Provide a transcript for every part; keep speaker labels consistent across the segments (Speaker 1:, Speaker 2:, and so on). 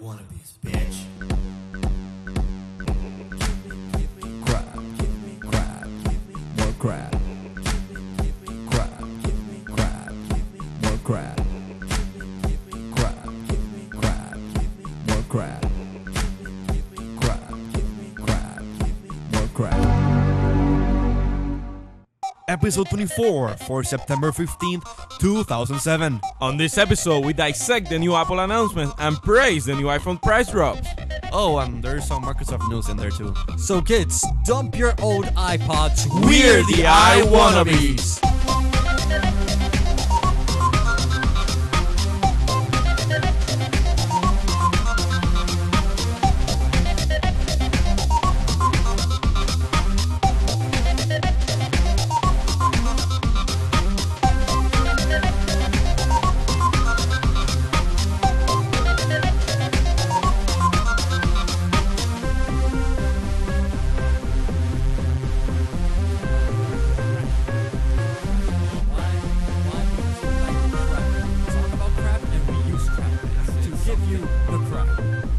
Speaker 1: wannabes, bitch. Give me, give me crap, give me crap, give me more crap. Give me, give me crap, give me crap, give me more crap. Give me, give me crap, give me crap, give me more crap. Give me, give me crap, give me crap, give me more crap.
Speaker 2: episode 24 for September 15th, 2007.
Speaker 3: On this episode, we dissect the new Apple announcement and praise the new iPhone price drops.
Speaker 2: Oh, and there's some Microsoft news in there too.
Speaker 4: So kids, dump your old iPods.
Speaker 3: We're the I wannabes. No,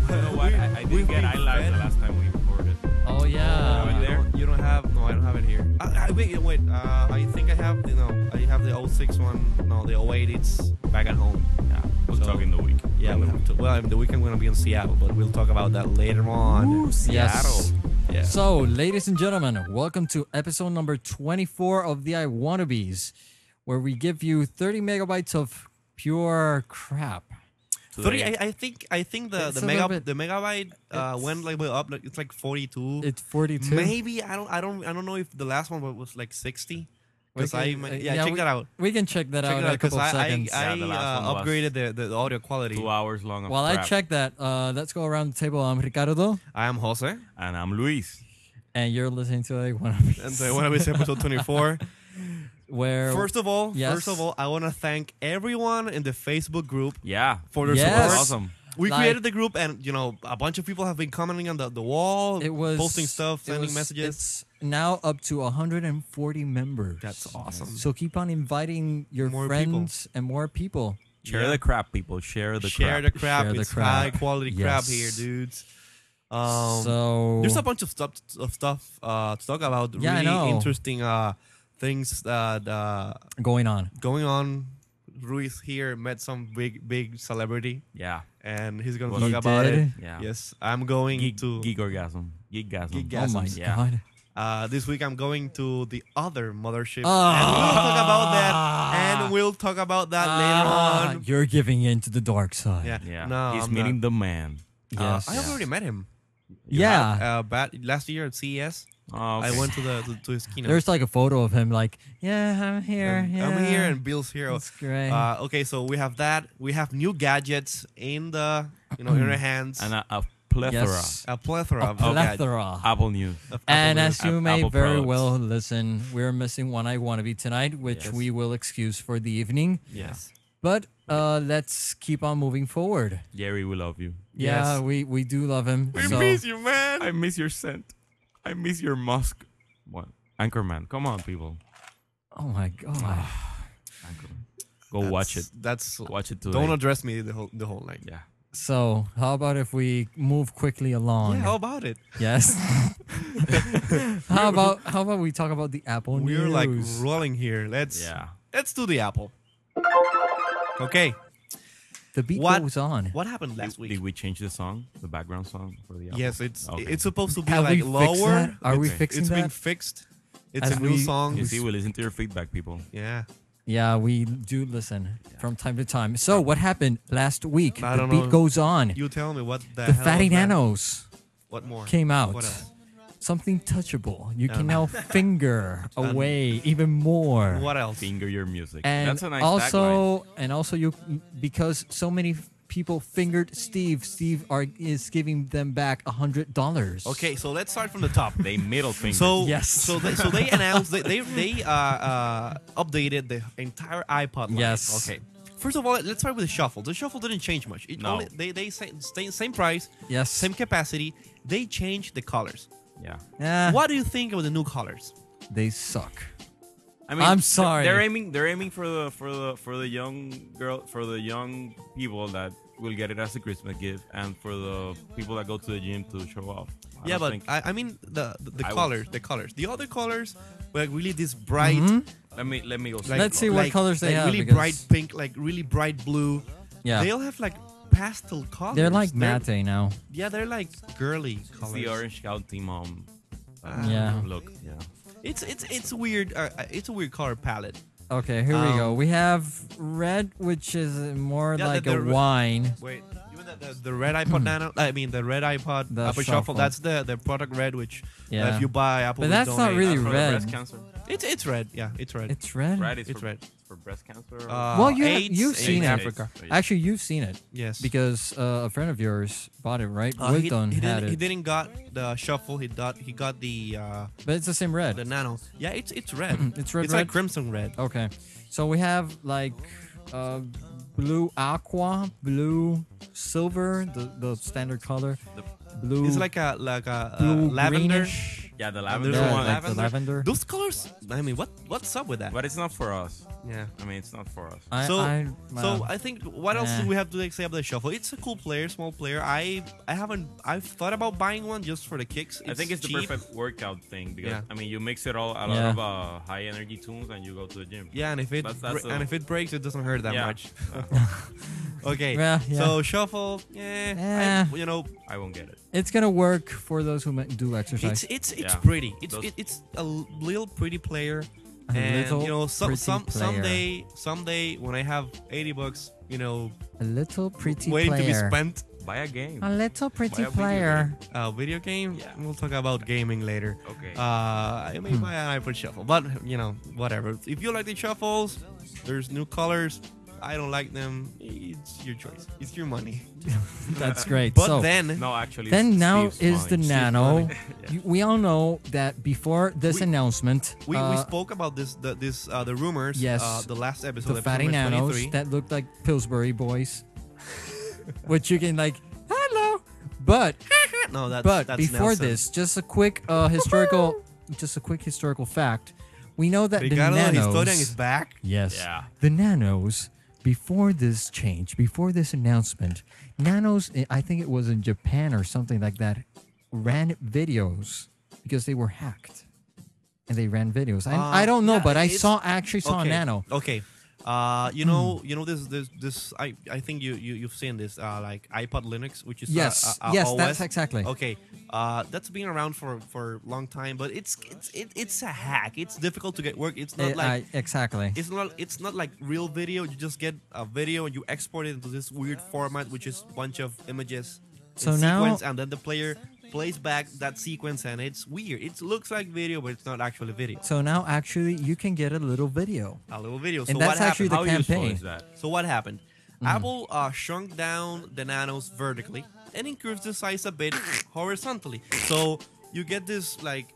Speaker 3: I, I, I didn't get iLive the last time we recorded.
Speaker 4: Oh
Speaker 3: Have it
Speaker 4: yeah.
Speaker 3: there?
Speaker 2: You don't have? No, I don't have it here. I, I, wait, wait. Uh, I think I have. You know, I have the 06 one. No, the 08. It's back at home.
Speaker 3: Yeah, we'll
Speaker 2: So-
Speaker 3: talk in the week.
Speaker 2: Yeah,
Speaker 3: In
Speaker 2: we
Speaker 3: the
Speaker 2: have to. Well, the weekend we're gonna be in Seattle, but we'll talk about that later on.
Speaker 4: Ooh, yes.
Speaker 2: Yeah.
Speaker 4: So, ladies and gentlemen, welcome to episode number 24 of the I Wannabes, where we give you 30 megabytes of pure crap.
Speaker 2: Sorry, I, I think I think the
Speaker 4: It's
Speaker 2: the
Speaker 4: a
Speaker 2: mega
Speaker 4: little bit-
Speaker 2: the megabyte uh,
Speaker 4: it's-
Speaker 2: went like way up. Like, it's like 42.
Speaker 4: It's 42.
Speaker 2: Maybe I don't I don't I don't know if the last one wa- was like 60.
Speaker 4: We
Speaker 2: 'Cause I
Speaker 4: can-
Speaker 2: ma-
Speaker 4: uh,
Speaker 2: yeah, check
Speaker 4: we-
Speaker 2: that out.
Speaker 4: We can check that
Speaker 2: Check
Speaker 4: out
Speaker 2: it
Speaker 4: in a
Speaker 2: out because
Speaker 4: couple
Speaker 2: I, I,
Speaker 4: seconds.
Speaker 2: I
Speaker 3: Yeah, the last
Speaker 2: uh,
Speaker 3: one was
Speaker 2: upgraded the, the, the audio quality.
Speaker 3: Two hours long of
Speaker 4: While I
Speaker 3: crap.
Speaker 4: check that, uh, let's go around the table. I'm Ricardo,
Speaker 2: I am Jose,
Speaker 3: And I'm Luis.
Speaker 4: and you're listening to I
Speaker 2: and
Speaker 4: Wannabes.
Speaker 2: so I want to be episode 24.
Speaker 4: where
Speaker 2: first of all,
Speaker 4: Yes.
Speaker 2: first of all, I want to thank everyone in the Facebook group.
Speaker 3: Yeah.
Speaker 2: For their
Speaker 4: Yes.
Speaker 2: support.
Speaker 3: Awesome.
Speaker 2: We
Speaker 4: Like-
Speaker 2: created the group, and you know, a bunch of people have been commenting on the, the wall,
Speaker 4: it was
Speaker 2: posting stuff,
Speaker 4: it
Speaker 2: sending
Speaker 4: was-
Speaker 2: messages.
Speaker 4: It's now up to 140 members.
Speaker 2: That's awesome.
Speaker 4: So keep on inviting your
Speaker 2: More people.
Speaker 4: friends and more people.
Speaker 3: Share
Speaker 2: Yeah.
Speaker 3: the crap, people. Share the
Speaker 2: Share
Speaker 3: crap.
Speaker 2: the crap.
Speaker 4: Share the
Speaker 2: it's
Speaker 4: crap.
Speaker 2: high quality crap
Speaker 4: Yes.
Speaker 2: here, dudes. Um,
Speaker 4: so
Speaker 2: there's a bunch of stuff of stuff uh, to talk about.
Speaker 4: Yeah, I
Speaker 2: really
Speaker 4: know.
Speaker 2: interesting uh, things that uh,
Speaker 4: going on.
Speaker 2: going on. Ruiz here met some big big celebrity,
Speaker 3: yeah.
Speaker 2: and he's gonna
Speaker 3: Well,
Speaker 2: talk
Speaker 4: you
Speaker 2: about it.
Speaker 4: did?
Speaker 3: Yeah.
Speaker 2: Yes, I'm going
Speaker 3: Geek,
Speaker 2: to
Speaker 3: geek orgasm. Geek gasm.
Speaker 2: Geekgasm.
Speaker 4: oh my
Speaker 2: Gasms,
Speaker 3: yeah.
Speaker 4: god.
Speaker 2: uh, this week. I'm going to the other mothership. and we'll talk about
Speaker 4: Ah.
Speaker 2: that, and we'll talk about that
Speaker 4: Ah,
Speaker 2: later on.
Speaker 4: You're giving in to the dark side.
Speaker 2: Yeah,
Speaker 3: Yeah.
Speaker 2: No,
Speaker 3: He's
Speaker 2: I'm
Speaker 3: meeting
Speaker 2: not.
Speaker 3: the man.
Speaker 2: Uh,
Speaker 4: Yes.
Speaker 2: I have already met him.
Speaker 4: yeah.
Speaker 2: Uh, back, last year at CES,
Speaker 3: Oh, okay.
Speaker 2: I went to the to, to his keynote.
Speaker 4: There's like a photo of him like, yeah, I'm here.
Speaker 2: And
Speaker 4: yeah.
Speaker 2: I'm here and Bill's here.
Speaker 4: That's great.
Speaker 2: Uh, okay, so we have that. We have new gadgets in the you know in our hands.
Speaker 3: And a, a plethora
Speaker 4: Yes.
Speaker 2: a plethora
Speaker 4: Hmm. A
Speaker 2: of gadgets.
Speaker 4: plethora.
Speaker 3: Apple News.
Speaker 2: Of
Speaker 4: And
Speaker 2: Apple news.
Speaker 4: as you
Speaker 3: App-
Speaker 4: may
Speaker 3: Apple
Speaker 4: very
Speaker 3: products.
Speaker 4: well listen, we're missing one I want to be tonight, which
Speaker 2: Yes.
Speaker 4: we will excuse for the evening.
Speaker 2: yes,
Speaker 4: But uh, let's keep on moving forward.
Speaker 3: Jerry, we love you.
Speaker 4: Yeah,
Speaker 2: Yes.
Speaker 4: we, we do love him.
Speaker 3: We
Speaker 4: so
Speaker 3: miss you, man. I miss your scent. I miss your musk. What? Anchorman. Come on, people.
Speaker 4: Oh my god.
Speaker 3: Anchorman. Go watch it.
Speaker 2: That's
Speaker 3: Watch it today.
Speaker 2: don't address me the whole the whole night.
Speaker 3: yeah.
Speaker 4: So how about if we move quickly along?
Speaker 2: Yeah, how about it?
Speaker 4: yes. how about how about we talk about the Apple
Speaker 2: We're
Speaker 4: News?
Speaker 2: like rolling here. Let's
Speaker 3: Yeah.
Speaker 2: let's do the Apple. Okay,
Speaker 4: the beat
Speaker 2: what-
Speaker 4: goes on.
Speaker 2: what happened last
Speaker 3: Did
Speaker 2: week?
Speaker 3: we change the song, the background song for the album?
Speaker 2: Yes, it's
Speaker 3: Okay.
Speaker 2: it's supposed to be
Speaker 4: Have we
Speaker 2: like
Speaker 4: fixed
Speaker 2: lower.
Speaker 4: that? Are we
Speaker 2: It's-
Speaker 4: fixing
Speaker 2: It's been
Speaker 4: that?
Speaker 2: fixed. It's
Speaker 4: As
Speaker 2: a new
Speaker 4: we-
Speaker 2: song.
Speaker 3: You see, we listen to your feedback, people.
Speaker 2: Yeah.
Speaker 4: Yeah, we do listen from time to time. So what happened last week?
Speaker 2: I
Speaker 4: the
Speaker 2: don't
Speaker 4: beat
Speaker 2: know.
Speaker 4: goes on.
Speaker 2: You tell me what the,
Speaker 4: the
Speaker 2: hell
Speaker 4: Fatty
Speaker 2: was that?
Speaker 4: Nanos
Speaker 2: What more
Speaker 4: came out.
Speaker 2: What else?
Speaker 4: Something touchable. You can
Speaker 2: Um,
Speaker 4: now finger away even more.
Speaker 2: What else?
Speaker 3: Finger your music.
Speaker 4: and
Speaker 3: That's a nice tagline.
Speaker 4: also and also you because so many f- people fingered Steve. Steve are is giving them back a hundred dollars.
Speaker 2: Okay, so let's start from the top.
Speaker 3: They middle finger.
Speaker 2: So
Speaker 4: Yes.
Speaker 2: so they, so they announced they they, they uh, uh, updated the entire iPod. Line.
Speaker 4: Yes.
Speaker 2: Okay. First of all, let's start with the shuffle. The shuffle didn't change much. It
Speaker 3: No.
Speaker 2: only, they they say, stay, same price,
Speaker 4: Yes.
Speaker 2: same capacity. They changed the colors.
Speaker 3: yeah.
Speaker 4: Eh,
Speaker 2: What do you think about the new colors?
Speaker 4: They suck.
Speaker 3: I
Speaker 4: I'm sorry.
Speaker 3: They're aiming. They're aiming for the for the for the young girl for the young people that
Speaker 5: will get it as a Christmas gift, and for the people that go to the gym to show off. I
Speaker 2: yeah,
Speaker 5: don't
Speaker 2: but
Speaker 5: think-
Speaker 2: I, I mean the the, the
Speaker 5: I would-
Speaker 2: colors, the colors. The other colors were really this bright.
Speaker 4: Mm-hmm.
Speaker 5: let me let me go.
Speaker 2: Like,
Speaker 4: Let's see what
Speaker 2: like-
Speaker 4: colors they
Speaker 2: like
Speaker 4: have,
Speaker 2: Really
Speaker 4: because-
Speaker 2: bright pink, like really bright blue.
Speaker 4: Yeah.
Speaker 2: They all have like pastel colors.
Speaker 4: They're like matte now.
Speaker 2: Yeah, they're like girly
Speaker 5: It's
Speaker 2: colors.
Speaker 5: the Orange County mom. uh,
Speaker 4: Yeah.
Speaker 5: Look. Yeah.
Speaker 2: It's it's it's weird. Uh, uh, it's a weird color palette.
Speaker 4: Okay, here we go.
Speaker 2: Um,
Speaker 4: We have red, which is more
Speaker 2: Yeah, the-
Speaker 4: like
Speaker 2: the
Speaker 4: a
Speaker 2: re-
Speaker 4: wine.
Speaker 2: Wait, even the, the, the red iPod Nano. I mean, the red iPod
Speaker 4: Hmm. The
Speaker 2: Apple Shuffle.
Speaker 4: Shuffle.
Speaker 2: That's the the product red, which uh,
Speaker 4: Yeah.
Speaker 2: if you buy Apple,
Speaker 4: But
Speaker 2: will
Speaker 4: that's not
Speaker 2: donate.
Speaker 4: really
Speaker 5: Uh, for the
Speaker 4: red.
Speaker 5: breast cancer.
Speaker 2: It's it's red. Yeah, it's red.
Speaker 4: It's red.
Speaker 5: Right. It's,
Speaker 2: It's
Speaker 5: for,
Speaker 2: red.
Speaker 5: it's for breast cancer. or-
Speaker 2: Uh,
Speaker 4: well, you
Speaker 2: AIDS-
Speaker 4: you've seen
Speaker 5: AIDS,
Speaker 4: Africa.
Speaker 5: AIDS.
Speaker 4: Actually, you've seen it
Speaker 2: yes.
Speaker 4: because uh, a friend of yours bought it, right?
Speaker 2: Uh, he,
Speaker 4: Wilton
Speaker 2: he didn't,
Speaker 4: had it,
Speaker 2: he didn't got the shuffle. He got he got the uh,
Speaker 4: but it's the same red.
Speaker 2: the nano. Yeah, it's it's red.
Speaker 4: It's red,
Speaker 2: It's
Speaker 4: red.
Speaker 2: like crimson red.
Speaker 4: Okay, so we have like uh, blue aqua, blue silver, the, the standard color. Blue.
Speaker 2: It's like a like a uh,
Speaker 4: blue
Speaker 2: lavender.
Speaker 4: greenish.
Speaker 5: yeah, the
Speaker 4: Yeah,
Speaker 5: lavender
Speaker 2: There's
Speaker 5: one.
Speaker 4: like the lavender.
Speaker 2: Those colors. I mean, what what's up with that?
Speaker 5: But it's not for us.
Speaker 2: Yeah.
Speaker 5: I mean, it's not for us.
Speaker 4: I,
Speaker 2: so
Speaker 4: I,
Speaker 2: so
Speaker 4: uh,
Speaker 2: I think what else do
Speaker 4: nah.
Speaker 2: we have to say about the shuffle? It's a cool player, small player. I I haven't I've thought about buying one just for the kicks.
Speaker 5: I think it's the
Speaker 2: cheap.
Speaker 5: perfect workout thing because
Speaker 2: Yeah.
Speaker 5: I mean, you mix it all a lot of
Speaker 4: Yeah.
Speaker 5: uh, high energy tunes, and you go to the gym.
Speaker 2: Yeah, and if it
Speaker 5: That's- that's
Speaker 2: bre- and
Speaker 5: a-
Speaker 2: if it breaks, it doesn't hurt that
Speaker 5: Yeah.
Speaker 2: much.
Speaker 5: Uh,
Speaker 2: Okay.
Speaker 4: Yeah, yeah.
Speaker 2: So shuffle. Yeah.
Speaker 4: Yeah.
Speaker 2: you know,
Speaker 5: I won't get it.
Speaker 4: it's gonna work for those who ma- do exercise.
Speaker 2: it's it's it's
Speaker 5: Yeah.
Speaker 2: pretty. It's
Speaker 5: Those-
Speaker 2: it, it's a l- little pretty player.
Speaker 4: A
Speaker 2: and
Speaker 4: little
Speaker 2: you know, some
Speaker 4: pretty
Speaker 2: some
Speaker 4: player.
Speaker 2: someday someday when I have 80 bucks, you know,
Speaker 4: a little pretty
Speaker 2: waiting to
Speaker 4: player.
Speaker 2: be spent,
Speaker 5: Buy a game.
Speaker 4: A little pretty
Speaker 5: Why are we doing
Speaker 2: uh,
Speaker 4: player.
Speaker 2: video game.
Speaker 5: Yeah.
Speaker 2: We'll talk about gaming later.
Speaker 5: Okay.
Speaker 2: Uh, I
Speaker 4: Hmm.
Speaker 2: may buy an iPod Shuffle, but you know, whatever. If you like the shuffles, there's new colors. I don't like them. It's your choice. It's your money.
Speaker 4: That's great.
Speaker 2: But
Speaker 4: so
Speaker 2: then,
Speaker 5: no, actually.
Speaker 4: then
Speaker 5: it's
Speaker 4: now
Speaker 5: Steve's
Speaker 4: is the
Speaker 5: money.
Speaker 4: nano.
Speaker 5: Yeah.
Speaker 4: You- We all know that before this
Speaker 2: We-
Speaker 4: announcement,
Speaker 2: we, we
Speaker 4: uh,
Speaker 2: spoke about this the this uh, the rumors.
Speaker 4: Yes.
Speaker 2: Uh, the last episode,
Speaker 4: the
Speaker 2: episode
Speaker 4: fatty
Speaker 2: number
Speaker 4: nanos
Speaker 2: 23.
Speaker 4: that looked like Pillsbury boys, which you can like, hello. But
Speaker 2: no, that's
Speaker 4: but
Speaker 2: that's
Speaker 4: before
Speaker 2: Nelson.
Speaker 4: this, just a quick uh, historical, just a quick historical fact. We know that
Speaker 2: Ricardo
Speaker 4: the
Speaker 2: the
Speaker 4: nanos.
Speaker 2: historian is back.
Speaker 4: Yes.
Speaker 5: Yeah.
Speaker 4: The nanos, before this change, before this announcement, nanos, I- I think it was in Japan or something like that, ran videos because they were hacked. And they ran videos. I,
Speaker 2: Uh,
Speaker 4: I don't know,
Speaker 2: yeah,
Speaker 4: but I
Speaker 2: it's-
Speaker 4: saw actually saw
Speaker 2: okay.
Speaker 4: a nano. Hmm.
Speaker 2: Okay. Uh, you know, you know this, this, this. I, I think you, you, you've seen this. Uh, like iPod Linux, which is uh, a-
Speaker 4: Yes,
Speaker 2: a, a
Speaker 4: yes,
Speaker 2: OS.
Speaker 4: that's exactly.
Speaker 2: Okay, uh, that's been around for for a long time, but it's it's it, it's a hack. It's difficult to get work. It's not
Speaker 4: Uh,
Speaker 2: like
Speaker 4: I- exactly.
Speaker 2: it's not it's not like real video. You just get a video and you export it into this weird format, which is bunch of images.
Speaker 4: So
Speaker 2: in
Speaker 4: now-
Speaker 2: sequence, and then the player plays back that sequence, and it's weird. It looks like video, but it's not actually video.
Speaker 4: So now actually you can get a little video.
Speaker 2: A little video.
Speaker 4: And
Speaker 2: so what
Speaker 4: that's
Speaker 2: happened?
Speaker 4: actually the Mm-hmm.
Speaker 5: How useful
Speaker 4: campaign.
Speaker 5: is that?
Speaker 2: So what happened? Apple uh, shrunk down the nanos vertically and increased the size a bit horizontally. So you get this like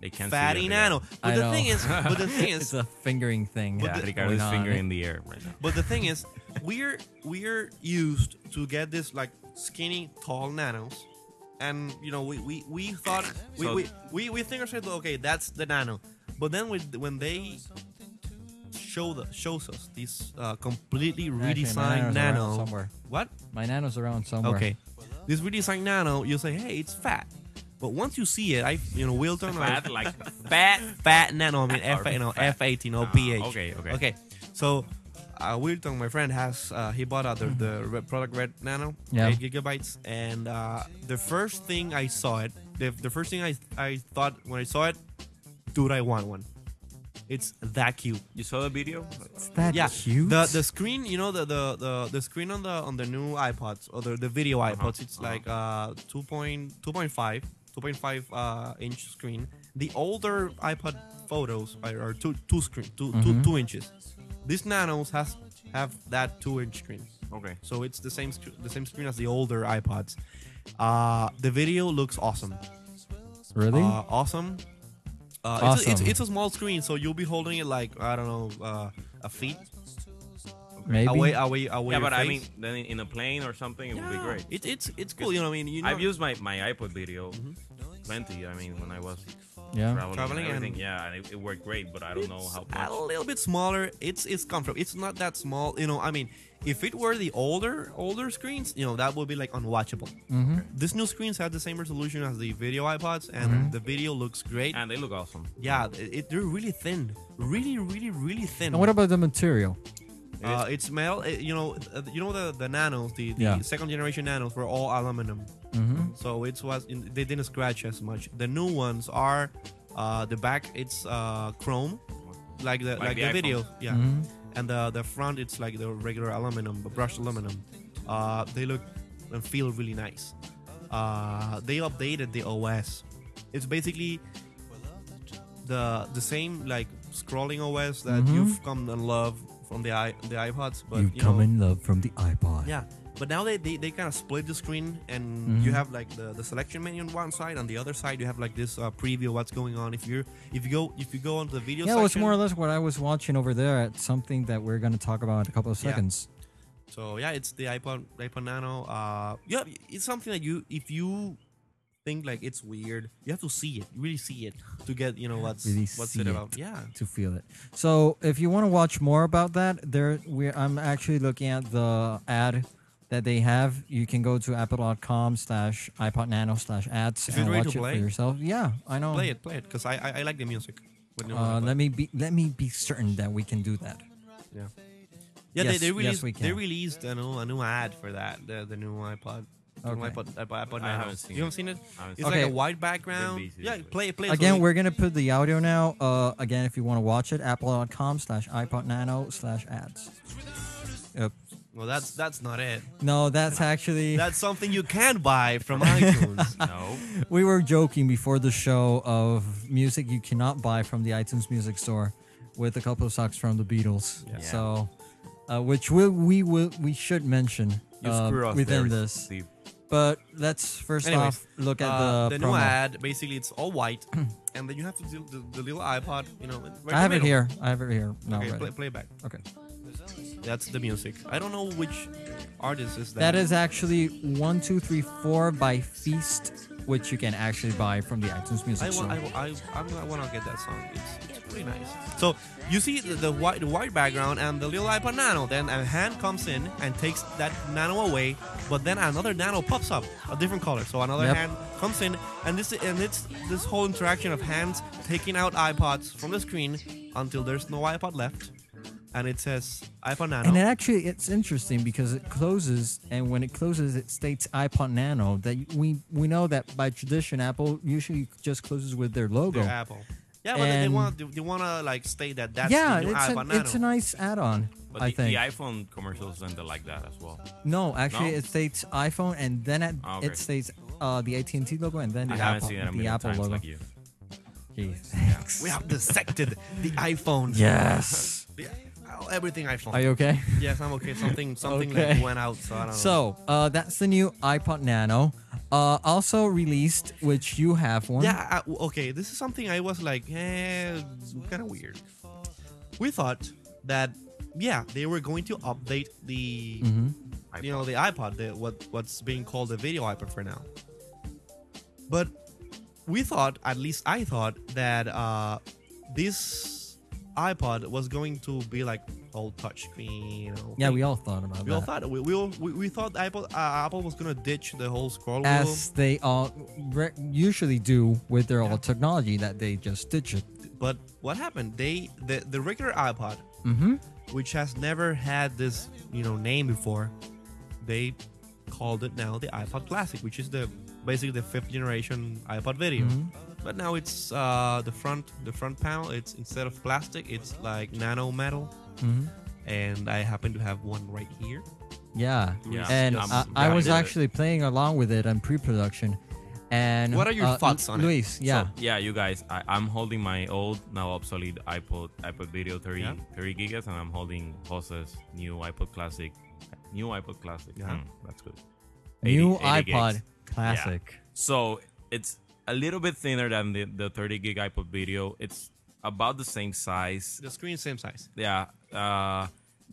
Speaker 5: They can't see
Speaker 2: fatty
Speaker 5: it,
Speaker 2: nano. But
Speaker 4: I
Speaker 2: the
Speaker 4: know.
Speaker 2: thing is, but the thing
Speaker 4: It's
Speaker 2: is,
Speaker 4: a fingering thing.
Speaker 5: Yeah,
Speaker 2: the-
Speaker 5: Ricardo's
Speaker 4: Going on.
Speaker 5: finger in the air right now.
Speaker 2: but the thing is, we're we're used to get this like skinny, tall nanos. And you know, we we, we thought we,
Speaker 5: So-
Speaker 2: we, we we think ourselves okay, that's the nano. But then when when they show the shows us these uh, completely
Speaker 4: Actually, my
Speaker 2: redesigned
Speaker 4: nano's around
Speaker 2: nano,
Speaker 4: somewhere.
Speaker 2: what?
Speaker 4: My nano's around somewhere.
Speaker 2: Okay. This redesigned nano, you'll say, hey, it's fat. But once you see it, I, you know, Will turn
Speaker 5: Fat like
Speaker 2: fat, fat nano. I mean, F, you know,
Speaker 5: Fat.
Speaker 2: F18, no,
Speaker 5: Ah,
Speaker 2: PH.
Speaker 5: okay, okay.
Speaker 2: Okay. So, uh, Wilton, my friend, has, uh, he bought out the,
Speaker 5: Mm-hmm.
Speaker 2: the red product red nano,
Speaker 4: Yeah.
Speaker 2: 8 gigabytes. And uh, the first thing I saw it, the, the first thing I, I thought when I saw it, dude, I want one. It's that cute
Speaker 5: You saw the video?
Speaker 4: Is that
Speaker 2: yeah,
Speaker 4: cute?
Speaker 2: The the screen, you know, the the the, the screen on the on the new iPods or the, the video iPods, it's
Speaker 5: uh-huh.
Speaker 2: like uh 2.2.5 2.5 uh, inch screen. The older iPod photos are, are two two screen two two two
Speaker 4: Mhm.
Speaker 2: inches. These nanos has have that two inch screen,
Speaker 5: Okay.
Speaker 2: so it's the same sc- the same screen as the older iPods. Uh, the video looks awesome.
Speaker 4: really?
Speaker 2: Uh, awesome. Uh, It's, a, it's,
Speaker 4: Awesome.
Speaker 2: it's a small screen, so you'll be holding it like I don't know uh, a feet
Speaker 4: Maybe.
Speaker 2: away away away.
Speaker 5: Yeah, but
Speaker 2: your
Speaker 5: I
Speaker 2: face.
Speaker 5: mean, then in a plane or something, it would be great.
Speaker 2: It, it's it's cool. You know, I mean, you know,
Speaker 5: I've used my, my iPod video plenty. I mean, when I was
Speaker 4: Mm-hmm. Yeah.
Speaker 3: traveling,
Speaker 2: Traveling
Speaker 3: and
Speaker 2: and-
Speaker 3: everything. yeah, and it, it worked great, but I don't know how
Speaker 2: a
Speaker 3: much.
Speaker 2: little bit smaller. It's it's comfortable. It's not that small. You know, I mean, if it were the older older screens, you know, that would be like unwatchable.
Speaker 4: hmm
Speaker 2: This new screens have the same resolution as the video iPods, and
Speaker 4: Mm-hmm.
Speaker 2: the video looks great.
Speaker 3: And they look awesome.
Speaker 2: yeah, it, it- they're really thin, really, really, really thin.
Speaker 4: And what about the material?
Speaker 2: uh, it's metal. It, you know, uh, you know the the nanos, the, the
Speaker 4: Yeah.
Speaker 2: second generation nanos were all aluminum,
Speaker 4: Mm-hmm.
Speaker 2: so it was they didn't scratch as much. The new ones are uh, the back. It's uh, chrome, like the like,
Speaker 3: Like
Speaker 2: the,
Speaker 3: the iPhone.
Speaker 2: video. Yeah,
Speaker 4: Mm-hmm.
Speaker 2: and the the front it's like the regular aluminum, brushed aluminum. Uh, they look and feel really nice. Uh, they updated the OS. It's basically the the same like scrolling OS that
Speaker 4: Mhm.
Speaker 2: you've come to love from the i the iPods, but you,
Speaker 4: You've
Speaker 2: know,
Speaker 4: come in love from the iPod.
Speaker 2: yeah. But now they, they, they kind of split the screen, and
Speaker 4: Mm-hmm.
Speaker 2: you have like the, the selection menu on one side, on the other side you have like this uh, preview of what's going on. If you if you go if you go onto the video,
Speaker 4: Yeah, it
Speaker 2: section,
Speaker 4: was more or less what I was watching over there at something that we're going to talk about in a couple of
Speaker 2: Yeah.
Speaker 4: seconds.
Speaker 2: So yeah, it's the iPod iPod Nano. Uh, yeah, it's something that you if you think like it's weird, you have to see it, really see it to get you know what's
Speaker 4: Really
Speaker 2: what's
Speaker 4: see
Speaker 2: it
Speaker 4: it.
Speaker 2: about. Yeah,
Speaker 4: to feel it. So if you want to watch more about that, there we I'm actually looking at the ad that they have. You can go to apple.com slash iPod Nano slash ads
Speaker 2: Is it
Speaker 4: and
Speaker 2: ready to
Speaker 4: watch it for
Speaker 2: play?
Speaker 4: yourself. Yeah, I know.
Speaker 2: play it, play it, because I, I I like the music. When you
Speaker 4: Uh, let me be let me be certain that we can do that.
Speaker 2: yeah,
Speaker 4: yes,
Speaker 2: they, they
Speaker 4: yes,
Speaker 2: released
Speaker 4: we
Speaker 2: they
Speaker 4: can.
Speaker 2: released a new a new ad for that the the new iPod. the new
Speaker 4: Okay.
Speaker 2: iPod, iPod, iPod
Speaker 3: I
Speaker 2: Nano.
Speaker 3: haven't seen
Speaker 2: you
Speaker 3: it.
Speaker 2: haven't seen it?
Speaker 3: I haven't
Speaker 2: It's
Speaker 3: seen
Speaker 2: like
Speaker 4: it.
Speaker 2: a white background.
Speaker 3: busy
Speaker 2: Yeah,
Speaker 3: with-
Speaker 2: play it, play it. so
Speaker 4: Again,
Speaker 2: we-
Speaker 4: we're gonna put the audio now. Uh, again, if you want to watch it, apple.com slash iPod Nano slash ads. Yep.
Speaker 2: well, that's that's not it.
Speaker 4: No, that's actually
Speaker 2: That's something you can buy from iTunes.
Speaker 3: No,
Speaker 4: We were joking before the show of music you cannot buy from the iTunes Music Store, with a couple of songs from the Beatles.
Speaker 3: Yeah.
Speaker 4: So, uh, which we we will we should mention
Speaker 3: you
Speaker 4: uh,
Speaker 3: screw us
Speaker 4: within
Speaker 3: there,
Speaker 4: this.
Speaker 3: Steve.
Speaker 4: But let's first
Speaker 2: Anyways,
Speaker 4: off look at
Speaker 2: Uh, the
Speaker 4: the,
Speaker 2: new
Speaker 4: promo.
Speaker 2: ad. Basically, it's all white, and then you have to do the, the little iPod. You know, right in the
Speaker 4: I have it
Speaker 2: middle.
Speaker 4: here. I have it here. No,
Speaker 2: Okay,
Speaker 4: right.
Speaker 2: play, play back.
Speaker 4: okay.
Speaker 2: That's the music. I don't know which artist is that.
Speaker 4: That is actually one, two, three, four by Feast, which you can actually buy from the iTunes Music
Speaker 2: I
Speaker 4: Store.
Speaker 2: want. I, wa- I, I'm, I want to get that song. It's, it's pretty nice. So you see the, the white the white background and the little iPod Nano. Then a hand comes in and takes that Nano away, but then another Nano pops up, a different color. So another
Speaker 4: Yep.
Speaker 2: hand comes in, and this and it's this whole interaction of hands taking out iPods from the screen until there's no iPod left, and it says iPod Nano.
Speaker 3: Oh.
Speaker 4: And it actually, it's interesting because it closes, and when it closes, it states iPod Nano. That we we know that by tradition, Apple usually just closes with their logo.
Speaker 2: their Apple. Yeah, but they
Speaker 4: And-
Speaker 2: want they, they want to like state that that's
Speaker 4: yeah,
Speaker 2: the new
Speaker 4: it's,
Speaker 2: iPod
Speaker 4: a,
Speaker 2: Nano.
Speaker 4: it's a nice add-on.
Speaker 3: But
Speaker 4: I
Speaker 3: the, the
Speaker 4: think.
Speaker 3: iPhone commercials tend to like that as well.
Speaker 4: no, actually,
Speaker 3: No?
Speaker 4: it states iPhone, and then it,
Speaker 3: Oh, okay.
Speaker 4: it states uh, the AT and T logo, and then
Speaker 3: I
Speaker 4: the
Speaker 3: haven't
Speaker 4: Apple,
Speaker 3: seen it a
Speaker 4: the
Speaker 3: million
Speaker 4: Apple
Speaker 3: times
Speaker 4: logo.
Speaker 3: like you.
Speaker 4: Jeez.
Speaker 2: we have dissected the iPhone.
Speaker 4: yes.
Speaker 2: The- oh, everything iPhone.
Speaker 4: Are you okay?
Speaker 3: Oh.
Speaker 2: yes, I'm okay. Something something
Speaker 4: Okay.
Speaker 2: like went out, so I don't know.
Speaker 4: So uh, that's the new iPod Nano. Uh, also released, which you have one.
Speaker 2: yeah, I- w- okay. This is something I was like, eh, kind of weird. We thought that yeah they were going to update the
Speaker 4: Mm-hmm.
Speaker 2: you know the iPod, the, what what's being called the video iPod for now. But we thought, at least I thought, that uh, this iPod was going to be like old touchscreen. You know,
Speaker 4: Yeah,
Speaker 2: thing.
Speaker 4: we all thought about
Speaker 2: We
Speaker 4: that.
Speaker 2: all thought we we, all, we, we thought Apple uh, Apple was gonna ditch the whole scroll wheel.
Speaker 4: as they all re- usually do with their old technology that they just ditch it.
Speaker 2: But what happened? They the, the regular iPod, which has never had this you know name before, they called it now the iPod Classic, which is the basically the fifth generation iPod Video.
Speaker 3: Mm-hmm.
Speaker 2: But now it's uh, the front the front panel. It's instead of plastic, it's like nano metal.
Speaker 4: Mm-hmm.
Speaker 2: And I happen to have one right here.
Speaker 4: Yeah,
Speaker 3: Yeah,
Speaker 4: and
Speaker 3: I'm
Speaker 4: I, I
Speaker 3: glad
Speaker 4: was
Speaker 3: they did it.
Speaker 4: actually playing along with it in pre-production. And
Speaker 2: What are your
Speaker 4: uh,
Speaker 2: thoughts on it?
Speaker 4: Luis, Yeah,
Speaker 3: So, yeah, you guys, I, I'm holding my old, now obsolete iPod iPod Video 30,
Speaker 2: Yeah.
Speaker 3: 30 gigas, and I'm holding Jose's new iPod Classic. New iPod Classic.
Speaker 2: Yeah.
Speaker 3: Mm, that's good.
Speaker 4: new
Speaker 3: 80 80
Speaker 4: iPod
Speaker 3: gigs.
Speaker 4: classic.
Speaker 3: So it's a little bit thinner than the, the 30 gig iPod Video. It's about the same size.
Speaker 2: The screen same size.
Speaker 3: Yeah. Uh,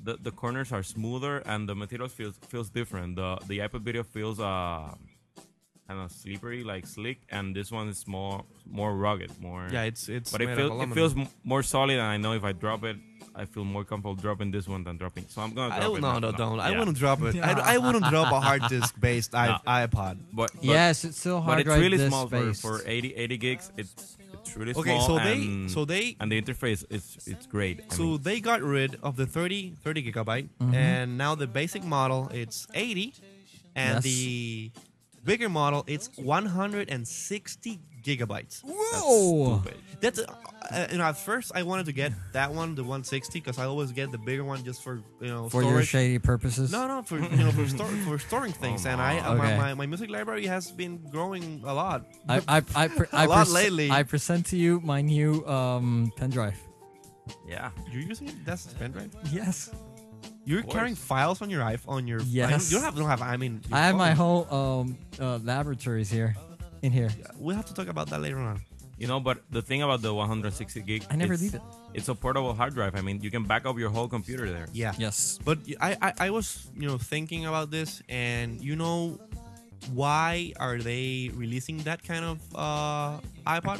Speaker 3: the, the corners are smoother and the material feels feels different. The the iPod Video feels uh kind of slippery, like slick, and this one is more more rugged, more.
Speaker 2: Yeah, it's it's.
Speaker 3: but it
Speaker 2: made of
Speaker 3: feels it
Speaker 2: aluminum.
Speaker 3: feels m- more solid, and I know if I drop it, I feel more comfortable dropping this one than dropping. So I'm gonna.
Speaker 2: I
Speaker 3: Drop
Speaker 2: don't
Speaker 3: it
Speaker 2: no
Speaker 3: now.
Speaker 2: no don't. I
Speaker 3: Yeah.
Speaker 2: wouldn't drop it. I, I wouldn't drop a hard disk based i iPod.
Speaker 3: But, but
Speaker 4: yes, it's still hard
Speaker 3: but it's
Speaker 4: drive
Speaker 3: really
Speaker 4: disk
Speaker 3: small for,
Speaker 4: based.
Speaker 3: for 80, 80 gigs. It's it's really
Speaker 2: Okay, so
Speaker 3: small.
Speaker 2: they
Speaker 3: and,
Speaker 2: so they
Speaker 3: and the interface is it's great. I
Speaker 2: so
Speaker 3: mean,
Speaker 2: they got rid of the 30 30 gigabyte
Speaker 4: Mm-hmm.
Speaker 2: and now the basic model it's 80 and
Speaker 4: Yes.
Speaker 2: the bigger model it's 160 gigabytes.
Speaker 4: Whoa!
Speaker 3: stupid.
Speaker 2: That's uh, uh, you know at first I wanted to get that one the 160 because I always get the bigger one just for you know
Speaker 4: For
Speaker 2: storage.
Speaker 4: your shady purposes.
Speaker 2: No, no, for you know, for, stor- for storing
Speaker 3: Oh
Speaker 2: things, and I uh, my,
Speaker 4: Okay.
Speaker 2: my my music library has been growing a lot.
Speaker 4: I, I, I, pre- I,
Speaker 2: lot
Speaker 4: pres-
Speaker 2: lately.
Speaker 4: I present to you my new um, pen drive.
Speaker 3: yeah.
Speaker 2: You're using it? That's a pen drive.
Speaker 4: Yes.
Speaker 2: You're
Speaker 3: course.
Speaker 2: carrying files on your iPhone. On your
Speaker 4: Yes.
Speaker 2: you don't have don't have. I mean, your
Speaker 4: I have my
Speaker 2: phone.
Speaker 4: whole um, uh, laboratories here. In here.
Speaker 2: We'll have to talk about that later on.
Speaker 3: You know, but the thing about the 160 gig,
Speaker 4: I never
Speaker 3: it's,
Speaker 4: leave it.
Speaker 3: It's a portable hard drive. I mean, you can back up your whole computer there.
Speaker 2: Yeah.
Speaker 4: Yes.
Speaker 2: But I, I I was you know thinking about this, and you know why are they releasing that kind of uh,
Speaker 4: Mm-hmm.
Speaker 2: iPod?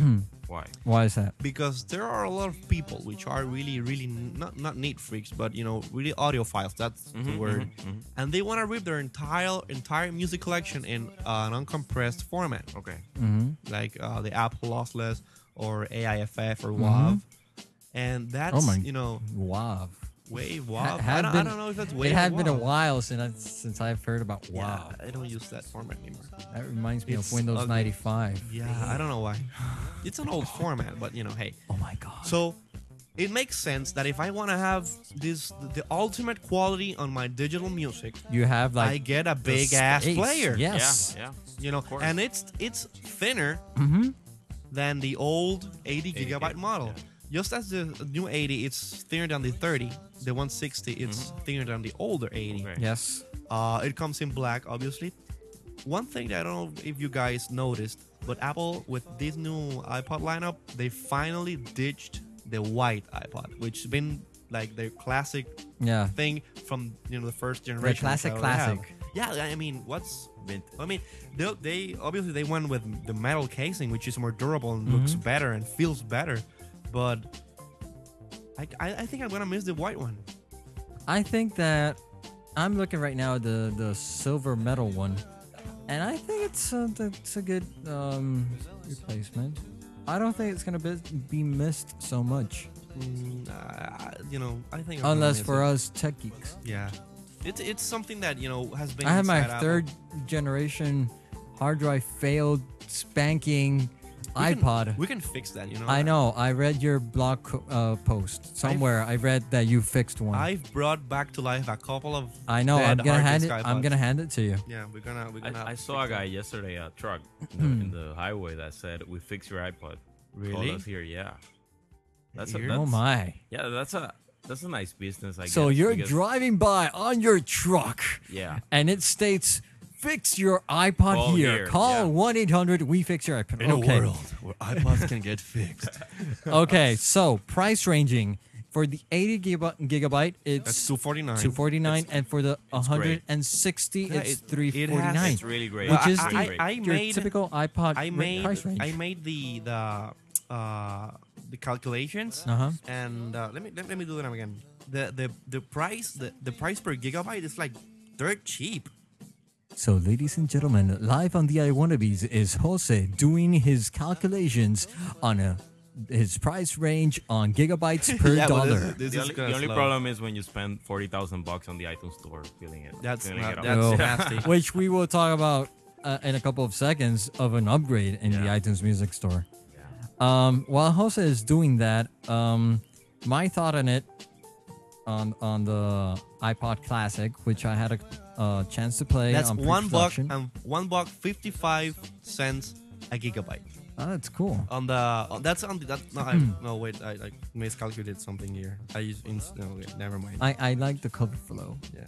Speaker 3: Why?
Speaker 4: Why is that?
Speaker 2: because there are a lot of people which are really really n- not not neat freaks but you know really audiophiles that's the
Speaker 4: Mm-hmm,
Speaker 2: word and they want to rip their entire entire music collection in uh, an uncompressed format
Speaker 3: Okay.
Speaker 2: like uh, the apple lossless or aiff or wav and that's
Speaker 4: Mm-hmm. Oh my-
Speaker 2: you know
Speaker 4: Wow.
Speaker 2: wave
Speaker 4: Ha-
Speaker 2: wav I,
Speaker 4: had
Speaker 2: don't, I
Speaker 4: been-
Speaker 2: don't know if that's wave
Speaker 4: It had
Speaker 2: or
Speaker 4: been a
Speaker 2: WAV.
Speaker 4: while since I, since I've heard about
Speaker 2: Yeah,
Speaker 4: wow.
Speaker 2: i don't use that format anymore
Speaker 4: That reminds me
Speaker 2: It's
Speaker 4: of Windows
Speaker 2: ugly.
Speaker 4: 95.
Speaker 2: yeah i don't know why it's an old format but you know hey
Speaker 4: Oh my god.
Speaker 2: So it makes sense that if I want to have this the ultimate quality on my digital music,
Speaker 4: you have like
Speaker 2: I get a
Speaker 4: the
Speaker 2: big ass
Speaker 4: space.
Speaker 2: player.
Speaker 4: Yes.
Speaker 3: Yeah.
Speaker 2: You know,
Speaker 3: course.
Speaker 2: and it's it's thinner
Speaker 4: Mm-hmm.
Speaker 2: than the old 80 gigabyte
Speaker 3: gig,
Speaker 2: model.
Speaker 3: yeah.
Speaker 2: Just as the new 80, it's thinner than the 30. The 160, it's
Speaker 3: Mm-hmm.
Speaker 2: thinner than the older 80.
Speaker 3: Okay.
Speaker 4: Yes.
Speaker 2: Uh, it comes in black, obviously. One thing that I don't know if you guys noticed, but Apple with this new iPod lineup, they finally ditched the white iPod, which has been like their classic
Speaker 4: Yeah.
Speaker 2: thing from you know the first generation. which
Speaker 4: classic
Speaker 2: I already have.
Speaker 4: classic.
Speaker 2: Yeah, I mean, what's
Speaker 3: Yeah. Bit-
Speaker 2: I mean, they, they obviously they went with the metal casing, which is more durable and looks
Speaker 4: Mm-hmm.
Speaker 2: better and feels better, but. I, I I think I'm gonna miss the white one.
Speaker 4: I think that I'm looking right now at the the silver metal one, and I think it's a, it's a good um, replacement. I don't think it's gonna be, be missed so much,
Speaker 2: Mm, uh, you know, I think I'm gonna
Speaker 4: unless
Speaker 2: miss
Speaker 4: for
Speaker 2: it.
Speaker 4: us tech geeks.
Speaker 2: Yeah. It's it's something that, you know, has been
Speaker 4: I had my
Speaker 2: inside Apple.
Speaker 4: third generation hard drive failed spanking
Speaker 2: We can-
Speaker 4: iPod.
Speaker 2: we can fix that, you know.
Speaker 4: I know. I read your blog co- uh, post somewhere. I read that you fixed one. I,
Speaker 2: I've brought back to life a couple of
Speaker 4: know. I'm
Speaker 2: dead
Speaker 4: gonna
Speaker 2: hard
Speaker 4: hand it.
Speaker 2: disk
Speaker 4: I'm
Speaker 2: iPods.
Speaker 4: gonna hand it to you.
Speaker 2: Yeah, we're gonna we're gonna
Speaker 3: I, I saw a
Speaker 2: fix
Speaker 3: guy yesterday, a truck in the,
Speaker 4: Hmm.
Speaker 3: in the highway that said, "We fix your iPod."
Speaker 2: Really?
Speaker 3: Call us here, yeah. That's a,
Speaker 2: Here?
Speaker 3: that's,
Speaker 4: oh my.
Speaker 3: yeah, that's a that's a nice business. I
Speaker 4: So
Speaker 3: guess,
Speaker 4: you're
Speaker 3: because-
Speaker 4: driving by on your truck,
Speaker 3: Yeah.
Speaker 4: and it states, "Fix your iPod
Speaker 3: Call
Speaker 4: here.
Speaker 3: here," yeah.
Speaker 4: Call one eight hundred. We fix your iPod."
Speaker 2: In a
Speaker 4: okay.
Speaker 2: world where iPods can get fixed.
Speaker 4: okay. So price ranging for the eighty giga- gigabyte,
Speaker 2: That's
Speaker 4: it's
Speaker 2: two forty nine.
Speaker 4: two forty nine, and for the one hundred
Speaker 3: great.
Speaker 4: and sixty,
Speaker 2: Yeah,
Speaker 4: it's
Speaker 2: it-
Speaker 4: three
Speaker 2: it
Speaker 4: forty
Speaker 2: has-
Speaker 4: nine.
Speaker 3: It's really great.
Speaker 4: Which
Speaker 2: I,
Speaker 4: is
Speaker 3: Really
Speaker 2: I,
Speaker 3: great.
Speaker 2: I
Speaker 4: Your
Speaker 2: made
Speaker 4: typical iPod
Speaker 2: I
Speaker 4: ra-
Speaker 2: made
Speaker 4: price range.
Speaker 2: I made the the uh, the calculations
Speaker 4: Uh-huh.
Speaker 2: and uh, let me let, let me do them again. The the the price the, the price per gigabyte is like dirt cheap.
Speaker 4: So, ladies and gentlemen, live on the I Wannabes is Jose doing his calculations on a, his price range on gigabytes per
Speaker 2: Yeah, but
Speaker 4: dollar.
Speaker 2: This, this
Speaker 3: the
Speaker 2: is
Speaker 3: only,
Speaker 2: gonna
Speaker 3: the only
Speaker 2: slow.
Speaker 3: problem is when you spend forty thousand bucks on the iTunes store, feeling it.
Speaker 2: That's
Speaker 3: feeling
Speaker 2: not-
Speaker 3: it
Speaker 2: that's-
Speaker 3: out.
Speaker 4: No.
Speaker 2: nasty.
Speaker 4: Which we will talk about uh, in a couple of seconds of an upgrade in
Speaker 3: Yeah.
Speaker 4: the iTunes Music Store.
Speaker 3: Yeah.
Speaker 4: Um, while Jose is doing that, um, my thought on it on on the iPod Classic, which I had a uh, chance to play.
Speaker 2: That's
Speaker 4: on
Speaker 2: one buck
Speaker 4: pre-production.
Speaker 2: and one buck fifty five cents a gigabyte.
Speaker 4: Oh, that's cool.
Speaker 2: On the on, that's on the that no, I,
Speaker 4: Hmm.
Speaker 2: no wait I, I miscalculated something here. I used inst- no, wait, never mind.
Speaker 4: I, I like the cover flow.
Speaker 2: yeah,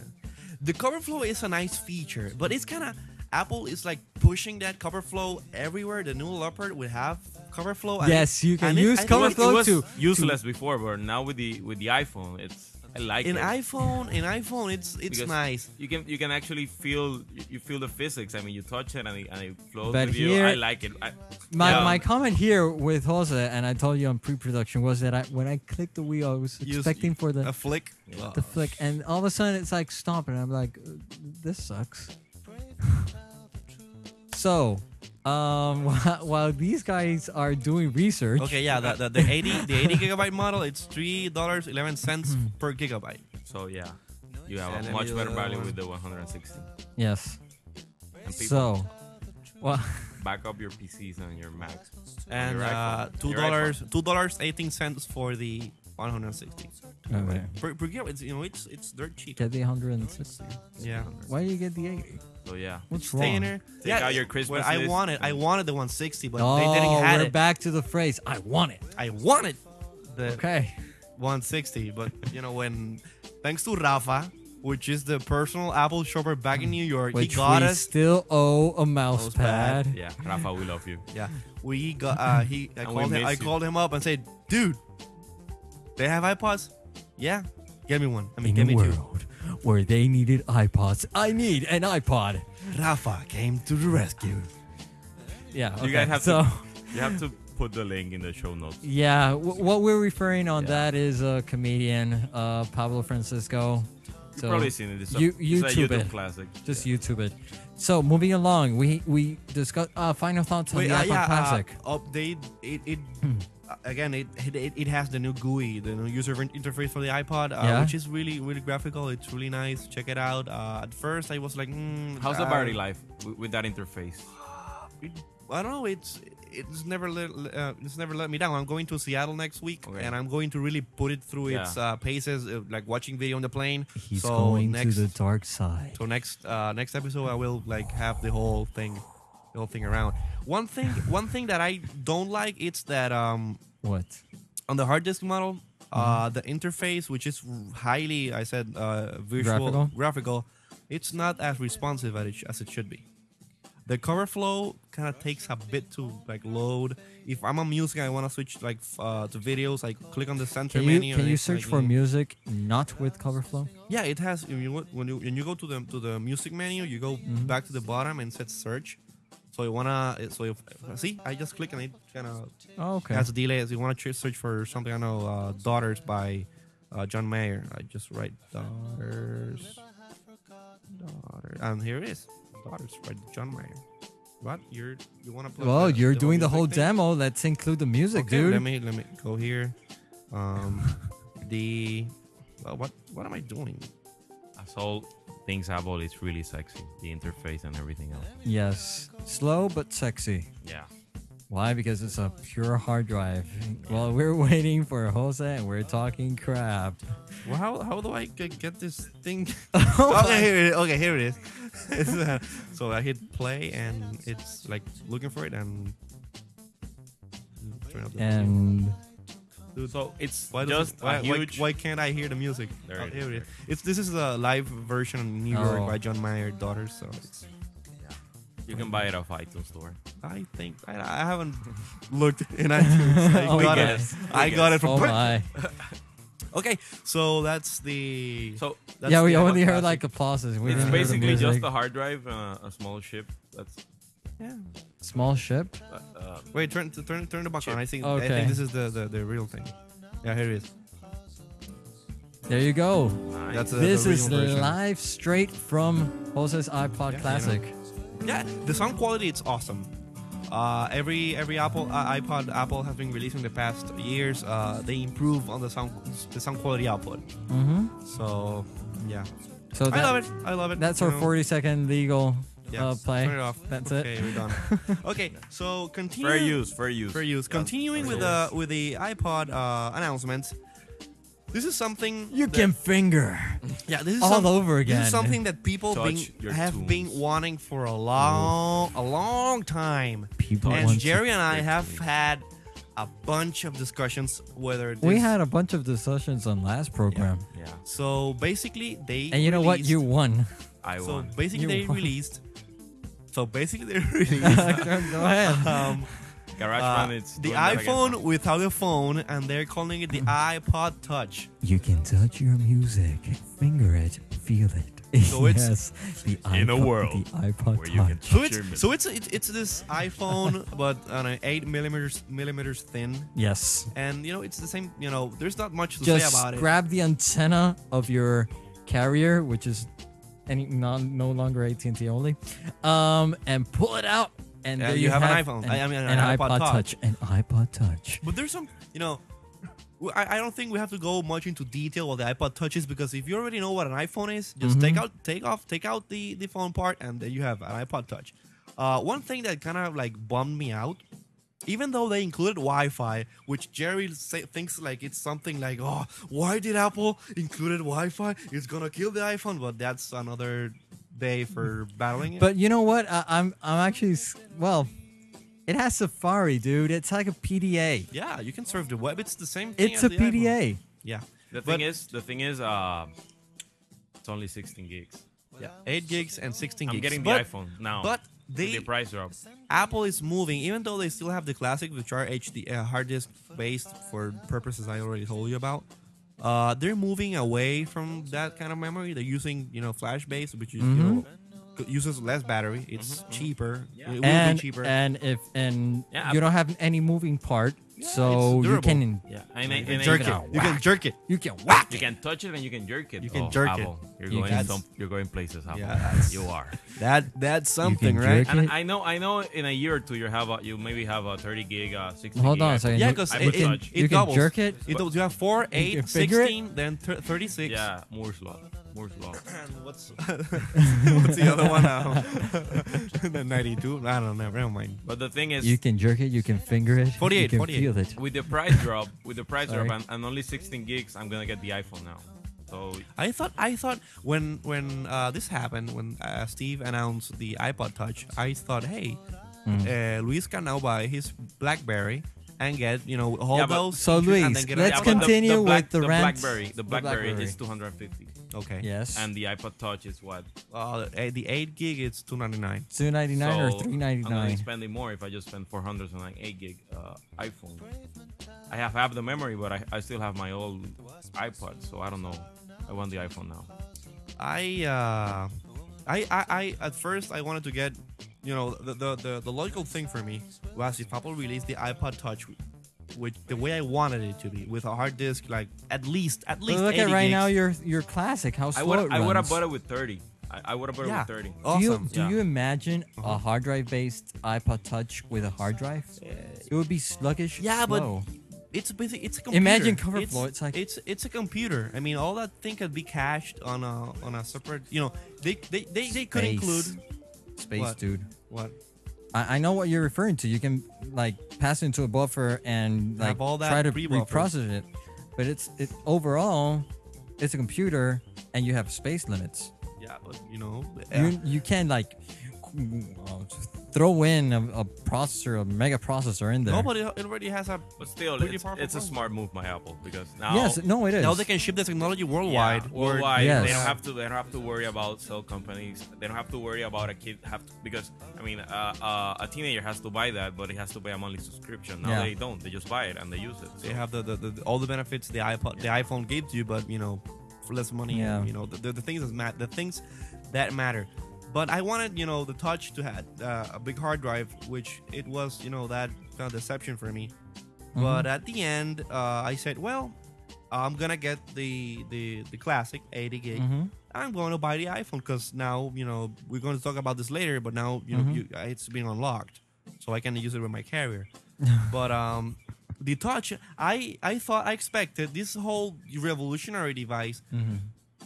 Speaker 2: the cover flow is a nice feature, but it's kind of Apple is like pushing that cover flow everywhere. The new Leopard will have cover flow. and-
Speaker 4: Yes, you can
Speaker 2: and it-
Speaker 4: use
Speaker 2: I think
Speaker 4: cover
Speaker 2: it-
Speaker 3: It
Speaker 4: flow
Speaker 3: was
Speaker 4: to-
Speaker 3: useless before, but now with the with the iPhone, it's I like
Speaker 2: an
Speaker 3: it.
Speaker 2: iPhone, an iPhone, it's it's
Speaker 3: Because
Speaker 2: nice.
Speaker 3: You can you can actually feel you- you feel the physics. I mean, you touch it and it, and it flows
Speaker 4: But
Speaker 3: with you.
Speaker 4: here-
Speaker 3: I like it. I,
Speaker 4: My,
Speaker 3: Yeah.
Speaker 4: my comment here with Jose, and I told you on pre-production, was that I, when I clicked the wheel, I was
Speaker 2: You s-
Speaker 4: expecting for
Speaker 2: a
Speaker 4: the,
Speaker 2: flick.
Speaker 4: the flick, and all of a sudden it's like stomping. I'm like, "Uh, this sucks. so, um, while, while these guys are doing research,
Speaker 2: Okay, yeah, the, the, the eighty the eighty gigabyte model, it's three dollars eleven cents
Speaker 4: Hmm.
Speaker 2: per gigabyte.
Speaker 3: so yeah, you have
Speaker 2: And
Speaker 3: a
Speaker 2: then
Speaker 3: much
Speaker 2: the
Speaker 3: better
Speaker 2: other
Speaker 3: value
Speaker 2: one.
Speaker 3: with the 160.
Speaker 4: yes.
Speaker 3: And people
Speaker 4: So, well,
Speaker 3: back up your PCs and your Macs.
Speaker 2: And
Speaker 3: Your
Speaker 2: uh,
Speaker 3: iPhone.
Speaker 2: two
Speaker 3: Your
Speaker 2: dollars two dollars eighteen cents for the one hundred sixty.
Speaker 4: okay.
Speaker 2: Per, per gigabyte, it's, you know, it's it's dirt cheap.
Speaker 4: get the 160.
Speaker 2: Yeah.
Speaker 4: Why do you get the 80?
Speaker 3: So yeah,
Speaker 4: What's wrong?
Speaker 2: Stainer.
Speaker 3: Take out your Christmas
Speaker 2: well, I
Speaker 3: list.
Speaker 2: wanted I wanted the 160, but
Speaker 4: No,
Speaker 2: they didn't have
Speaker 4: Oh, we're
Speaker 2: it.
Speaker 4: back to the phrase. I want it.
Speaker 2: I wanted the
Speaker 4: Okay.
Speaker 2: 160, but you know when thanks to Rafa, which is the personal Apple shopper back in New York,
Speaker 4: Hmm. Which
Speaker 2: he got
Speaker 4: we
Speaker 2: us
Speaker 4: still owe a mouse,
Speaker 2: Mouse
Speaker 4: pad.
Speaker 2: pad,
Speaker 3: yeah, Rafa, we love you.
Speaker 2: Yeah, we got. Uh, he. I
Speaker 3: And we
Speaker 2: called. Him,
Speaker 3: miss
Speaker 2: I
Speaker 3: you.
Speaker 2: called him up and said, "Dude, they have iPods. Yeah, get me one. I mean,
Speaker 4: In
Speaker 2: get me
Speaker 4: a world where they needed iPods, I need an iPod.
Speaker 2: two. Rafa came to the rescue.
Speaker 4: Yeah.
Speaker 3: You
Speaker 4: okay,
Speaker 3: guys have
Speaker 4: so,
Speaker 3: to you have to put the link in the show notes.
Speaker 4: Yeah. W- what we're referring on
Speaker 3: Yeah.
Speaker 4: that is a comedian, uh, Pablo Francisco.
Speaker 3: You've
Speaker 4: So
Speaker 3: probably seen it. It's a,
Speaker 4: you-
Speaker 3: it's a
Speaker 4: YouTube
Speaker 3: YouTube
Speaker 4: it.
Speaker 3: classic.
Speaker 4: Just YouTube it. So moving along, we we discuss uh, final thoughts on
Speaker 2: Wait,
Speaker 4: the
Speaker 2: uh,
Speaker 4: iPod
Speaker 2: yeah. Uh,
Speaker 4: Classic.
Speaker 2: update. It. it
Speaker 4: Hmm.
Speaker 2: uh, Again, it, it it- it has the new GUI, the new user in- interface for the iPod, uh,
Speaker 4: Yeah.
Speaker 2: which is really really graphical. It's really nice. Check it out. Uh, at first, I was like, mm,
Speaker 3: How's the
Speaker 2: uh,
Speaker 3: battery life with, with that interface?
Speaker 2: it- I don't know. It's it's never let uh, it's never let me down. I'm going to Seattle next week,
Speaker 3: Okay.
Speaker 2: and I'm going to really put it through its
Speaker 3: Yeah.
Speaker 2: uh, paces, uh, like watching video on the plane.
Speaker 4: He's
Speaker 2: so
Speaker 4: going
Speaker 2: next,
Speaker 4: to the dark side.
Speaker 2: So next uh, next episode, I will like have the whole thing, the whole thing around. One thing, one thing that I don't like it's that um
Speaker 4: What?
Speaker 2: on the hard disk model, uh,
Speaker 4: Mm-hmm.
Speaker 2: the interface, which is highly, I said, uh, visual
Speaker 4: Graphical?
Speaker 2: graphical. it's not as responsive as it, sh- as it should be. The cover flow kind of takes a bit to like load. If I'm on music, I want to switch like f- uh, to videos. I click on the center
Speaker 4: Can
Speaker 2: menu.
Speaker 4: you can
Speaker 2: and
Speaker 4: you
Speaker 2: it's
Speaker 4: search
Speaker 2: like,
Speaker 4: for
Speaker 2: mm.
Speaker 4: music not with cover flow?
Speaker 2: Yeah, it has. If you, when you when you go to the to the music menu, you go
Speaker 4: Mm-hmm.
Speaker 2: back to the bottom and set search. So you wanna eh, so you, see, I just click and it kind of
Speaker 4: Oh, okay.
Speaker 2: has a delay. If you want to search for something, I know uh, "Daughters" by uh, John Mayer. I just write "Daughters," "Daughters," and here it is, "Daughters" by John Mayer. What you're you want to play?
Speaker 4: well, you're doing the whole
Speaker 2: music thing?
Speaker 4: demo. Let's include the music,
Speaker 2: Okay,
Speaker 4: dude.
Speaker 2: Let me let me go here. Um, the well, what what am I doing?
Speaker 3: As all things Apple, it's really sexy. The interface and everything else.
Speaker 4: yes, slow but sexy.
Speaker 3: Yeah.
Speaker 4: Why? Because it's a pure hard drive. Well, we're waiting for Jose, and we're talking crap.
Speaker 2: Well, how, how do I g- get this thing?
Speaker 4: Oh
Speaker 2: okay, here it is. okay, here it is. It's, uh, so I hit play and it's like looking for it and. Turn up the music.
Speaker 4: And
Speaker 3: So it's
Speaker 2: why does
Speaker 3: just
Speaker 2: it, why,
Speaker 3: a
Speaker 2: why-
Speaker 3: huge.
Speaker 2: why, can't I hear the music?
Speaker 3: There
Speaker 2: Oh,
Speaker 3: it
Speaker 2: here
Speaker 3: is,
Speaker 2: it is.
Speaker 3: there.
Speaker 2: It's this is the live version of New York
Speaker 4: Oh.
Speaker 2: by John Mayer Daughters. So it's,
Speaker 3: You can buy it off iTunes Store.
Speaker 2: I think I, I haven't looked in iTunes. I
Speaker 4: Oh,
Speaker 2: got
Speaker 4: we
Speaker 2: it.
Speaker 3: guess. We
Speaker 2: I got it
Speaker 4: oh
Speaker 2: from.
Speaker 4: my,
Speaker 2: Okay, so that's the.
Speaker 3: So
Speaker 2: that's
Speaker 4: yeah, we
Speaker 2: the iPod
Speaker 4: only heard
Speaker 2: Classic.
Speaker 4: like applauses. We
Speaker 3: it's
Speaker 4: didn't hear the
Speaker 3: basically just
Speaker 4: music.
Speaker 3: a hard drive, uh, a small ship. That's
Speaker 2: Yeah.
Speaker 4: small ship.
Speaker 3: uh, uh,
Speaker 2: Wait, turn turn turn the back on. I think I
Speaker 4: Okay.
Speaker 2: think this is the, the, the real thing. Yeah, here it is.
Speaker 4: There you go.
Speaker 3: nice.
Speaker 2: That's a,
Speaker 4: this
Speaker 2: the
Speaker 4: is
Speaker 2: original version.
Speaker 4: live straight from Jose's iPod
Speaker 2: Yeah,
Speaker 4: Classic.
Speaker 2: Yeah, the sound quality it's awesome. Uh, every every Apple uh, iPod Apple has been releasing the past years. Uh, they improve on the sound the sound quality output.
Speaker 4: Mm-hmm.
Speaker 2: So yeah,
Speaker 4: So that,
Speaker 2: I love it. I love it.
Speaker 4: that's
Speaker 2: you
Speaker 4: our
Speaker 2: know.
Speaker 4: 40 second legal
Speaker 2: Yeah,
Speaker 4: uh, play.
Speaker 2: Turn it off.
Speaker 4: That's it.
Speaker 2: okay, we're done. okay, so continue.
Speaker 3: fair use, fair use.
Speaker 2: Fair use.
Speaker 3: Yeah,
Speaker 2: Continuing with
Speaker 3: fair use.
Speaker 2: the with the iPod uh, announcements. This is something
Speaker 4: You
Speaker 2: that-
Speaker 4: can finger
Speaker 2: Yeah, this is
Speaker 4: all
Speaker 2: some-
Speaker 4: over
Speaker 2: This
Speaker 4: again.
Speaker 2: is something that people
Speaker 3: Touch
Speaker 2: been-
Speaker 3: your
Speaker 2: have
Speaker 3: tools.
Speaker 2: been wanting for a
Speaker 4: Uh-huh.
Speaker 2: long, a long time.
Speaker 4: people
Speaker 2: and
Speaker 4: want to-
Speaker 2: Jerry and I
Speaker 3: break
Speaker 2: have
Speaker 3: things.
Speaker 2: had a bunch of discussions whether this,
Speaker 4: We had a bunch of discussions on last program,
Speaker 3: Yeah,
Speaker 2: so basically they
Speaker 4: and you know what?
Speaker 2: released-
Speaker 4: You won.
Speaker 3: I
Speaker 2: so
Speaker 3: won.
Speaker 2: basically
Speaker 4: You
Speaker 2: they
Speaker 4: won.
Speaker 2: released so basically they
Speaker 4: Go
Speaker 2: released
Speaker 4: ahead.
Speaker 2: um,
Speaker 3: GarageBand
Speaker 2: Uh,
Speaker 3: it's
Speaker 2: the
Speaker 3: doing that again.
Speaker 2: iPhone without a phone, and they're calling it the
Speaker 4: Hmm.
Speaker 2: iPod Touch.
Speaker 4: You can touch your music, finger it, feel it.
Speaker 2: So it's-
Speaker 4: yes, the iPod,
Speaker 3: In a world
Speaker 4: the iPod
Speaker 3: where you can
Speaker 4: Touch.
Speaker 2: So
Speaker 3: touch
Speaker 2: it's
Speaker 3: your
Speaker 2: so it's it's, it's this iPhone, but on an eight millimeters millimeters thin,
Speaker 4: yes,
Speaker 2: and you know it's the same. You know, there's not much to say
Speaker 4: just
Speaker 2: about it.
Speaker 4: grab the antenna of your carrier, which is any non, no longer AT and T only, um, and pull it out, and
Speaker 2: Yeah,
Speaker 4: there
Speaker 2: you
Speaker 4: you
Speaker 2: have an iPhone. I- I mean, an iPod Touch.
Speaker 4: touch, an iPod Touch.
Speaker 2: But there's some, you know, w- I, I don't think we have to go much into detail what the iPod Touch is because if you already know what an iPhone is, just take
Speaker 4: Mm-hmm.
Speaker 2: out, take off, take out the the phone part, and then you have an iPod Touch. Uh, one thing that kind of like bummed me out, even though they included Wi-Fi, which Jerry say, thinks like it's something like, oh, why did Apple included Wi-Fi? It's gonna kill the iPhone, but that's another day for battling it.
Speaker 4: But you know what? I, I'm I'm actually s- well, it has Safari, dude. It's like a PDA.
Speaker 2: yeah, you can surf the web. It's the same. thing
Speaker 4: It's
Speaker 2: as
Speaker 4: a
Speaker 2: the iPhone.
Speaker 4: PDA.
Speaker 2: Yeah.
Speaker 3: The
Speaker 2: But-
Speaker 3: thing is, the thing is, uh, it's only 16 gigs.
Speaker 2: Yeah, eight gigs and sixteen gigs.
Speaker 3: I'm getting the
Speaker 2: But-
Speaker 3: iPhone now.
Speaker 2: But
Speaker 3: with
Speaker 2: they
Speaker 3: the price drop.
Speaker 2: Apple is moving, even though they still have the classic, which are HD uh, hard disk based for purposes I already told you about. Uh, they're moving away from that kind of memory. They're using you know flash based, which is
Speaker 4: Mm-hmm.
Speaker 2: you know c- uses less battery. It's
Speaker 3: Mm-hmm.
Speaker 2: cheaper. It will
Speaker 4: and,
Speaker 2: be cheaper.
Speaker 4: and if and
Speaker 3: Yeah.
Speaker 4: you don't have any moving part, so
Speaker 2: it's
Speaker 4: you
Speaker 2: durable.
Speaker 4: can
Speaker 3: Yeah, and, I- and, I-
Speaker 2: jerk
Speaker 3: you
Speaker 2: it.
Speaker 3: can-
Speaker 2: You can jerk it.
Speaker 4: you can whack
Speaker 3: You
Speaker 4: it.
Speaker 3: can touch it and you can jerk it.
Speaker 2: You can
Speaker 3: Oh,
Speaker 2: jerk it.
Speaker 3: Apple, You're
Speaker 4: You
Speaker 3: going
Speaker 2: can-
Speaker 3: some, You're going places, Apple.
Speaker 2: Yeah, that's-
Speaker 3: you are.
Speaker 2: That that's something, right?
Speaker 4: jerk
Speaker 3: And
Speaker 4: it.
Speaker 3: I know, I know. In a year or two, you have a, you maybe have a 30 gig, uh, 60.
Speaker 4: Hold
Speaker 3: gig
Speaker 4: on a
Speaker 3: iPhone.
Speaker 4: second.
Speaker 2: Yeah,
Speaker 4: You-
Speaker 2: because
Speaker 3: I
Speaker 2: it,
Speaker 3: would
Speaker 2: it,
Speaker 3: touch.
Speaker 2: it
Speaker 4: You can
Speaker 2: doubles.
Speaker 4: jerk it.
Speaker 2: You, do- you have four, eight,
Speaker 4: figure it.
Speaker 2: 16, then thir- 36.
Speaker 3: Yeah, Moore's law. Moore's law.
Speaker 2: And what's what's the other one? now? the 92? I don't know. Never mind.
Speaker 3: But the thing is,
Speaker 4: You can jerk it. You can finger it.
Speaker 2: 48,
Speaker 4: You can
Speaker 2: 48.
Speaker 4: feel it.
Speaker 3: with the price drop, with the price
Speaker 4: Sorry.
Speaker 3: drop, and, and only 16 gigs, I'm gonna get the iPhone now. So
Speaker 2: I thought I thought when when uh, this happened when uh, Steve announced the iPod Touch, I thought, hey,
Speaker 4: Mm.
Speaker 2: uh, Luis can now buy his BlackBerry and get you know all
Speaker 3: Yeah, but-
Speaker 2: those.
Speaker 4: So,
Speaker 2: features and
Speaker 4: Luis,
Speaker 2: then get
Speaker 4: let's
Speaker 2: an iPod
Speaker 3: but the-
Speaker 2: Touch.
Speaker 4: continue
Speaker 3: the black,
Speaker 4: with the rant.
Speaker 3: BlackBerry. The
Speaker 4: The
Speaker 3: BlackBerry
Speaker 4: BlackBerry.
Speaker 3: is 250,
Speaker 2: Okay.
Speaker 4: Yes.
Speaker 3: and the iPod Touch is what
Speaker 2: Uh, the- the eight gig it's two ninety nine.
Speaker 4: two ninety nine or
Speaker 3: So,
Speaker 4: three
Speaker 3: I'm
Speaker 4: ninety
Speaker 3: gonna be
Speaker 4: nine.
Speaker 3: spending more if I just spend 400 on like 8 gig uh, iPhone. I have half the memory, but I, I still have my old iPod, so I don't know. I want the iPhone now.
Speaker 2: I uh, I, I I at first I wanted to get you know the the, the, the logical thing for me was if Apple released the iPod Touch. Which the way I wanted it to be with a hard disk, like at least at least
Speaker 4: look at
Speaker 2: 80
Speaker 4: right now
Speaker 2: gigs.
Speaker 4: your your classic. How slow
Speaker 3: I would
Speaker 4: it
Speaker 3: I would have
Speaker 4: runs. Oh.
Speaker 3: bought it with 30. I, I would have bought
Speaker 2: yeah,
Speaker 3: it with 30.
Speaker 4: Do you,
Speaker 2: awesome. Uh-huh.
Speaker 4: do
Speaker 3: Yeah.
Speaker 4: you imagine a hard drive based iPod Touch with a hard drive? It would be sluggish.
Speaker 2: Yeah, but
Speaker 4: slow.
Speaker 2: it's basically it's a computer.
Speaker 4: Imagine cover
Speaker 2: it's,
Speaker 4: flow, it's like-
Speaker 2: it's it's a computer. I mean, all that thing could be cached on a on a separate. You know, they they they, they could
Speaker 4: Space.
Speaker 2: include
Speaker 4: space,
Speaker 2: what?
Speaker 4: dude.
Speaker 2: what
Speaker 4: I, I know what you're referring to. You can like pass it into a buffer and like
Speaker 2: Have all that
Speaker 4: try to
Speaker 2: pre-buffer.
Speaker 4: reprocess it, but it's it overall, it's a computer and you have space limits.
Speaker 2: yeah, but, you know, yeah.
Speaker 4: You you can like uh, throw in a, a processor, a mega processor in there.
Speaker 2: nobody it already has a.
Speaker 3: But still,
Speaker 2: Pretty
Speaker 3: it's,
Speaker 2: powerful
Speaker 3: it's a
Speaker 2: phone.
Speaker 3: smart move by Apple because now
Speaker 4: yes, no, it is.
Speaker 2: Now they can ship the technology
Speaker 3: Yeah,
Speaker 2: worldwide. or-
Speaker 3: worldwide.
Speaker 4: Yes.
Speaker 3: They don't have to. They don't have to worry about cell companies. They don't have to worry about a kid have to, because I mean, uh, uh, a teenager has to buy that, but he has to pay a monthly subscription. Now
Speaker 4: Yeah.
Speaker 3: they don't. They just buy it and they use it. So.
Speaker 2: They have the, the, the all the benefits the iPod the iPhone gives you, but you know, for less money.
Speaker 4: Yeah.
Speaker 2: And, you know, the, the, the things that matter. The things that matter. But I wanted, you know, the touch to have uh, a big hard drive, which it was, you know, that kind of deception for me. But at the end, uh, I said, well, I'm gonna get the the the classic 80 gig.
Speaker 4: Mm-hmm.
Speaker 2: I'm going to buy the iPhone because now, you know, we're going to talk about this later. But now, you know, you, it's being unlocked, so I can use it with my carrier. but um, the touch, I I thought I expected this whole revolutionary device
Speaker 4: mm-hmm.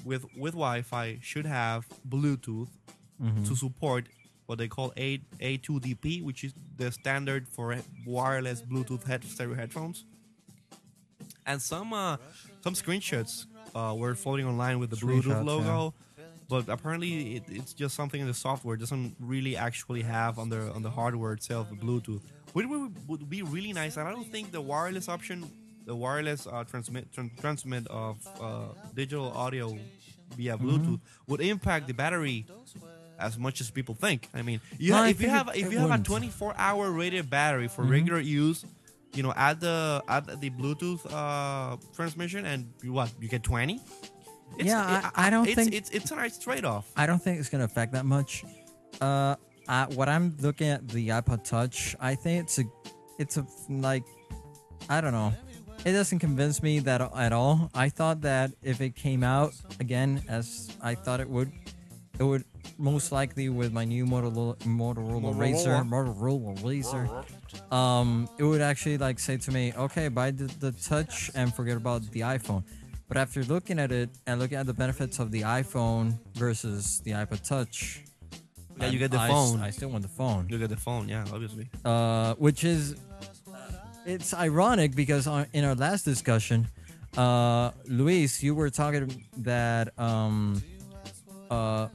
Speaker 2: with with Wi-Fi should have Bluetooth to support what they call A A2DP, which is the standard for he- wireless Bluetooth head stereo headphones. And some uh, some screenshots uh, were floating online with the Bluetooth
Speaker 4: Screenshots,
Speaker 2: logo, but apparently it, it's just something in the software doesn't really actually have on the on the hardware itself the Bluetooth, which would, would be really nice. And I don't think the wireless option, the wireless uh, transmit tran- transmit of uh, digital audio via Bluetooth would impact the battery as much as people think. I mean, you
Speaker 4: No,
Speaker 2: ha-
Speaker 4: I
Speaker 2: if you
Speaker 4: think Mm-hmm.
Speaker 2: have
Speaker 4: it-
Speaker 2: if
Speaker 4: it
Speaker 2: you have a
Speaker 4: wouldn't.
Speaker 2: 24 hour rated battery for regular use, you know, add the add the Bluetooth uh, transmission, and you what you get 20.
Speaker 4: Yeah, I- I don't
Speaker 2: it's,
Speaker 4: think-
Speaker 2: it's it's a nice trade off.
Speaker 4: I don't think it's going to affect that much. Uh, I, what I'm looking at the iPod Touch, I think it's a, it's a like, I don't know. It doesn't convince me that at all. I thought that if it came out again as I thought it would, it would most likely with my new Motorola Motorola Razr, Motorola Razr, um, it would actually like say to me, okay, buy the, the Touch and forget about the iPhone. But after looking at it and looking at the benefits of the iPhone versus the iPod Touch,
Speaker 2: Yeah, you
Speaker 4: I-
Speaker 2: get the
Speaker 4: I s-
Speaker 2: phone. Oh.
Speaker 4: I still want the phone
Speaker 2: You get the phone, yeah, obviously.
Speaker 4: uh, which is uh, it's ironic because on, in our last discussion, uh, Luis, you were talking that um, uh,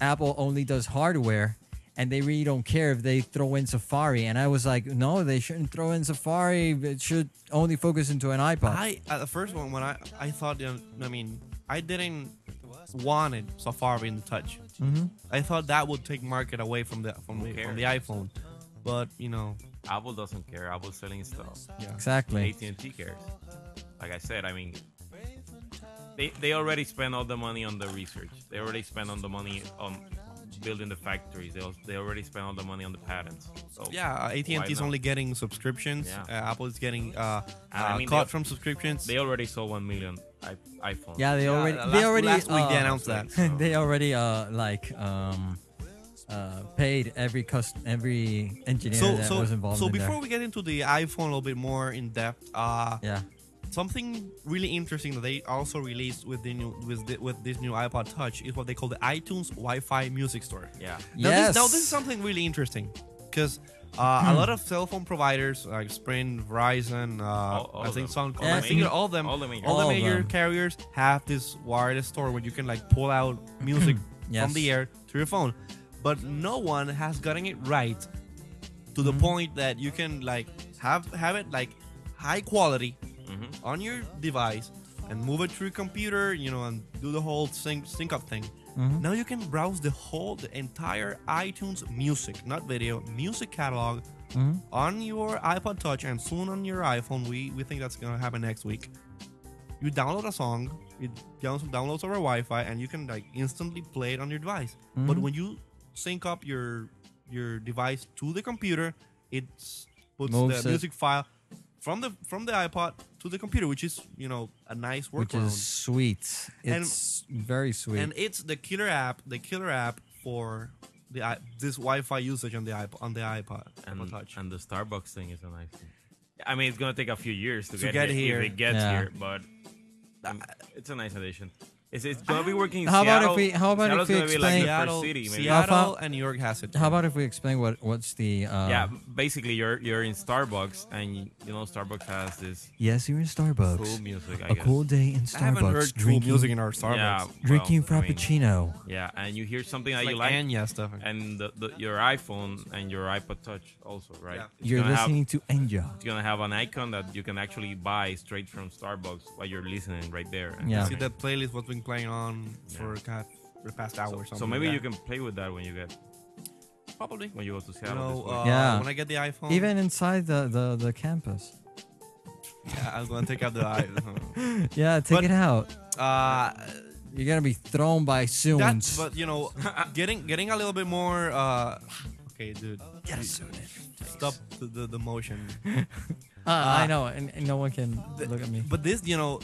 Speaker 4: Apple only does hardware. And they really don't care if they throw in Safari. And I was like, no, they shouldn't throw in Safari. It should only focus into an iPod.
Speaker 2: I at the first one when I I thought you know, I mean I didn't wanted Safari in the touch. Mm-hmm. I thought that would take market away from the from the, from the iPhone, but you know
Speaker 3: Apple doesn't care. Apple's selling stuff.
Speaker 4: exactly.
Speaker 3: AT&T cares. Like I said, I mean, they they already spent all the money on the research. They already spent all the money on building the factories. They al- they already spent all the money on the patents. So
Speaker 2: yeah uh, AT&T
Speaker 3: Oh, why
Speaker 2: is
Speaker 3: not?
Speaker 2: only getting subscriptions.
Speaker 3: Yeah.
Speaker 2: Uh, Apple is getting uh,
Speaker 3: And I
Speaker 2: uh,
Speaker 3: mean,
Speaker 2: cut
Speaker 3: they-
Speaker 2: from subscriptions.
Speaker 3: They already sold one million I- iPhones.
Speaker 4: Yeah, they already.
Speaker 2: uh, last,
Speaker 4: they already.
Speaker 2: last week they
Speaker 4: uh,
Speaker 2: announced that.
Speaker 4: they already uh like um uh paid every cust- every engineer
Speaker 2: So
Speaker 4: that
Speaker 2: so
Speaker 4: was involved
Speaker 2: so
Speaker 4: in there.
Speaker 2: before we get into the iPhone a little bit more in depth, uh,
Speaker 4: yeah
Speaker 2: something really interesting that they also released with the new with the, with this new iPod Touch is what they call the iTunes Wi-Fi Music Store.
Speaker 3: Yeah.
Speaker 2: Now,
Speaker 4: yes Hmm.
Speaker 2: this, now this is something really interesting because uh, a lot of cell phone providers like Sprint, Verizon, uh,
Speaker 3: All- all
Speaker 2: I
Speaker 3: of
Speaker 2: think
Speaker 3: them.
Speaker 2: Sound,
Speaker 3: All the
Speaker 2: I think
Speaker 3: major-
Speaker 2: all of them,
Speaker 3: all the major-
Speaker 4: All of
Speaker 2: major
Speaker 4: them.
Speaker 2: carriers have this wireless store where you can like pull out music
Speaker 4: Yes.
Speaker 2: from the air to your phone, but no one has gotten it right to the point that you can like have have it like high quality on your device and move it to your computer, you know, and do the whole sync sync up thing. Now you can browse the whole the entire iTunes music, not video, music catalog on your iPod Touch and soon on your iPhone. We we think that's gonna happen next week. You download a song, it down- downloads over Wi-Fi, and you can like instantly play it on your device.
Speaker 4: Mm-hmm.
Speaker 2: But when you sync up your your device to the computer, it puts
Speaker 4: Moves
Speaker 2: the
Speaker 4: it.
Speaker 2: music file from the from the iPod to the computer, which is you know a nice
Speaker 4: which
Speaker 2: workaround.
Speaker 4: is sweet
Speaker 2: And-
Speaker 4: it's very sweet
Speaker 2: and it's the killer app, the killer app for the i- this Wi-Fi usage on the iPod on the iPod,
Speaker 3: And,
Speaker 2: iPod Touch.
Speaker 3: and the Starbucks thing is a nice thing. I mean, it's gonna take a few years to,
Speaker 2: To get here.
Speaker 3: If it gets
Speaker 4: Yeah.
Speaker 3: here, but um, it's a nice addition. It's, it's gonna be working. in
Speaker 4: How about if
Speaker 3: Seattle.
Speaker 4: we- how about if
Speaker 3: Seattle's
Speaker 4: we
Speaker 3: gonna be like the
Speaker 4: explain-
Speaker 3: first city? Maybe.
Speaker 2: Seattle and New York has it.
Speaker 4: how about if we explain what what's the uh
Speaker 3: Yeah, basically you're you're in Starbucks and you, you know Starbucks has this
Speaker 4: yes you're in starbucks
Speaker 3: cool music. I
Speaker 4: a
Speaker 3: guess.
Speaker 4: cool day in
Speaker 2: I haven't heard
Speaker 4: starbucks
Speaker 2: cool
Speaker 4: drinking
Speaker 2: music in our Starbucks.
Speaker 3: Yeah, well, I
Speaker 4: drinking
Speaker 3: mean,
Speaker 4: frappuccino
Speaker 3: yeah, and you hear something that
Speaker 2: Like
Speaker 3: you like,
Speaker 2: Enya stuff.
Speaker 3: and the, the, your iPhone and your iPod Touch also, right?
Speaker 2: Yeah.
Speaker 3: It's
Speaker 4: you're
Speaker 3: gonna have-
Speaker 4: listening to Enya.
Speaker 3: it's gonna have an icon that you can actually buy straight from Starbucks while you're listening right there. And
Speaker 4: Yeah.
Speaker 2: See that playlist what's been playing on for kind of the past hour or
Speaker 3: So,
Speaker 2: something.
Speaker 3: so maybe
Speaker 2: like
Speaker 3: you
Speaker 2: that.
Speaker 3: can play with that when you get
Speaker 2: probably.
Speaker 3: when you go to
Speaker 2: You
Speaker 3: Seattle.
Speaker 2: know,
Speaker 3: this week.
Speaker 2: uh,
Speaker 4: Yeah.
Speaker 2: when I get the iPhone,
Speaker 4: even inside the the, the campus
Speaker 2: yeah, I'm gonna take out the iPhone.
Speaker 4: yeah take
Speaker 2: But-
Speaker 4: it out
Speaker 2: Uh,
Speaker 4: you're gonna be thrown by
Speaker 2: that,
Speaker 4: soons
Speaker 2: but you know, getting getting a little bit more. Uh, okay, dude, stop the, the, the motion.
Speaker 4: Uh, I know, and, and no one can look at me.
Speaker 2: Ah. But this, you know,